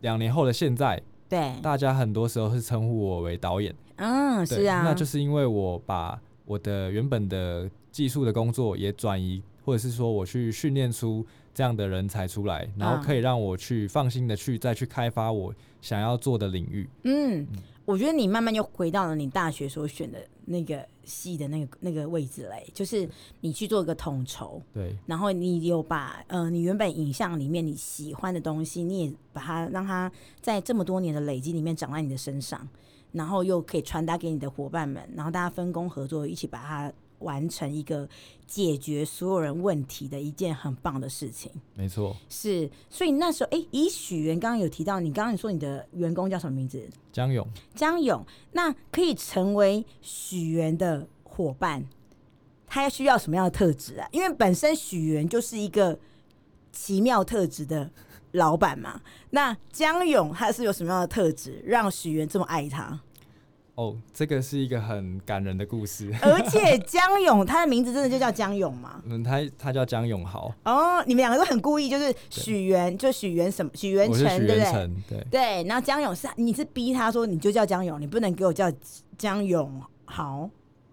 Speaker 2: 两年后的现在，
Speaker 1: 对，
Speaker 2: 大家很多时候是称呼我为导演。
Speaker 1: 嗯，
Speaker 2: 对
Speaker 1: 是啊，
Speaker 2: 那就是因为我把我的原本的技术的工作也转移，或者是说我去训练出这样的人才出来，然后
Speaker 1: 嗯
Speaker 2: 可以让我去放心的去再去开发我想要做的领域。
Speaker 1: 嗯，我觉得你慢慢又回到了你大学所选的那个系的那个那个位置嘞，就是你去做一个统筹，
Speaker 2: 对，
Speaker 1: 然后你有把呃你原本影像里面你喜欢的东西，你也把它让它在这么多年的累积里面长在你的身上，然后又可以传达给你的伙伴们，然后大家分工合作，一起把它完成一个解决所有人问题的一件很棒的事情。
Speaker 2: 没错，
Speaker 1: 是，所以那时候哎，以许源刚刚有提到，你刚刚你说你的员工叫什么名字？
Speaker 2: 江勇，
Speaker 1: 江勇，那可以成为许源的伙伴，他需要什么样的特质啊？因为本身许源就是一个奇妙特质的老板嘛。那江勇他是有什么样的特质，让许源这么爱他？
Speaker 2: 哦，这个是一个很感人的故事。
Speaker 1: 而且江勇他的名字真的就叫江勇嘛？
Speaker 2: 嗯，他他叫江永豪，
Speaker 1: 哦，你们两个都很故意，就是许源就许源什么许源
Speaker 2: 我是
Speaker 1: 成，对
Speaker 2: 许
Speaker 1: 不对？
Speaker 2: 元成，对，
Speaker 1: 对，然后江勇是你是逼他说你就叫江勇，你不能给我叫江勇豪。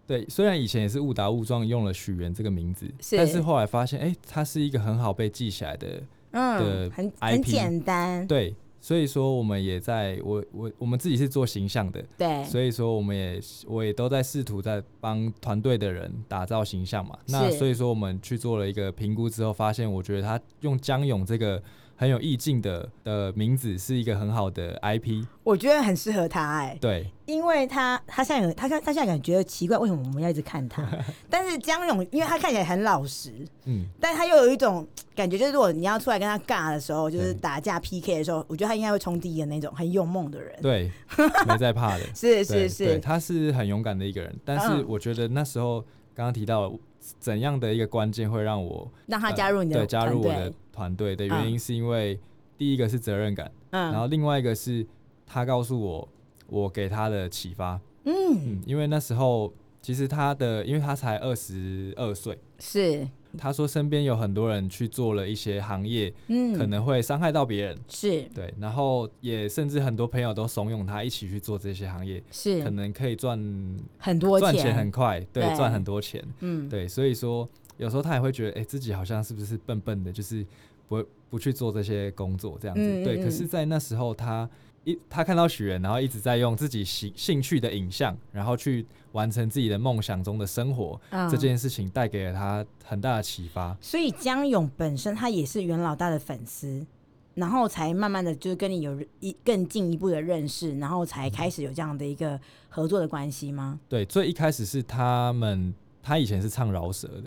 Speaker 2: 对，虽然以前也是误打误撞用了许源这个名字，
Speaker 1: 是
Speaker 2: 但是后来发现，哎、他是一个很好被记起来的
Speaker 1: 嗯，
Speaker 2: 的
Speaker 1: 很很
Speaker 2: IP
Speaker 1: 简单，
Speaker 2: 对，所以说我们也在我我我们自己是做形象的，
Speaker 1: 对，
Speaker 2: 所以说我们也我也都在试图在帮团队的人打造形象嘛。那
Speaker 1: 是
Speaker 2: 所以说我们去做了一个评估之后，发现我觉得他用江勇这个很有意境的的名字是一个很好的 IP。
Speaker 1: 我觉得很适合他哎、
Speaker 2: 对，
Speaker 1: 因为他他现在有他看他现在感觉奇怪，为什么我们要一直看 他？但是江勇，因为他看起来很老实，
Speaker 2: 嗯，
Speaker 1: 但他又有一种感觉，就是如果你要出来跟他尬的时候，就是
Speaker 2: 对
Speaker 1: 打架 PK 的时候，我觉得他应该会冲第一的那种很勇猛的人。
Speaker 2: 对，没在怕的。
Speaker 1: 是
Speaker 2: 对
Speaker 1: 是
Speaker 2: 对，
Speaker 1: 是，
Speaker 2: 他是很勇敢的一个人。但是
Speaker 1: 嗯
Speaker 2: 我觉得那时候刚刚提到怎样的一个关键会让我
Speaker 1: 让他
Speaker 2: 呃
Speaker 1: 加入你的
Speaker 2: 对加
Speaker 1: 团
Speaker 2: 入我
Speaker 1: 队
Speaker 2: 的，团队的原因，是因为第一个是责任感，然
Speaker 1: 嗯
Speaker 2: 后另外一个是他告诉我我给他的启发。
Speaker 1: 嗯，
Speaker 2: 嗯，因为那时候其实他的，因为他才二十二岁，
Speaker 1: 是
Speaker 2: 他说身边有很多人去做了一些行业，可
Speaker 1: 嗯
Speaker 2: 能会伤害到别人。
Speaker 1: 是
Speaker 2: 对，然后也甚至很多朋友都怂恿他一起去做这些行业，可
Speaker 1: 是
Speaker 2: 能可以赚
Speaker 1: 很多
Speaker 2: 赚钱很快，对，
Speaker 1: 对
Speaker 2: 赚很多钱。
Speaker 1: 嗯
Speaker 2: 对，所以说有时候他也会觉得，哎、自己好像是不是笨笨的，就是不不去做这些工作这样子。
Speaker 1: 嗯嗯
Speaker 2: 对，
Speaker 1: 嗯
Speaker 2: 可是，在那时候他一他看到许源，然后一直在用自己兴兴趣的影像，然后去完成自己的梦想中的生活，
Speaker 1: 嗯
Speaker 2: 这件事情带给了他很大的启发。
Speaker 1: 所以江勇本身他也是袁老大的粉丝，然后才慢慢的就是跟你有一更进一步的认识，然后才开始有这样的一个合作的关系吗？
Speaker 2: 对，最一开始是他们，他以前是唱饶舌的，？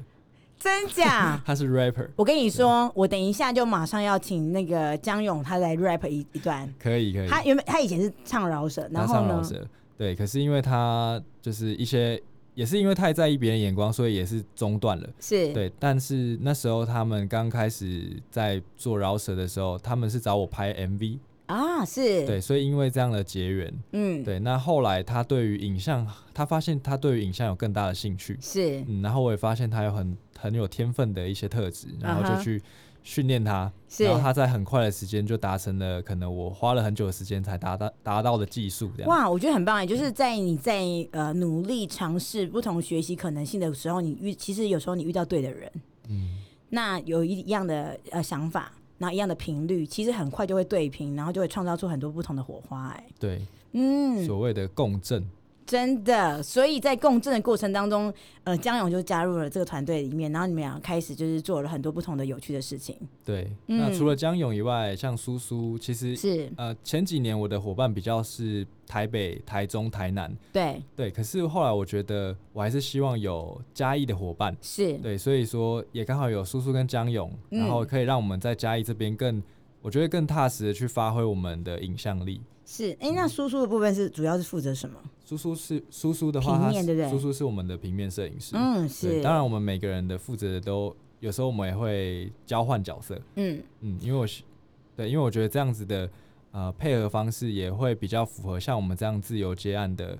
Speaker 1: 真假
Speaker 2: 他是 rapper，
Speaker 1: 我跟你说，我等一下就马上要请那个江勇他来 rap 一一段。
Speaker 2: 可以可以，
Speaker 1: 他原本他以前是唱饶舌，然
Speaker 2: 他
Speaker 1: 后
Speaker 2: 唱饶
Speaker 1: 呢，
Speaker 2: 舌，对，可是因为他就是一些。也是因为太在意别人眼光，所以也是中断了。
Speaker 1: 是
Speaker 2: 对，但是那时候他们刚开始在做饶舌的时候，他们是找我拍 MV，
Speaker 1: 啊，是
Speaker 2: 对，所以因为这样的结缘，
Speaker 1: 嗯，
Speaker 2: 对，那后来他对于影像，他发现他对于影像有更大的兴趣，
Speaker 1: 是
Speaker 2: 嗯，然后我也发现他有很很有天分的一些特质，然后
Speaker 1: 啊
Speaker 2: 就
Speaker 1: 哈
Speaker 2: 去训练他，
Speaker 1: 是
Speaker 2: 然后他在很快的时间就达成了可能我花了很久的时间才达到达到的技术，这样，嗯
Speaker 1: 哇，我觉得很棒哎！就是在你在呃努力尝试不同学习可能性的时候，你遇其实有时候你遇到对的人，
Speaker 2: 嗯，
Speaker 1: 那有一样的呃想法，然后一样的频率，其实很快就会对平，然后就会创造出很多不同的火花、哎，
Speaker 2: 对，
Speaker 1: 嗯，
Speaker 2: 所谓的共振，
Speaker 1: 欸真的。所以在共振的过程当中，呃，江勇就加入了这个团队里面，然后你们俩开始就是做了很多不同的有趣的事情。
Speaker 2: 对，
Speaker 1: 嗯
Speaker 2: 那除了江勇以外，像苏苏，其实
Speaker 1: 是
Speaker 2: 呃前几年我的伙伴比较是台北、台中、台南，
Speaker 1: 对，
Speaker 2: 对。可是后来我觉得我还是希望有嘉义的伙伴，
Speaker 1: 是
Speaker 2: 对，所以说也刚好有苏苏跟江勇，
Speaker 1: 嗯
Speaker 2: 然后可以让我们在嘉义这边更，我觉得更踏实的去发挥我们的影像力。
Speaker 1: 是。哎、那叔叔的部分是主要是负责什么？
Speaker 2: 苏苏是苏苏的话，
Speaker 1: 平
Speaker 2: 他
Speaker 1: 面
Speaker 2: 是
Speaker 1: 对不对
Speaker 2: 苏苏是我们的平面摄影师，
Speaker 1: 嗯，
Speaker 2: 对，
Speaker 1: 是，
Speaker 2: 当然我们每个人的负责的都有时候我们也会交换角色，
Speaker 1: 嗯，
Speaker 2: 嗯，因为我是对，因为我觉得这样子的呃配合方式也会比较符合像我们这样自由接案的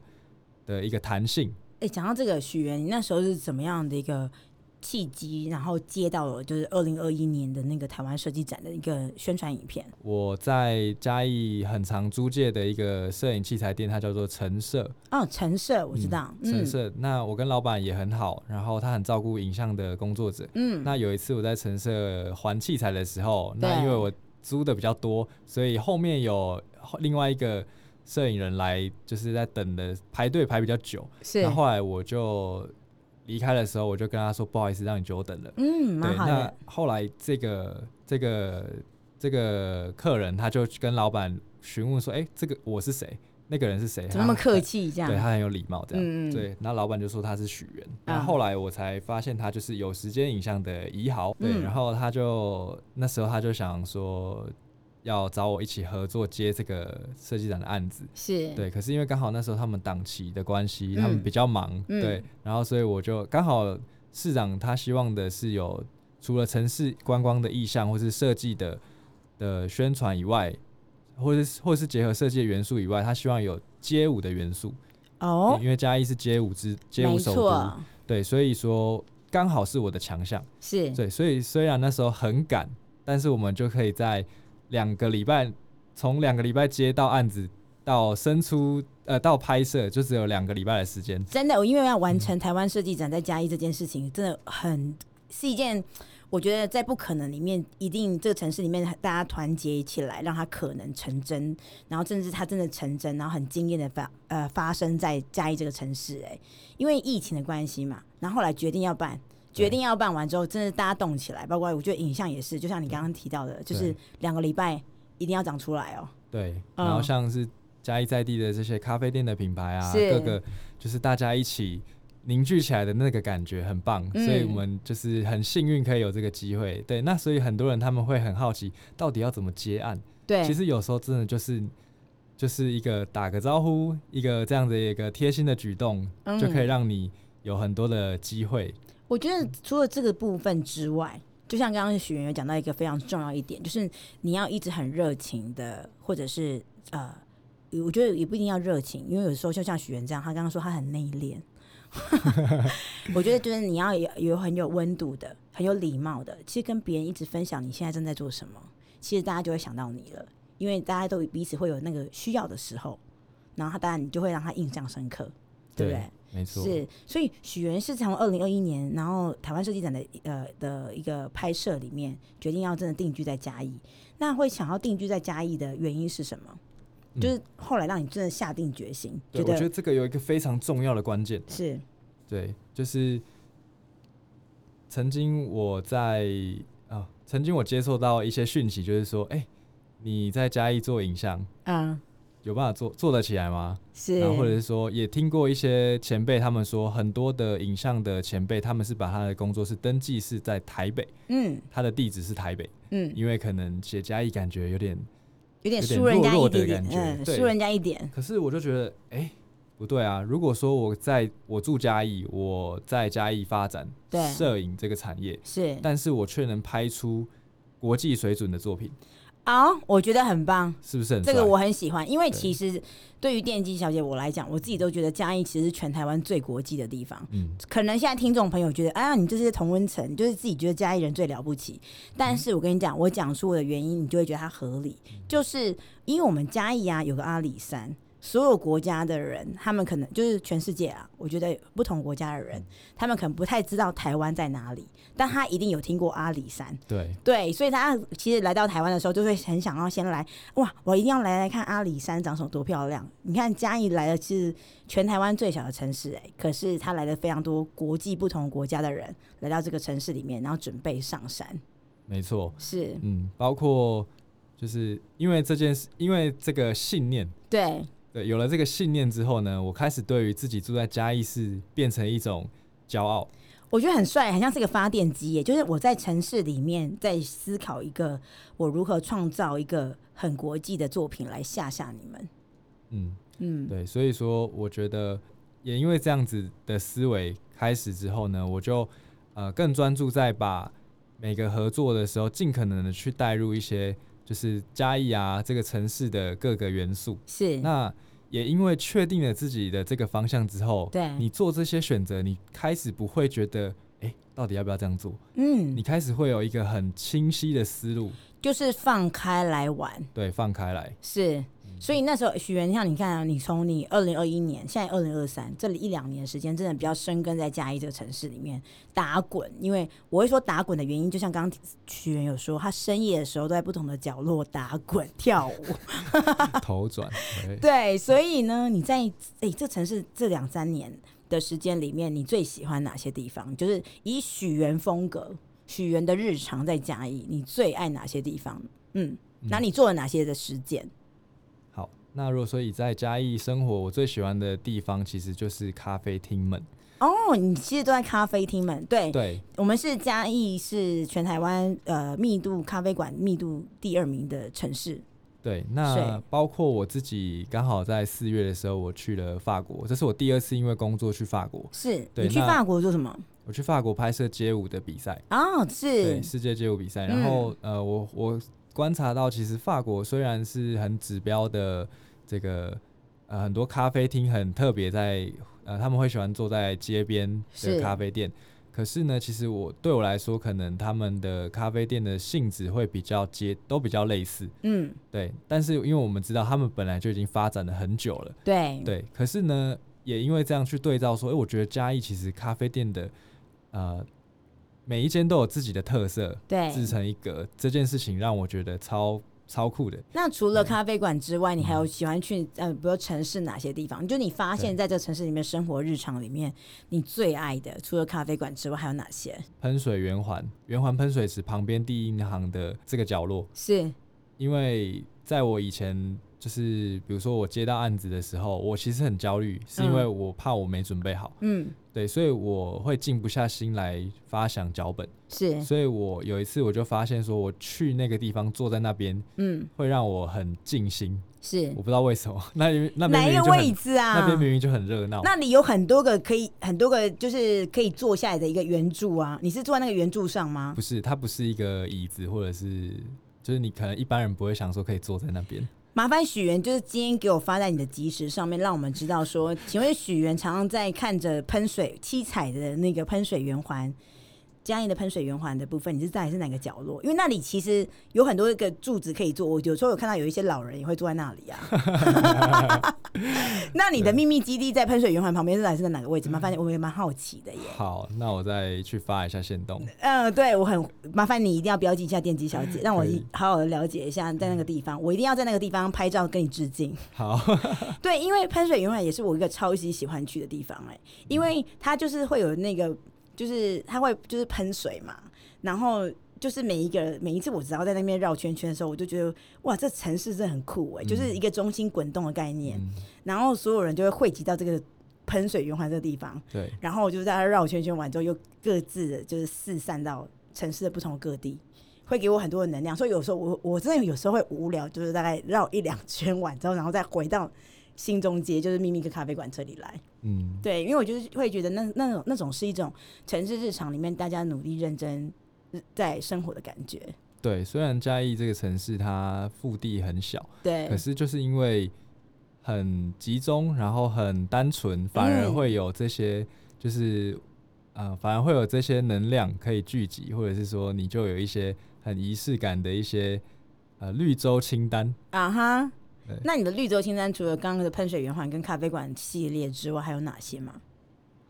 Speaker 2: 的一个弹性。
Speaker 1: 哎、讲到这个许源，你那时候是怎么样的一个契机，然后接到了就是二零二一年的那个台湾设计展的一个宣传影片？
Speaker 2: 我在嘉义很常租借的一个摄影器材店，它叫做陈设，
Speaker 1: 哦，陈设我知道，
Speaker 2: 陈
Speaker 1: 嗯
Speaker 2: 设。那我跟老板也很好，然后他很照顾影像的工作者。
Speaker 1: 嗯，
Speaker 2: 那有一次我在陈设还器材的时候，
Speaker 1: 对
Speaker 2: 那因为我租的比较多，所以后面有后另外一个摄影人来，就是在等的排队排比较久。
Speaker 1: 是
Speaker 2: 那，后来我就离开的时候，我就跟他说不好意思，让你久等了。
Speaker 1: 嗯，
Speaker 2: 对，
Speaker 1: 蛮好
Speaker 2: 那
Speaker 1: 的，
Speaker 2: 后来这个这个这个客人他就跟老板询问说，哎、这个我是谁？那个人是谁？
Speaker 1: 怎么那么
Speaker 2: 他
Speaker 1: 客？气这
Speaker 2: 他
Speaker 1: 样？
Speaker 2: 对他很有礼貌，这样。
Speaker 1: 嗯嗯
Speaker 2: 对，那老板就说他是许源。那、
Speaker 1: 啊
Speaker 2: 后来我才发现他就是有时间影像的怡豪。对，
Speaker 1: 嗯
Speaker 2: 然后他就那时候他就想说要找我一起合作接这个设计展的案子。
Speaker 1: 是，
Speaker 2: 对，可是因为刚好那时候他们档期的关系，他
Speaker 1: 嗯
Speaker 2: 们比较忙，
Speaker 1: 嗯
Speaker 2: 对，然后所以我就刚好市长他希望的是有除了城市观光的意向或是设计的的宣传以外，或是或是结合设计的元素以外，他希望有街舞的元素，
Speaker 1: 哦，
Speaker 2: 因为嘉义是街舞之街舞
Speaker 1: 没
Speaker 2: 首都，
Speaker 1: 错，
Speaker 2: 对，所以说刚好是我的强项，
Speaker 1: 是，
Speaker 2: 对，所以虽然那时候很赶，但是我们就可以在两个礼拜，从两个礼拜接到案子到生出呃到拍摄，就只有两个礼拜的时间。
Speaker 1: 真的，我因为要完成台湾设计展在嘉义这件事情，真的很是一件，我觉得在不可能里面，一定这个城市里面大家团结起来，让它可能成真，然后甚至它真的成真，然后很惊艳的发呃发生在嘉义这个城市、哎，因为疫情的关系嘛，然后后来决定要办。决定要办完之后，真的大家动起来，包括我觉得影像也是，就像你刚刚提到的，就是
Speaker 2: 对
Speaker 1: 两个礼拜一定要长出来哦。
Speaker 2: 对，
Speaker 1: 嗯
Speaker 2: 然后像是嘉义在地的这些咖啡店的品牌啊，
Speaker 1: 是
Speaker 2: 各个就是大家一起凝聚起来的那个感觉很棒，
Speaker 1: 嗯
Speaker 2: 所以我们就是很幸运可以有这个机会。对，那所以很多人他们会很好奇，到底要怎么接案？
Speaker 1: 对，
Speaker 2: 其实有时候真的就是就是一个打个招呼，一个这样的一个贴心的举动，
Speaker 1: 嗯
Speaker 2: 就可以让你有很多的机会。
Speaker 1: 我觉得除了这个部分之外，就像刚刚许源有讲到一个非常重要一点，就是你要一直很热情的，或者是呃，我觉得也不一定要热情，因为有时候就像许源这样，他刚刚说他很内敛。我觉得就是你要有有很有温度的，很有礼貌的，其实跟别人一直分享你现在正在做什么，其实大家就会想到你了，因为大家都彼此会有那个需要的时候，然后他当然你就会让他印象深刻，对不对？
Speaker 2: 没错，
Speaker 1: 是，所以许源是从二零二一年，然后台湾设计展的呃的一个拍摄里面，决定要真的定居在嘉义。那会想要定居在嘉义的原因是什么？
Speaker 2: 嗯
Speaker 1: 就是后来让你真的下定决心，
Speaker 2: 对，我觉得这个有一个非常重要的关键，
Speaker 1: 是
Speaker 2: 对，就是曾经我在啊，曾经我接受到一些讯息，就是说，哎、你在嘉义做影像。
Speaker 1: 嗯
Speaker 2: 有办法做做得起来吗？
Speaker 1: 是，
Speaker 2: 然后或者是说，也听过一些前辈他们说，很多的影像的前辈，他们是把他的工作室登记是在台北，
Speaker 1: 嗯
Speaker 2: 他的地址是台北，
Speaker 1: 嗯，
Speaker 2: 因为可能写嘉义感觉有点，
Speaker 1: 有点
Speaker 2: 有点
Speaker 1: 输人家
Speaker 2: 弱
Speaker 1: 一
Speaker 2: 弱的
Speaker 1: 点点，
Speaker 2: 感觉
Speaker 1: 嗯，
Speaker 2: 对
Speaker 1: 输人家一点，
Speaker 2: 可是我就觉得，哎、不对啊！如果说我在我住嘉义，我在嘉义发展
Speaker 1: 对
Speaker 2: 摄影这个产业，
Speaker 1: 是
Speaker 2: 但是我却能拍出国际水准的作品，
Speaker 1: 啊、我觉得很棒。
Speaker 2: 是不是很
Speaker 1: 这个
Speaker 2: 帅
Speaker 1: 我很喜欢，因为
Speaker 2: 对
Speaker 1: 其实对于电机小姐我来讲，我自己都觉得嘉义其实是全台湾最国际的地方。
Speaker 2: 嗯，
Speaker 1: 可能现在听众朋友觉得，哎呀，你这些同温层，就是自己觉得嘉义人最了不起。但是我跟你讲，我讲出我的原因，你就会觉得它合理。就是因为我们嘉义啊有个阿里山，所有国家的人，他们可能就是全世界啊，我觉得不同国家的人，他们可能不太知道台湾在哪里，但他一定有听过阿里山。
Speaker 2: 对，
Speaker 1: 对，所以他其实来到台湾的时候，就会很想要先来哇，我一定要来来看阿里山长什么多漂亮。你看嘉义来的是全台湾最小的城市、哎，可是他来了非常多国际不同国家的人来到这个城市里面，然后准备上山。
Speaker 2: 没错，
Speaker 1: 是
Speaker 2: 嗯，包括就是因为这件事，因为这个信念，
Speaker 1: 对，
Speaker 2: 对，有了这个信念之后呢，我开始对于自己住在嘉义市变成一种骄傲。
Speaker 1: 我觉得很帅，很像是个发电机耶，也就是我在城市里面在思考一个我如何创造一个很国际的作品来吓吓你们。
Speaker 2: 嗯，
Speaker 1: 嗯，
Speaker 2: 对，所以说我觉得也因为这样子的思维开始之后呢，我就呃更专注在把每个合作的时候，尽可能的去带入一些就是嘉义啊这个城市的各个元素。
Speaker 1: 是，
Speaker 2: 那也因为确定了自己的这个方向之后，
Speaker 1: 对
Speaker 2: 你做这些选择，你开始不会觉得，哎、到底要不要这样做？
Speaker 1: 嗯
Speaker 2: 你，开始会有一个很清晰的思路，
Speaker 1: 就是放开来玩。
Speaker 2: 对，放开 来，
Speaker 1: 是，所以那时候许源像你看啊，你从你二零二一年，现在二零二三，这里一两年的时间，真的比较深根在嘉义这个城市里面打滚。因为我会说打滚的原因，就像刚刚许源有说，他深夜的时候都在不同的角落打滚跳舞。
Speaker 2: 头转，对
Speaker 1: 对，所以呢，你在诶、这城市这两三年的时间里面，你最喜欢哪些地方？就是以许源风格、许源的日常在嘉义，你最爱哪些地方？嗯，那你做了哪些的实践？
Speaker 2: 好，那如果说以在嘉义生活，我最喜欢的地方其实就是咖啡厅们。
Speaker 1: 哦，你其实都在咖啡厅们，对，
Speaker 2: 对，
Speaker 1: 我们是嘉义是全台湾呃密度咖啡馆密度第二名的城市，
Speaker 2: 对，那
Speaker 1: 是
Speaker 2: 包括我自己，刚好在四月的时候，我去了法国，这是我第二次因为工作去法国。
Speaker 1: 是
Speaker 2: 对
Speaker 1: 你去
Speaker 2: 那
Speaker 1: 法国做什么？
Speaker 2: 我去法国拍摄街舞的比赛，
Speaker 1: 哦，是
Speaker 2: 对，世界街舞比赛。
Speaker 1: 嗯
Speaker 2: 然后、呃，我我观察到，其实法国虽然是很指标的这个呃很多咖啡厅很特别在，呃他们会喜欢坐在街边
Speaker 1: 是
Speaker 2: 的咖啡店。可是呢，其实我对我来说，可能他们的咖啡店的性质会比较接，都比较类似，
Speaker 1: 嗯，
Speaker 2: 对。但是因为我们知道他们本来就已经发展了很久了，
Speaker 1: 对，
Speaker 2: 对，可是呢，也因为这样去对照说，哎、我觉得嘉义其实咖啡店的呃每一间都有自己的特色，
Speaker 1: 对
Speaker 2: 自成一格，这件事情让我觉得超超酷的。
Speaker 1: 那除
Speaker 2: 嗯
Speaker 1: 了咖啡馆之外，你还有喜欢去呃，比如城市哪些地方？就你发现在这城市里面生活日常里面，你最爱的除了咖啡馆之外，还有哪些？
Speaker 2: 喷水圆环，圆环喷水池旁边第一银行的这个角落，
Speaker 1: 是
Speaker 2: 因为在我以前就是比如说我接到案子的时候，我其实很焦虑，是因为我怕我没准备好，
Speaker 1: 嗯
Speaker 2: 对，所以我会静不下心来发想脚本，
Speaker 1: 是
Speaker 2: 所以我有一次我就发现说，我去那个地方坐在那边。
Speaker 1: 嗯
Speaker 2: 会让我很静心，
Speaker 1: 是
Speaker 2: 我不知道为什么。 那因为那边
Speaker 1: 哎哪一
Speaker 2: 明明
Speaker 1: 个
Speaker 2: 就很
Speaker 1: 位置啊？
Speaker 2: 那边明明就很热闹。
Speaker 1: 那里有很多个可以，很多个就是可以坐下来的一个圆柱啊。你是坐在那个圆柱上吗
Speaker 2: 不？是，它不是一个椅子，或者是就是你可能一般人不会想说可以坐在那边。
Speaker 1: 麻烦许源，就是今天给我发在你的即时上面，让我们知道说，请问许源常常在看着喷水七彩的那个喷水圆环，嘉义的喷水圆环的部分，你是在是哪个角落？因为那里其实有很多个柱子可以坐，我有时候有看到有一些老人也会坐在那里啊。啊 那你的秘密基地在喷水圆环旁边，到底是在哪个位置？麻烦你我也蛮好奇的耶。
Speaker 2: 好，那我再去发一下线动。
Speaker 1: 嗯，对我很麻烦你一定要标记一下电机小姐，让我
Speaker 2: 可以
Speaker 1: 好好的了解一下在那个地方，我一定要在那个地方拍照跟你致 敬。
Speaker 2: 好，
Speaker 1: 对，因为喷水永远也是我一个超级喜欢去的地方哎、因为它就是会有那个，就是它会就是喷水嘛，然后就是每一个每一次我只要在那边绕圈圈的时候，我就觉得哇，这城市真的很酷哎、就是一个中心滚动的概念，
Speaker 2: 嗯，
Speaker 1: 然后所有人就会汇集到这个喷水圆环这个地方，
Speaker 2: 对，
Speaker 1: 然后我就在那绕圈圈完之后，又各自的就是四散到城市的不同各地，会给我很多的能量。所以有时候我我真的有时候会无聊，就是大概绕一两圈完之后，然后再回到新中街，就是秘密跟咖啡馆这里来。
Speaker 2: 嗯，
Speaker 1: 对，因为我就是会觉得那那种那种是一种城市日常里面大家努力认真在生活的感觉。
Speaker 2: 对。虽然嘉义这个城市它腹地很小，
Speaker 1: 对
Speaker 2: 可，是就是因为很集中，然后很单纯，反而
Speaker 1: 嗯
Speaker 2: 会有这些，就是呃，反而会有这些能量可以聚集，或者是说你就有一些很仪式感的一些呃绿洲清单。
Speaker 1: 啊哈。
Speaker 2: 对
Speaker 1: 那你的绿洲清单除了刚刚的喷水圆环跟咖啡馆系列之外，还有哪些吗？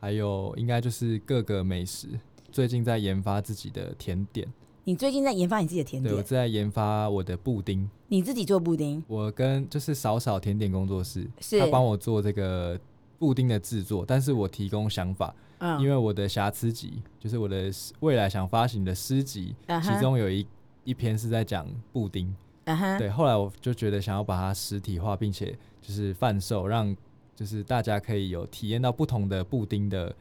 Speaker 2: 还有应该就是各个美食，最近在研发自己的甜点，
Speaker 1: 你最近在研发你自己的甜
Speaker 2: 对我
Speaker 1: 点，
Speaker 2: 在研发我的布丁，
Speaker 1: 你自己做布丁，
Speaker 2: 我跟就是少少甜点工作室，
Speaker 1: 是
Speaker 2: 他帮我做这个布丁的制作，但是我提供想法，因
Speaker 1: 嗯，
Speaker 2: 为我的瑕疵集就是我的未来想发行的诗集，
Speaker 1: 啊哈
Speaker 2: 其中有一一篇是在讲布丁，
Speaker 1: 啊哈，
Speaker 2: 对，后来我就觉得想要把它实体化，并且就是贩售，让就是大家可以有体验到不同的布丁的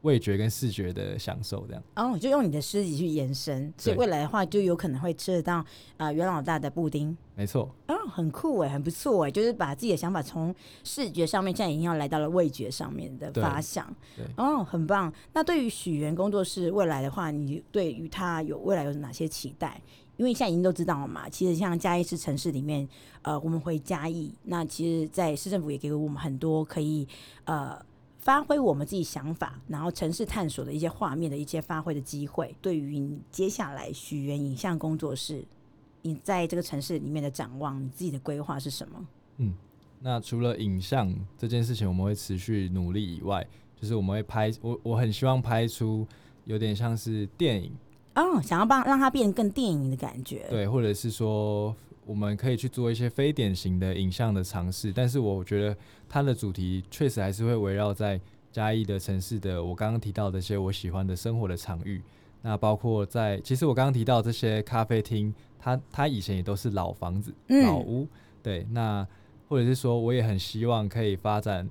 Speaker 2: 味觉跟视觉的享受，这样
Speaker 1: 哦，就用你的诗集去延伸，所以
Speaker 2: 对
Speaker 1: 未来的话就有可能会吃得到啊、呃袁老大的布丁。
Speaker 2: 没错，
Speaker 1: 哦，很酷哎，很不错哎，就是把自己的想法从视觉上面，现在已经要来到了味觉上面的
Speaker 2: 对
Speaker 1: 发想
Speaker 2: 对。
Speaker 1: 哦，很棒。那对于许源工作室未来的话，你对于他有未来有哪些期待？因为现在已经都知道了嘛，其实像嘉义市城市里面，呃，我们回嘉义，那其实，在市政府也给我们很多可以呃发挥我们自己想法，然后城市探索的一些画面的一些发挥的机会。对于你接下来许源影像工作室，你在这个城市里面的展望，你自己的规划是什么？
Speaker 2: 嗯。那除了影像这件事情，我们会持续努力以外，就是我们会拍，我我很希望拍出有点像是电影。
Speaker 1: 哦，想要帮让它变更电影的感觉。，
Speaker 2: 对，或者是说我们可以去做一些非典型的影像的尝试，但是我觉得它的主题确实还是会围绕在嘉义的城市的我刚刚提到的这些我喜欢的生活的场域，那包括在其实我刚刚提到这些咖啡厅，它它以前也都是老房子、
Speaker 1: 嗯，
Speaker 2: 老屋，对，那或者是说我也很希望可以发展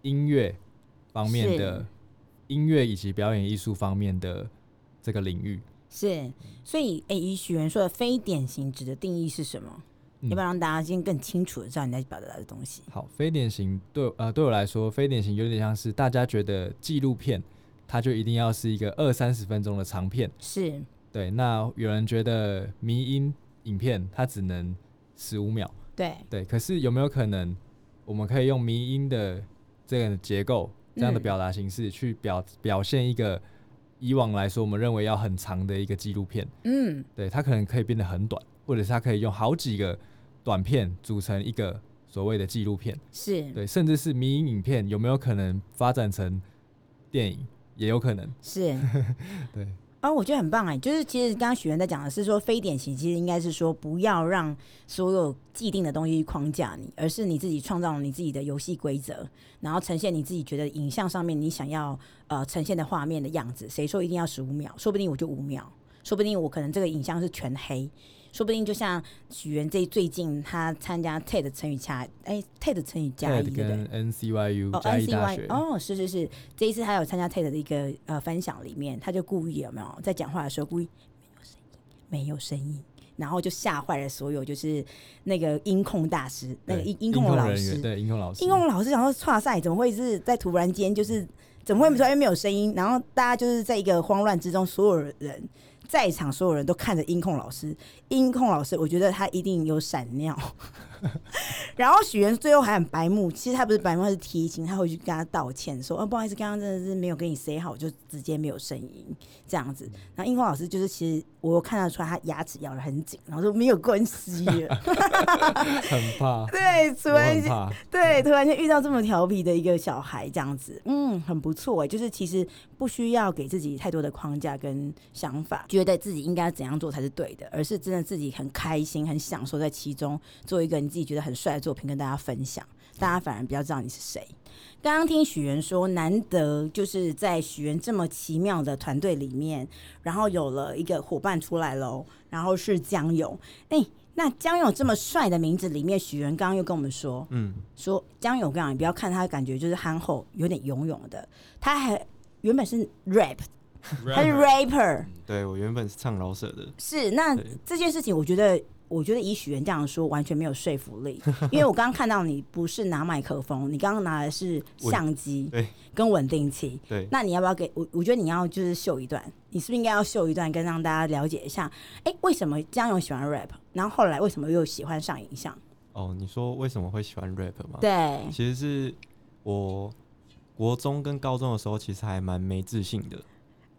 Speaker 2: 音乐方面
Speaker 1: 是
Speaker 2: 的音乐以及表演艺术方面的这个领域。
Speaker 1: 是。所以，哎、以许源说的非典型指的定义是什么？
Speaker 2: 嗯
Speaker 1: 要不要让大家先更清楚的知道你在表达的东西？
Speaker 2: 好，非典型对我呃对我来说，非典型有点像是大家觉得纪录片，它就一定要是一个二三十分钟的长片。
Speaker 1: 是，
Speaker 2: 对，那有人觉得迷音影片它只能十五秒，
Speaker 1: 对，
Speaker 2: 对。可是有没有可能，我们可以用迷音的这个结构这样的
Speaker 1: 嗯
Speaker 2: 表达形式去表表现一个以往来说我们认为要很长的一个纪录片？
Speaker 1: 嗯，
Speaker 2: 对，它可能可以变得很短，或者是它可以用好几个短片组成一个所谓的纪录片。
Speaker 1: 是，
Speaker 2: 对，甚至是迷影影片有没有可能发展成电影，也有可能。
Speaker 1: 是。
Speaker 2: 对，
Speaker 1: 哦，我觉得很棒哎，就是其实刚刚许源在讲的是说非典型，其实应该是说不要让所有既定的东西框架你，而是你自己创造你自己的游戏规则，然后呈现你自己觉得影像上面你想要呃呈现的画面的样子。谁说一定要十五秒？说不定我就五秒，说不定我可能这个影像是全黑，说不定就像许源这最近他参加 TED 成语加哎 TED 成语加一
Speaker 2: TED
Speaker 1: 对不对？
Speaker 2: 跟 NCYU
Speaker 1: 哦
Speaker 2: 嘉义大
Speaker 1: ，NCY
Speaker 2: 学，
Speaker 1: 哦，是是是，这一次他有参加 TED 的一个呃分享里面，他就故意有没有在讲话的时候故意没有声音，没有声音，然后就吓坏了所有就是那个音控大师，那个
Speaker 2: 对
Speaker 1: 音音控的老
Speaker 2: 人员
Speaker 1: 师，
Speaker 2: 对音控老师，
Speaker 1: 音控老师想说，哇塞，怎么会是在突然间就是怎么会突然间没有声音？然后大家就是在一个慌乱之中，所有人。在场所有人都看着音控老师，音控老师，我觉得他一定有闪尿。 然后许源最后还很白目，其实他不是白目，他是提醒他回去跟他道歉，说：“哦，不好意思，刚刚真的是没有跟你 say 好，就直接没有声音这样子。”然后音控老师就是，其实我有看得出来他牙齿咬得很紧，然后说没有关 系了。
Speaker 2: 很 怕，
Speaker 1: 对，突
Speaker 2: 我
Speaker 1: 然
Speaker 2: 很
Speaker 1: 间
Speaker 2: 怕。
Speaker 1: 对，突然间遇到这么调皮的一个小孩，这样子，嗯，很不错哎。就是其实不需要给自己太多的框架跟想法，觉得自己应该怎样做才是对的，而是真的自己很开心、很享受在其中，做一个你自己觉得很帅的作品跟大家分享，大家反而比较知道你是谁。刚刚听许源说，难得就是在许源这么奇妙的团队里面，然后有了一个伙伴出来喽，然后是江勇，哎、那江勇这么帅的名字里面，许源刚刚又跟我们说，
Speaker 2: 嗯，
Speaker 1: 说江勇，我跟你讲，你不要看他感觉就是憨厚，有点勇勇的，他还原本是 rap，他是 rapper，
Speaker 3: 对我原本是唱老舍的，
Speaker 1: 是那
Speaker 3: 嗯对
Speaker 1: 这件事情，我觉得。我觉得以许源这样说完全没有说服 力，因为我刚刚看到你不是拿麦克风，你刚刚拿的是相机
Speaker 3: 对
Speaker 1: 跟稳定器。
Speaker 3: 对，
Speaker 1: 那你要不要给我？我觉得你要就是秀一段，你是不是应该要秀一段，跟让大家了解一下？哎、为什么江勇喜欢 rap？然后后来为什么又喜欢上影像？
Speaker 3: 哦，你说为什么会喜欢 rap 吗？
Speaker 1: 对，
Speaker 3: 其实是我国中跟高中的时候，其实还蛮没自信的。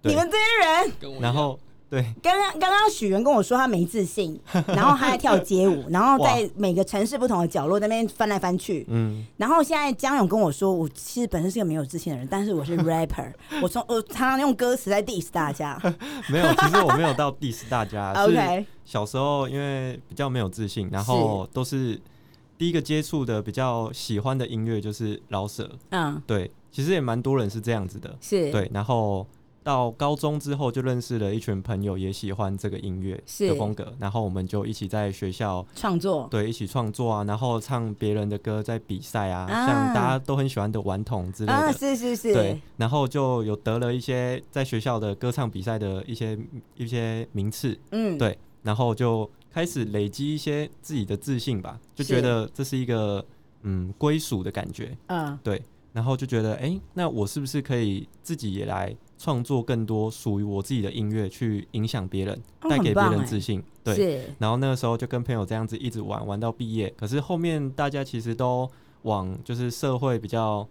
Speaker 3: 对
Speaker 1: 你们这些人
Speaker 2: 跟
Speaker 3: 然后对，
Speaker 1: 刚刚刚刚许源跟我说他没自 信，然后他还跳街舞，然后在每个城市不同的角落那边翻来翻去。
Speaker 3: 嗯，
Speaker 1: 然后现在江勇跟我说，我其实本身是个没有自信的人，但是 我是 rapper，我从我常常用歌词在 diss 大 家。
Speaker 3: 没有，其实我没有到 diss 大家，是
Speaker 1: OK，
Speaker 3: 小时候因为比较没有自信，然后都是第一个接触的比较喜欢的音乐就是饶舌，
Speaker 1: 嗯，
Speaker 3: 对，其实也蛮多人是这样子的，
Speaker 1: 是，，
Speaker 3: 对，然后到高中之后就认识了一群朋友，也喜欢这个音乐
Speaker 1: 是
Speaker 3: 的风格，然后我们就一起在学校
Speaker 1: 创作
Speaker 3: 对一起创作啊，然后唱别人的歌，在比赛啊，
Speaker 1: 啊
Speaker 3: 像大家都很喜欢的顽童之类的。
Speaker 1: 啊，是是
Speaker 3: 对
Speaker 1: 是，，
Speaker 3: 然后就有得了一些在学校的歌唱比赛的一些一些名次，
Speaker 1: 嗯，
Speaker 3: 对然后就开始累积一些自己的自信吧，就觉
Speaker 1: 是
Speaker 3: 得这是一个嗯归属的感觉，
Speaker 1: 嗯，
Speaker 3: 然后就觉得哎、诶那我是不是可以自己也来创作更多属于我自己的音乐，去影响别人，
Speaker 1: 哦
Speaker 3: 带
Speaker 1: 很
Speaker 3: 给别
Speaker 1: 棒
Speaker 3: 人
Speaker 1: 哎
Speaker 3: 自信？对，
Speaker 1: 是，
Speaker 3: 然后那个时候就跟朋友这样子一直玩，玩到毕业。可是后面大家其实都往就是社会比较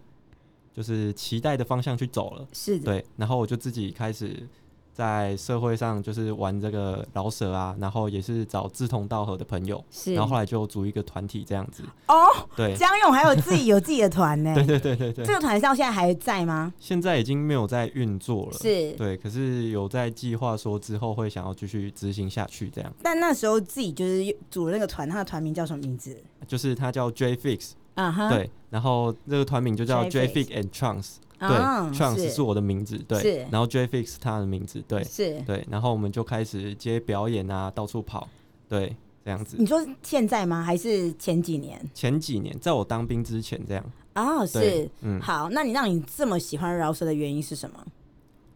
Speaker 3: 就是期待的方向去走了，
Speaker 1: 是的，
Speaker 3: 对。然后我就自己开始在社会上就是玩这个饶舌啊，然后也是找志同道合的朋友，
Speaker 1: 是。
Speaker 3: 然后后来就组一个团体这样子。
Speaker 1: 哦，
Speaker 3: 对，
Speaker 1: 江勇还有自己有自己的团呢，
Speaker 3: 对对对对对
Speaker 1: 这，个团到现在还在吗？
Speaker 3: 现在已经没有在运作了，
Speaker 1: 是，
Speaker 3: 对。可是有在计划说之后会想要继续执行下去，这样。
Speaker 1: 但那时候自己就是组了那个团，他的团名叫什么名字？
Speaker 3: 就是它叫 J Fix，
Speaker 1: 啊哈，
Speaker 3: 对，然后这个团名就叫
Speaker 1: J
Speaker 3: J
Speaker 1: Fix
Speaker 3: Fix and Trance，对
Speaker 1: 啊
Speaker 3: ，Trance 是我的名字，
Speaker 1: 是
Speaker 3: 对，然后 J Fix 他的名字，对，
Speaker 1: 是。
Speaker 3: 对，然后我们就开始接表演啊，到处跑，对，这样子
Speaker 1: 你。说现在吗？还是前几年？
Speaker 3: 前几年在我当兵之前这样，
Speaker 1: 哦，
Speaker 3: 对
Speaker 1: 是。，
Speaker 3: 嗯，
Speaker 1: 好，那你让你这么喜欢饶舌的原因是什么？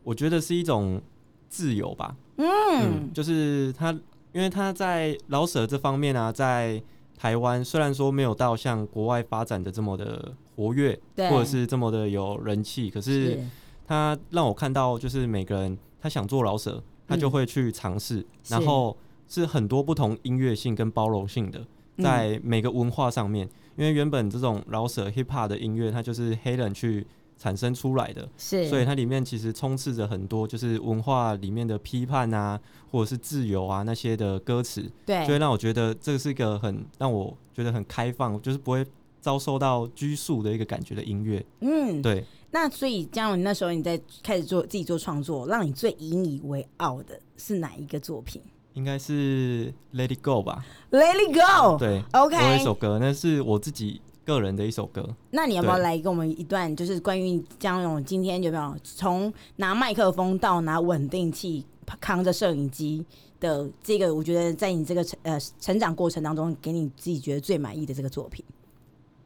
Speaker 3: 我觉得是一种自由吧，
Speaker 1: 嗯
Speaker 3: 嗯，，就是他，因为他在老舍这方面啊，在台湾虽然说没有到像国外发展的这么的活跃，
Speaker 1: 对，
Speaker 3: 或者是这么的有人气，可是
Speaker 1: 是
Speaker 3: 他让我看到，就是每个人他想做饶舌，他就会去尝试，
Speaker 1: 嗯
Speaker 3: 然后是很多不同音乐性跟包容性的，
Speaker 1: 嗯
Speaker 3: 在每个文化上面，因为原本这种饶舌 hip hop 的音乐，它就是黑人去产生出来的，
Speaker 1: 是，
Speaker 3: 所以它里面其实充斥着很多就是文化里面的批判啊，或者是自由啊那些的歌词，就会
Speaker 1: 对，
Speaker 3: 让我觉得这是一个很让我觉得很开放，就是不会遭受到拘束的一个感觉的音乐，
Speaker 1: 嗯，
Speaker 3: 对。
Speaker 1: 那所以，这样你那时候你在开始做自己做创作，让你最引以为傲的是哪一个作品
Speaker 3: 应该是《Let It Go》吧？
Speaker 1: ？Let it go。
Speaker 3: 对
Speaker 1: 哦 OK
Speaker 3: 我有一首歌，那是我自己个人的一首歌。
Speaker 1: 那你要不要
Speaker 3: 对
Speaker 1: 来跟我们一段，就是关于江勇今天有没有从拿麦克风到拿稳定器扛着摄影机的这个，我觉得在你这个成呃成长过程当中，给你自己觉得最满意的这个作品，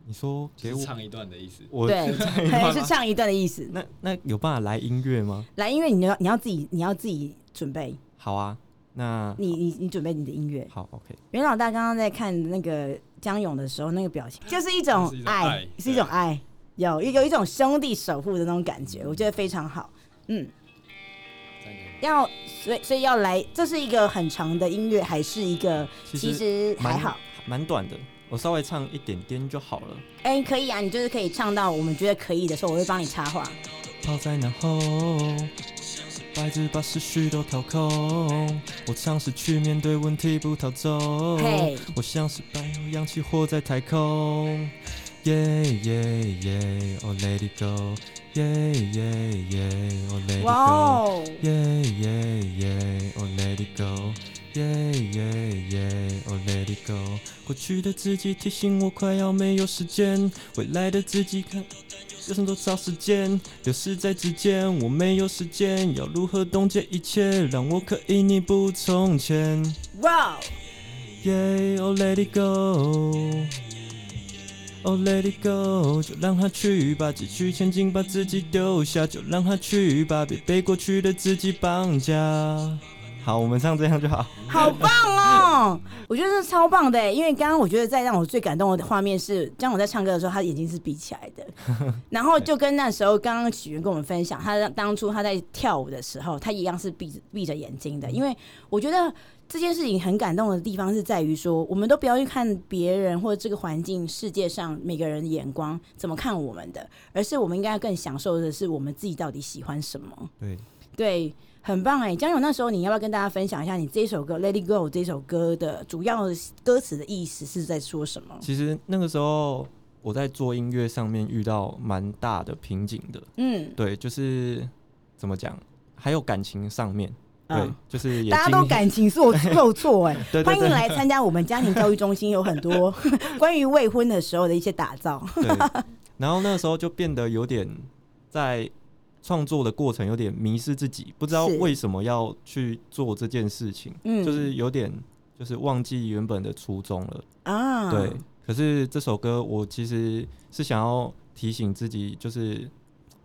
Speaker 3: 你说给
Speaker 2: 就
Speaker 3: 我
Speaker 2: 是，唱一段的意思。
Speaker 3: 我
Speaker 1: 对，是唱一段的意思。
Speaker 3: 那那有办法来音乐吗？
Speaker 1: 来，因为你要你要自己你要自己准备，
Speaker 3: 好啊，那
Speaker 1: 你你你准备你的音乐。
Speaker 3: 好，OK，
Speaker 1: 袁老大刚刚在看那个江勇的时候，那个表情就是一种
Speaker 2: 就是一种
Speaker 1: 爱
Speaker 2: 爱，
Speaker 1: 是一种爱，有有一种兄弟守护的那种感觉，我觉得非常好。嗯，
Speaker 2: 这样可以吗
Speaker 1: 要所以所以要来，这是一个很长的音乐，还是一个
Speaker 3: 其
Speaker 1: 其
Speaker 3: 实
Speaker 1: 实还
Speaker 3: 蛮
Speaker 1: 好。
Speaker 3: 蛮短的，我稍微唱一点点就好了。
Speaker 1: 哎、可以啊，你就是可以唱到我们觉得可以的时候，我会帮你插话。
Speaker 3: 抛在脑后，白纸把思绪都掏空。我尝试去面对问题，不逃走。
Speaker 1: 嘿
Speaker 3: 我像是白油氧气活在太空。耶耶耶，Oh let it go。耶耶耶，Oh let it
Speaker 1: 哇
Speaker 3: go。
Speaker 1: 哦，
Speaker 3: 耶耶耶，Oh let it go。耶耶耶，Oh let it go。过去的自己提醒我快要没有时间，未来的自己看。只剩多少时间？流逝在指尖，我没有时间。要如何冻结一切，让我可以弥补从前？
Speaker 1: 哇哦，
Speaker 3: 耶、yeah,，Oh let it go，Oh let it go，就让它去吧，继续前进，把自己丢下，就让它去吧，别被过去的自己绑架。好，我们唱这样就好。
Speaker 1: 好棒哦！我觉得这超棒的耶，因为刚刚我觉得在让我最感动的画面是，江勇在唱歌的时候，他眼睛是闭起来的，然后就跟那时候刚刚许源跟我们分享，他当初他在跳舞的时候，他一样是闭着闭着眼睛的，因为我觉得这件事情很感动的地方是在于说，我们都不要去看别人或者这个环境、世界上每个人的眼光怎么看我们的，而是我们应该更享受的是我们自己到底喜欢什么。
Speaker 3: 对，
Speaker 1: 对，很棒哎，江勇，那时候你要不要跟大家分享一下你这首歌《Let It Go》这首歌的主要歌词的意思是在说什么？
Speaker 3: 其实那个时候我在做音乐上面遇到蛮大的瓶颈的，
Speaker 1: 嗯，
Speaker 3: 对，就是怎么讲，还有感情上面，对，
Speaker 1: 嗯
Speaker 3: 就是也
Speaker 1: 大家
Speaker 3: 经
Speaker 1: 都感情受受挫哎、
Speaker 3: 对对对
Speaker 1: 欢迎来参加我们家庭教育中心，有很多 关于未婚的时候的一些打造。
Speaker 3: 对，然后那个时候就变得有点在创作的过程有点迷失自己，不知道
Speaker 1: 是
Speaker 3: 为什么要去做这件事情，
Speaker 1: 嗯，
Speaker 3: 就是有点就是忘记原本的初衷了。
Speaker 1: 啊，
Speaker 3: 对，可是这首歌我其实是想要提醒自己，就是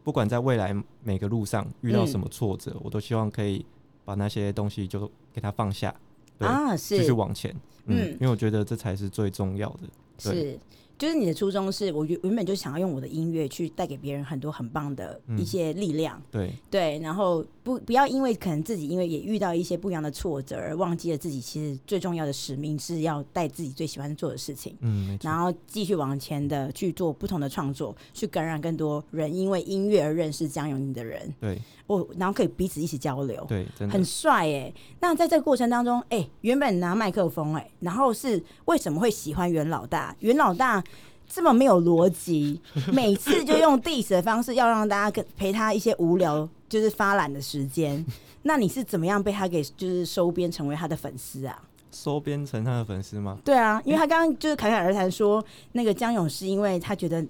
Speaker 3: 不管在未来每个路上遇到什么挫折，我都希望可以把那些东西就给它放下，对
Speaker 1: 啊，
Speaker 3: 继
Speaker 1: 是
Speaker 3: 续往前。嗯，
Speaker 1: 嗯
Speaker 3: 因为我觉得这才是最重要的。对
Speaker 1: 是，就是你的初衷是，我原原本就想要用我的音乐去带给别人很多很棒的一
Speaker 3: 嗯
Speaker 1: 些力量。
Speaker 3: 对，
Speaker 1: 对，然后不不要因为可能自己因为也遇到一些不一样的挫折而忘记了自己其实最重要的使命是要带自己最喜欢做的事情，
Speaker 3: 嗯，没错。
Speaker 1: 然后继续往前的去做不同的创作，去感染更多人，因为音乐而认识江永你的人，
Speaker 3: 对
Speaker 1: 我然后可以彼此一起交流，
Speaker 3: 对，真的
Speaker 1: 很帅哎、那在这个过程当中，哎、原本拿麦克风哎、然后是为什么会喜欢袁老大？袁老大这么没有逻辑， 每次就用 diss 的方式要让大家跟陪他一些无聊就是发懒的时间。那你是怎么样被他给就是收编成为他的粉丝啊？
Speaker 3: 收编成他的粉丝吗？
Speaker 1: 对啊，因为他刚刚就是侃侃而谈说，那个江勇是因为他觉得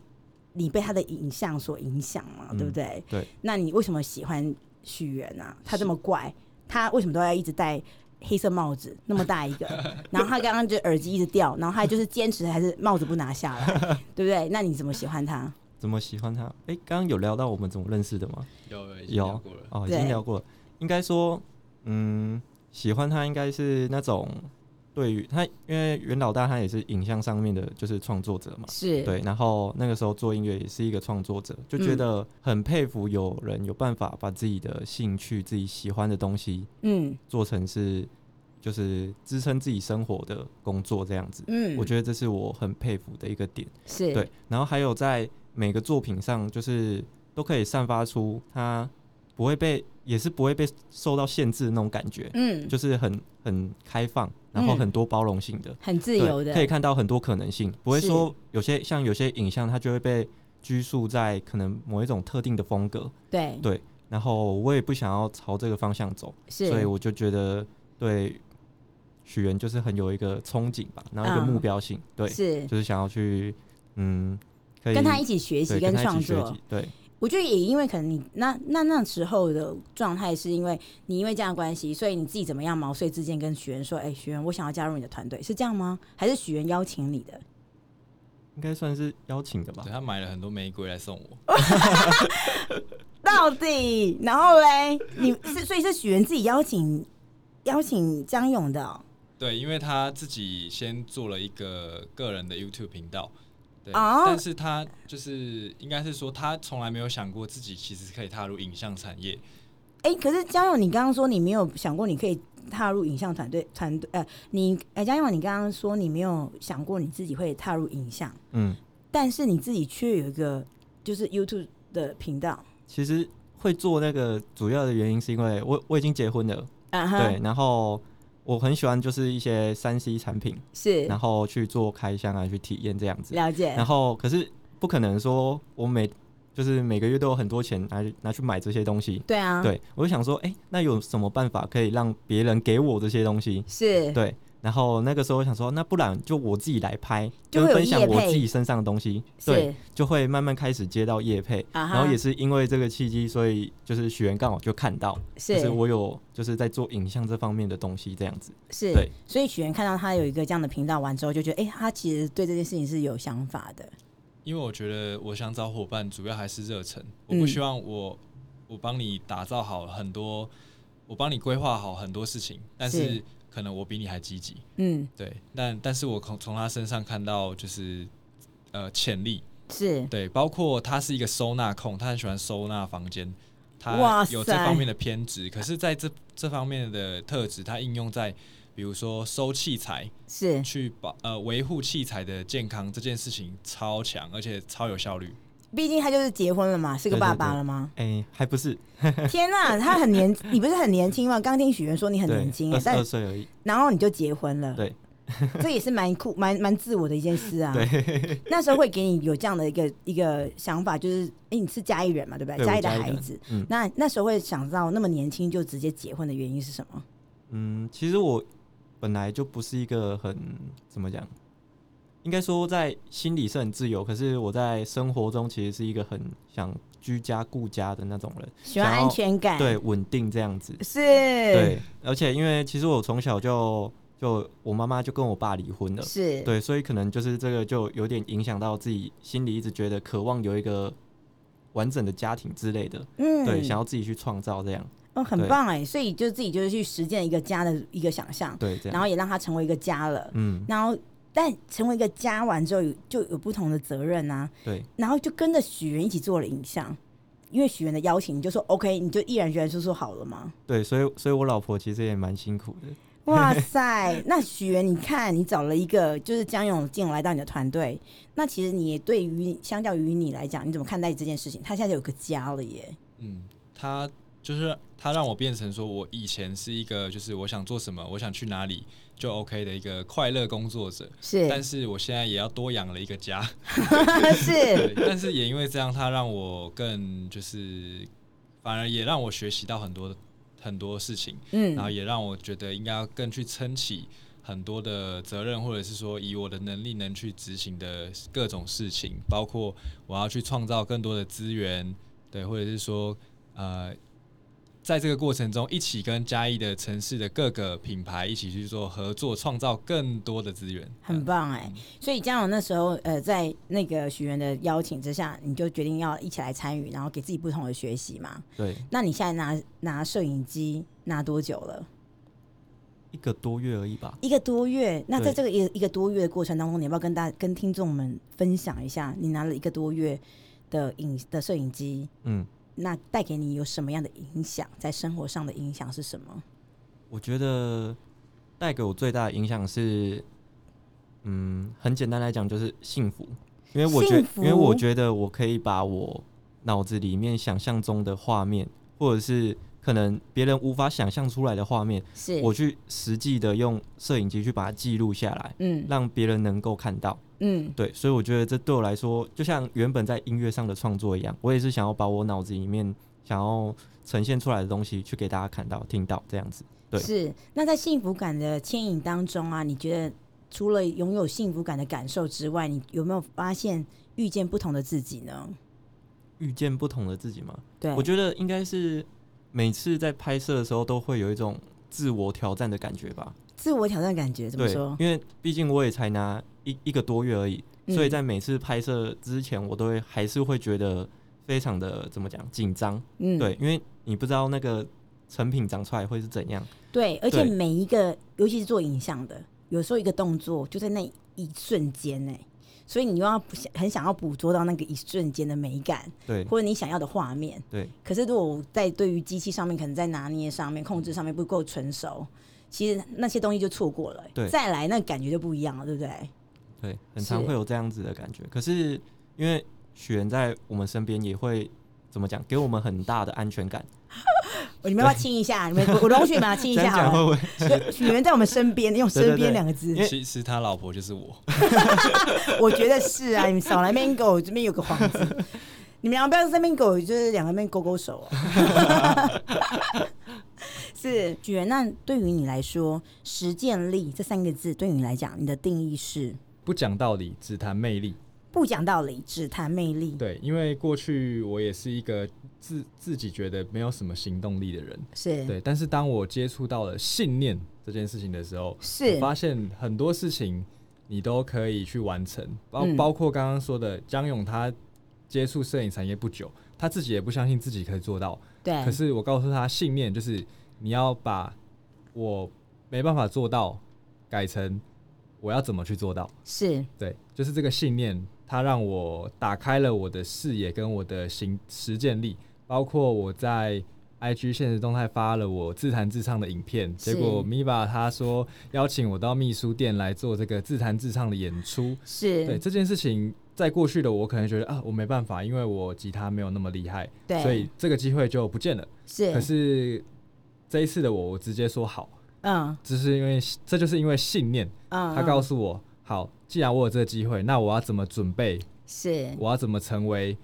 Speaker 1: 你被他的影像所影响嘛，
Speaker 3: 嗯
Speaker 1: 对不对？
Speaker 3: 对。
Speaker 1: 那你为什么喜欢许源啊？他这么怪，他为什么都要一直戴黑色帽子，那么大一 个？然后他刚刚就耳机一直掉，然后他就是坚持还是帽子不拿下 来，对不对？那你怎么喜欢他？
Speaker 3: 怎么喜欢他？哎、刚刚有聊到我们怎么认识的吗？
Speaker 4: 有有已经
Speaker 3: 有
Speaker 4: 聊过了，
Speaker 3: 哦，已经
Speaker 1: 对
Speaker 3: 聊过了。应该说，嗯，喜欢他应该是那种对于他，因为袁老大他也是影像上面的，就是创作者嘛。
Speaker 1: 是，
Speaker 3: 对，然后那个时候做音乐也是一个创作者，就觉
Speaker 1: 嗯
Speaker 3: 得很佩服有人有办法把自己的兴趣、自己喜欢的东西
Speaker 1: 嗯
Speaker 3: 做成是，就是支撑自己生活的工作这样子。
Speaker 1: 嗯，
Speaker 3: 我觉得这是我很佩服的一个点。
Speaker 1: 是，
Speaker 3: 对，然后还有在每个作品上，就是都可以散发出它不会被，也是不会被受到限制的那种感觉，
Speaker 1: 嗯，
Speaker 3: 就是很很开放，然后
Speaker 1: 嗯
Speaker 3: 很多包容性的，
Speaker 1: 很自
Speaker 3: 对
Speaker 1: 由的，
Speaker 3: 可以看到很多可能性，不会
Speaker 1: 是
Speaker 3: 说有些像有些影像它就会被拘束在可能某一种特定的风格，
Speaker 1: 对
Speaker 3: 对然后我也不想要朝这个方向走，
Speaker 1: 是，
Speaker 3: 所以我就觉得对许源就是很有一个憧憬吧，然后一个
Speaker 1: 嗯
Speaker 3: 目标性，对，
Speaker 1: 是
Speaker 3: 就是想要去嗯，可以
Speaker 1: 跟他一起学习
Speaker 3: 对跟他一
Speaker 1: 创
Speaker 3: 起学
Speaker 1: 作，
Speaker 3: 习，对
Speaker 1: 我觉得也因为可能你那那那时候的状态，是因为你因为这样的关系，所以你自己怎么样毛遂自荐跟许源说：“哎、许源，我想要加入你的团队，是这样吗？还是许源邀请你的？
Speaker 3: 应该算是邀请的吧
Speaker 4: 对。他买了很多玫瑰来送我，
Speaker 1: 到底然后嘞，你是所以是许源自己邀请邀请江勇的哦、
Speaker 4: 对，因为他自己先做了一个个人的 YouTube 频道，对，
Speaker 1: 哦
Speaker 4: 但是他就是应该是说他从来没有想过自己其实可以踏入影像产业，
Speaker 1: 哎、可是江勇，你刚刚说你没有想过你可以踏入影像团队团队，呃，你哎、江勇，你刚刚说你没有想过你自己会踏入影像，
Speaker 3: 嗯，
Speaker 1: 但是你自己却有一个就是 YouTube 的频道。”
Speaker 3: 其实会做那个主要的原因是因为我我已经结婚了，
Speaker 1: 啊哈，
Speaker 3: 对，然后我很喜欢就是一些三 C 产品，
Speaker 1: 是
Speaker 3: 然后去做开箱啊，去体验这样子。
Speaker 1: 了解，
Speaker 3: 然后可是不可能说我每就是每个月都有很多钱拿去拿去买这些东西。
Speaker 1: 对啊，，
Speaker 3: 对，我就想说，哎、那有什么办法可以让别人给我这些东西？
Speaker 1: 是，
Speaker 3: 对，然后那个时候我想说，那不然就我自己来拍，
Speaker 1: 就
Speaker 3: 跟
Speaker 1: 会有
Speaker 3: 分享
Speaker 1: 业
Speaker 3: 我
Speaker 1: 配
Speaker 3: 自己身上的东西，对，
Speaker 1: 是
Speaker 3: 就会慢慢开始接到业配，
Speaker 1: 啊哈
Speaker 3: 然后也是因为这个契机，所以就是许源刚好就看到，就是
Speaker 1: 是
Speaker 3: 我有就是在做影像这方面的东西这样子，
Speaker 1: 是
Speaker 3: 对，
Speaker 1: 所以许源看到他有一个这样的频道完之后，就觉得，哎，他其实对这件事情是有想法的，
Speaker 4: 因为我觉得我想找伙伴主要还是热忱，我
Speaker 1: 嗯
Speaker 4: 不希望我我帮你打造好很多，我帮你规划好很多事情，但
Speaker 1: 是
Speaker 4: 是可能我比你还积极，
Speaker 1: 嗯，
Speaker 4: 对，但但是我从从他身上看到就是呃潜力，
Speaker 1: 是
Speaker 4: 对，包括他是一个收纳控，他很喜欢收纳房间，
Speaker 1: 哇
Speaker 4: 他有这
Speaker 1: 塞
Speaker 4: 方面的偏执。可是在这这方面的特质，他应用在比如说收器材、
Speaker 1: 是，
Speaker 4: 去保呃维护器材的健康这件事情超强，而且超有效率。
Speaker 1: 毕竟他就是结婚了嘛，是个
Speaker 3: 对对
Speaker 1: 爸
Speaker 3: 对
Speaker 1: 爸了吗？
Speaker 3: 哎、还不是
Speaker 1: 天呐，他很年， 你不是很年轻吗？刚听许愿说你很年轻
Speaker 3: 二
Speaker 1: 耶，
Speaker 3: 十
Speaker 1: 但
Speaker 3: 二岁而已。
Speaker 1: 然后你就结婚了，
Speaker 3: 对，
Speaker 1: 这也是蛮酷、蛮蛮自我的一件事啊。
Speaker 3: 对，
Speaker 1: 那时候会给你有这样的一个一个想法，就是，哎、你是嘉义人嘛，对不对？
Speaker 3: 对我
Speaker 1: 义的
Speaker 3: 嘉义
Speaker 1: 孩
Speaker 3: 人
Speaker 1: 子，
Speaker 3: 嗯
Speaker 1: 那那时候会想到那么年轻就直接结婚的原因是什么？
Speaker 3: 嗯，其实我本来就不是一个很怎么讲，应该说在心里是很自由，可是我在生活中其实是一个很想居家顾家的那种人，
Speaker 1: 喜欢
Speaker 3: 想要
Speaker 1: 安全感，
Speaker 3: 对，，稳定这样子。
Speaker 1: 是，
Speaker 3: 对，而且因为其实我从小就就我妈妈就跟我爸离婚了，
Speaker 1: 是，
Speaker 3: 对，所以可能就是这个就有点影响到自己心里一直觉得渴望有一个完整的家庭之类的，
Speaker 1: 嗯
Speaker 3: 对，想要自己去创造这样，
Speaker 1: 哦，很
Speaker 3: 对
Speaker 1: 棒哎，所以就自己就是去实践一个家的一个想象，
Speaker 3: 对，这
Speaker 1: 然
Speaker 3: 样，
Speaker 1: 后也让他成为一个家了，
Speaker 3: 嗯，
Speaker 1: 然后但成为一个家完之后有就有不同的责任啊，
Speaker 3: 对，
Speaker 1: 然后就跟着许源一起做了影像，因为许源的邀请，你就说 OK，你就毅然决然说说好了 嘛。
Speaker 3: 对，所以所以我老婆其实也蛮辛苦的，
Speaker 1: 哇塞！那许源，你看，你找了一个就是江永进来到你的团队，那其实你也对于相较于你来讲，你怎么看待这件事情？他现在有个家了耶，
Speaker 4: 嗯，他就是他让我变成说，我以前是一个就是我想做什么，我想去哪里就 OK 的一个快乐工作者，
Speaker 1: 是
Speaker 4: 但是我现在也要多养了一个家，
Speaker 1: 是
Speaker 4: 对，但是也因为这样，他让我更就是反而也让我学习到很多很多事情，然后
Speaker 1: 嗯
Speaker 4: 也让我觉得应该要更去撑起。很多的责任，或者是说以我的能力能去执行的各种事情，包括我要去创造更多的资源，对，或者是说呃，在这个过程中一起跟嘉义的城市的各个品牌一起去做合作，创造更多的资源。
Speaker 1: 很棒哎。所以江永那时候呃，在那个许源的邀请之下，你就决定要一起来参与，然后给自己不同的学习嘛。
Speaker 3: 对，
Speaker 1: 那你现在拿拿摄影机拿多久了？
Speaker 3: 一个多月而已吧，
Speaker 1: 一个多月，那在
Speaker 3: 对
Speaker 1: 这个一一个多月的过程当中，你要不要跟大跟听众们分享一下，你拿了一个多月的影的摄影机，
Speaker 3: 嗯，
Speaker 1: 那带给你有什么样的影响？在生活上的影响是什么？
Speaker 3: 我觉得带给我最大的影响是，嗯，很简单来讲就是幸福，因为我觉
Speaker 1: 幸福
Speaker 3: 因为我觉得我可以把我脑子里面想象中的画面，或者是可能别人无法想象出来的画面，
Speaker 1: 是
Speaker 3: 我去实际的用摄影机去把它记录下来，
Speaker 1: 嗯
Speaker 3: 让别人能够看到。
Speaker 1: 嗯
Speaker 3: 对，所以我觉得这对我来说，就像原本在音乐上的创作一样，我也是想要把我脑子里面想要呈现出来的东西去给大家看到、听到这样子。对
Speaker 1: 是。那在幸福感的牵引当中啊，你觉得除了拥有幸福感的感受之外，你有没有发现遇见不同的自己呢？
Speaker 3: 遇见不同的自己吗？
Speaker 1: 对，
Speaker 3: 我觉得应该是每次在拍摄的时候都会有一种自我挑战的感觉吧。
Speaker 1: 自我挑战感觉怎么
Speaker 3: 对
Speaker 1: 说，？
Speaker 3: 因为毕竟我也才拿一一个多月而已，所
Speaker 1: 嗯
Speaker 3: 以在每次拍摄之前，我都会还是会觉得非常的怎么讲紧张。
Speaker 1: 嗯，
Speaker 3: 对，因为你不知道那个成品长出来会是怎样。
Speaker 1: 对，而且
Speaker 3: 对
Speaker 1: 每一个，尤其是做影像的，有时候一个动作就在那一瞬间呢、所以你又要不想很想要捕捉到那个一瞬间的美感，
Speaker 3: 对
Speaker 1: 或者你想要的画面。
Speaker 3: 对
Speaker 1: 可是如果我在对于机器上面，可能在拿捏上面、控制上面不够成熟，其实那些东西就错过了、欸
Speaker 3: 对
Speaker 1: 再来那感觉就不一样了，对不对？
Speaker 3: 对，很常
Speaker 1: 是
Speaker 3: 会有这样子的感觉。可是因为雪人在我们身边，也会怎么讲，给我们很大的安全感。
Speaker 1: 哦你们要不要 亲一下？你们我我容许你们要亲一
Speaker 3: 这
Speaker 1: 下
Speaker 3: 样讲
Speaker 1: 好
Speaker 3: 会
Speaker 1: 了。
Speaker 3: 不会？
Speaker 1: 就你们在我们身边，用“
Speaker 3: 对对
Speaker 1: 身边”
Speaker 3: 对
Speaker 1: 两个字，
Speaker 3: 因为
Speaker 4: 嗯其实他老婆就是我，
Speaker 1: 我觉得是啊，你们少来那边给我这边有个幌子， 你们要不要在那边给我就是两个面勾勾手、哦？ 是，举人，那对于你来说，实践力这三个字对你来讲，你的定义是
Speaker 2: 不讲道理，只谈魅力。
Speaker 1: 不讲道理，只谈魅力，
Speaker 2: 对，因为过去我也是一个自自己觉得没有什么行动力的人，
Speaker 1: 是
Speaker 2: 对。但是当我接触到了信念这件事情的时候，
Speaker 1: 是
Speaker 2: 我发现很多事情你都可以去完成，包、
Speaker 1: 嗯
Speaker 2: 包括刚刚说的江勇，他接触摄影产业不久，他自己也不相信自己可以做到。
Speaker 1: 对，
Speaker 2: 可是我告诉他，信念就是你要把我没办法做到改成我要怎么去做到。
Speaker 1: 是
Speaker 2: 对，就是这个信念，它让我打开了我的视野跟我的行实践力，包括我在 IG 现实动态发了我自弹自唱的影片，结
Speaker 1: 是
Speaker 2: 果 Miva 他说邀请我到秘书店来做这个自弹自唱的演出，
Speaker 1: 是
Speaker 2: 对这件事情，在过去的我可能觉得啊，我没办法，因为我吉他没有那么厉害，
Speaker 1: 对，
Speaker 2: 所以这个机会就不见了。可是这一次的我，我直接说好，
Speaker 1: 嗯
Speaker 2: 只是因为这就是因为信念，
Speaker 1: 嗯，
Speaker 2: 他告
Speaker 1: 诉
Speaker 2: 诉我，好，既然我有这个机会，那我要怎么准备？
Speaker 1: 是
Speaker 2: 我要怎么成为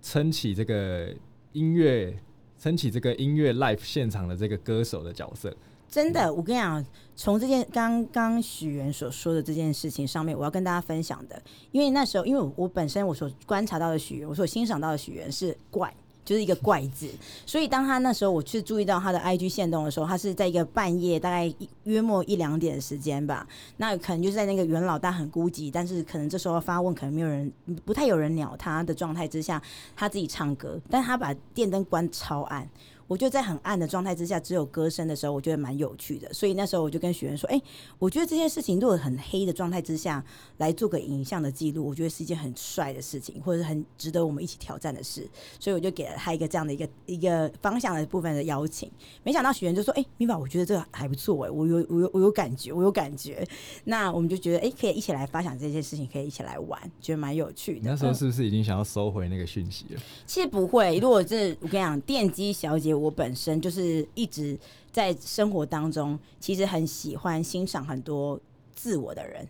Speaker 2: 撑起这个音乐、撑起这个音乐 live 现场的这个歌手的角色？
Speaker 1: 真的，我跟你讲，从这件刚刚许源所说的这件事情上面，我要跟大家分享的，因为那时候，因为我我本身我所观察到的许源，我所欣赏到的许源是怪。就是一个怪字，所以当他那时候我去注意到他的 IG 线动的时候，他是在一个半夜大概一约莫一两点的时间吧，那可能就是在那个袁老大很孤寂，但是可能这时候发问可能没有人，不太有人鸟他的状态之下，他自己唱歌，但他把电灯关超暗，我觉得在很暗的状态之下，只有歌声的时候，我觉得蛮有趣的。所以那时候我就跟学员说：“哎、我觉得这件事情如果很黑的状态之下来做个影像的记录，我觉得是一件很帅的事情，或者是很值得我们一起挑战的事。”所以我就给了他一个这样的一个一个方向的部分的邀请。没想到学员就说：“哎、米宝，我觉得这个还不错哎、我有我有我有感觉，我有感觉。”那我们就觉得哎、可以一起来发想这件事情，可以一起来玩，觉得蛮有趣的。
Speaker 2: 你那时候
Speaker 1: 嗯
Speaker 2: 是不是已经想要收回那个讯息了？
Speaker 1: 其实不会，如果是我跟你讲，电机小姐，我本身就是一直在生活当中，其实很喜欢欣赏很多自我的人。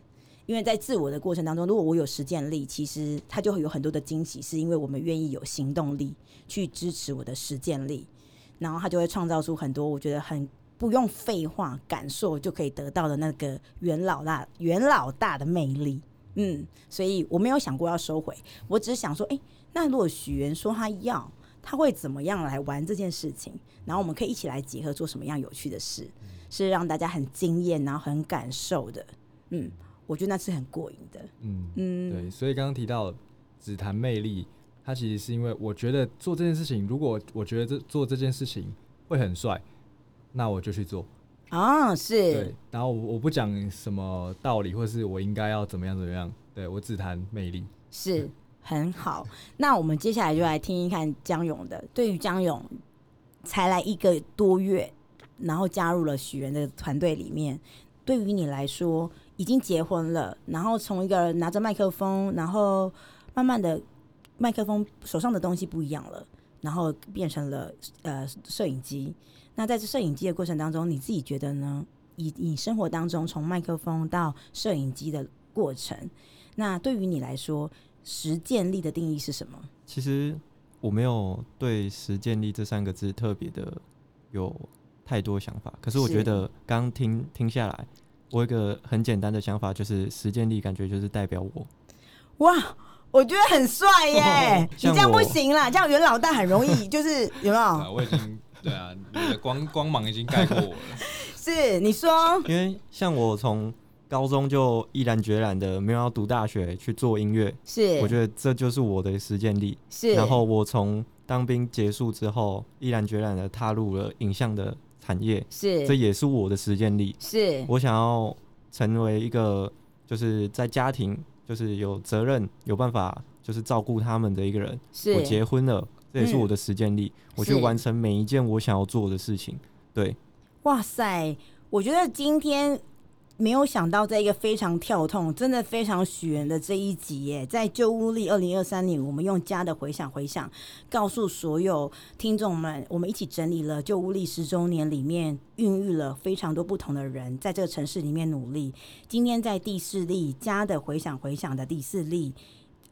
Speaker 1: 因为在自我的过程当中，如果我有实践力，其实它就会有很多的惊喜，是因为我们愿意有行动力去支持我的实践力，然后它就会创造出很多我觉得很不用废话、感受就可以得到的那个袁老大、袁老大的魅力。嗯，所以我没有想过要收回，我只是想说，哎、那如果许源说他要，他会怎么样来玩这件事情？然后我们可以一起来结合做什么样有趣的事，
Speaker 2: 嗯
Speaker 1: 是让大家很惊艳，然后很感受的。嗯，我觉得那是很过瘾的。
Speaker 2: 嗯，
Speaker 1: 嗯，
Speaker 2: 对，所以刚刚提到只谈魅力，它其实是因为我觉得做这件事情，如果我觉得这做这件事情会很帅，那我就去做。
Speaker 1: 啊、
Speaker 2: 对
Speaker 1: 是，，
Speaker 2: 然后我我不讲什么道理，或是我应该要怎么样怎么样，对我只谈魅力。
Speaker 1: 是，很好。那我们接下来就来听一看江勇的。对于江勇，才来一个多月，然后加入了许源的团队里面，对于你来说，已经结婚了，然后从一个拿着麦克风，然后慢慢的麦克风手上的东西不一样了，然后变成了呃摄影机。那在这摄影机的过程当中，你自己觉得呢？以你生活当中从麦克风到摄影机的过程，那对于你来说，实践力的定义是什么？
Speaker 3: 其实我没有对“实践力”这三个字特别的有太多想法，可是我
Speaker 1: 是
Speaker 3: 觉得刚听听下来，我有一个很简单的想法，就是实践力感觉就是代表我。
Speaker 1: 哇，我觉得很帅耶！
Speaker 3: 哦
Speaker 1: 你
Speaker 3: 像
Speaker 1: 这样不
Speaker 3: 我
Speaker 1: 行啦，这样袁老大很容 易就是有没
Speaker 4: 对啊，
Speaker 1: 有？
Speaker 4: 我已经对啊，你的光光芒已经盖过我了。
Speaker 1: 是你说
Speaker 3: 因为像我从高中就毅然决然的没有要读大学去做音乐，
Speaker 1: 是，
Speaker 3: 我觉得这就是我的实践力。
Speaker 1: 是，
Speaker 3: 然后我从当兵结束之后，毅然决然的踏入了影像的产业，这
Speaker 1: 是
Speaker 3: 也是我的实践力。
Speaker 1: 是
Speaker 3: 我想要成为一个就是在家庭就是有责任、有办法就是照顾他们的一个人。
Speaker 1: 是，
Speaker 3: 我结婚了，这也是
Speaker 1: 嗯
Speaker 3: 我的实践力，我去
Speaker 1: 是
Speaker 3: 完成每一件我想要做的事情。对，
Speaker 1: 哇塞，我觉得今天没有想到，在一个非常跳痛、真的非常许人的这一集耶，在旧屋里二零二三年，我们用家的回响回响，告诉所有听众们，我们一起整理了旧屋里十周年里面孕育了非常多不同的人，在这个城市里面努力。今天在第四例家的回响回响的第四例。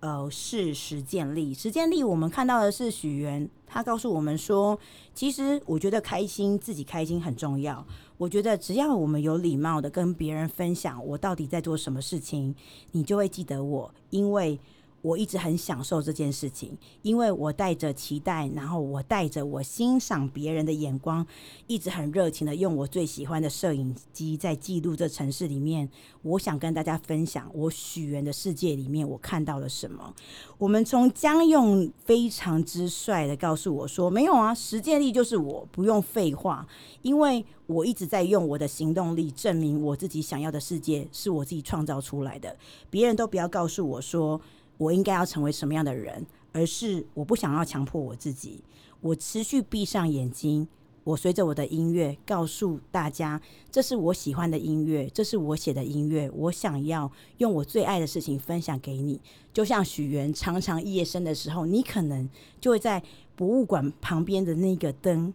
Speaker 1: 呃，是实践力。实践力，我们看到的是许源，他告诉我们说，其实我觉得开心，自己开心很重要。我觉得只要我们有礼貌的跟别人分享我到底在做什么事情，你就会记得我，因为我一直很享受这件事情，因为我带着期待，然后我带着我欣赏别人的眼光，一直很热情的用我最喜欢的摄影机在记录这城市里面，我想跟大家分享我许愿的世界里面我看到了什么。我们从江用非常之率的告诉我说：“没有啊，实践力就是我，不用废话，因为我一直在用我的行动力证明我自己想要的世界是我自己创造出来的，别人都不要告诉我说我应该要成为什么样的人，而是我不想要强迫我自己，我持续闭上眼睛，我随着我的音乐告诉大家，这是我喜欢的音乐，这是我写的音乐，我想要用我最爱的事情分享给你。就像许源常常夜深的时候，你可能就会在博物馆旁边的那个灯，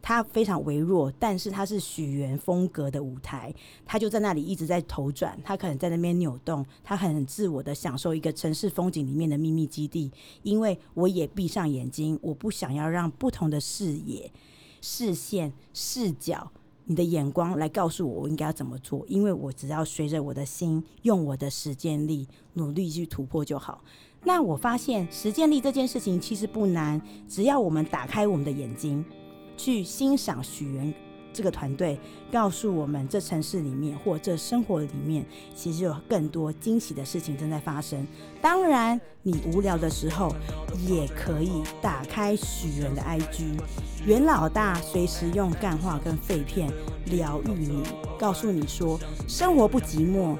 Speaker 1: 它非常微弱，但是它是许源风格的舞台，他就在那里一直在头转，他可能在那边扭动，他很自我的享受一个城市风景里面的秘密基地。因为我也闭上眼睛，我不想要让不同的视野、视线、视角。你的眼光来告诉我我应该要怎么做，因为我只要随着我的心，用我的实践力努力去突破就好。那我发现实践力这件事情其实不难，只要我们打开我们的眼睛，去欣赏许源这个团队，告诉我们这城市里面或这生活里面，其实有更多惊喜的事情正在发生。当然，你无聊的时候也可以打开许源的 IG，袁老大随时用干话跟废片疗愈你，告诉你说生活不寂寞，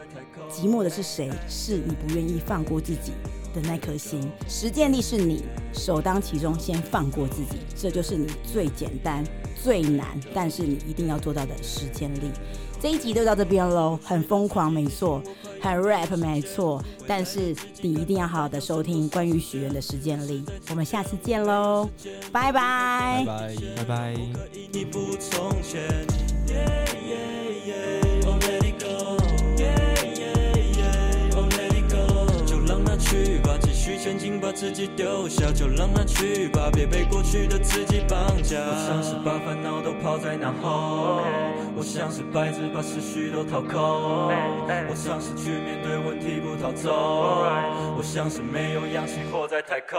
Speaker 1: 寂寞的是谁？是你不愿意放过自己。的那颗心，实践力是你首当其冲，先放过自己，这就是你最简单、最难，但是你一定要做到的实践力。这一集就到这边喽，很疯狂，没错，很 rap，没错，但是你一定要好好的收听关于许愿的实践力。我们下次见喽，拜
Speaker 4: 拜。
Speaker 1: 拜
Speaker 4: 拜。
Speaker 3: 拜拜。
Speaker 5: 一步从前。Oh let it go，Oh let it go，就让它去吧，继续前进，把自己丢下，就让它去吧，别被过去的自己绑架。我像是把烦恼都抛在脑后，我像是白纸把思绪都掏空，我像是去面对问题不逃走，我像是没有氧气活在太空。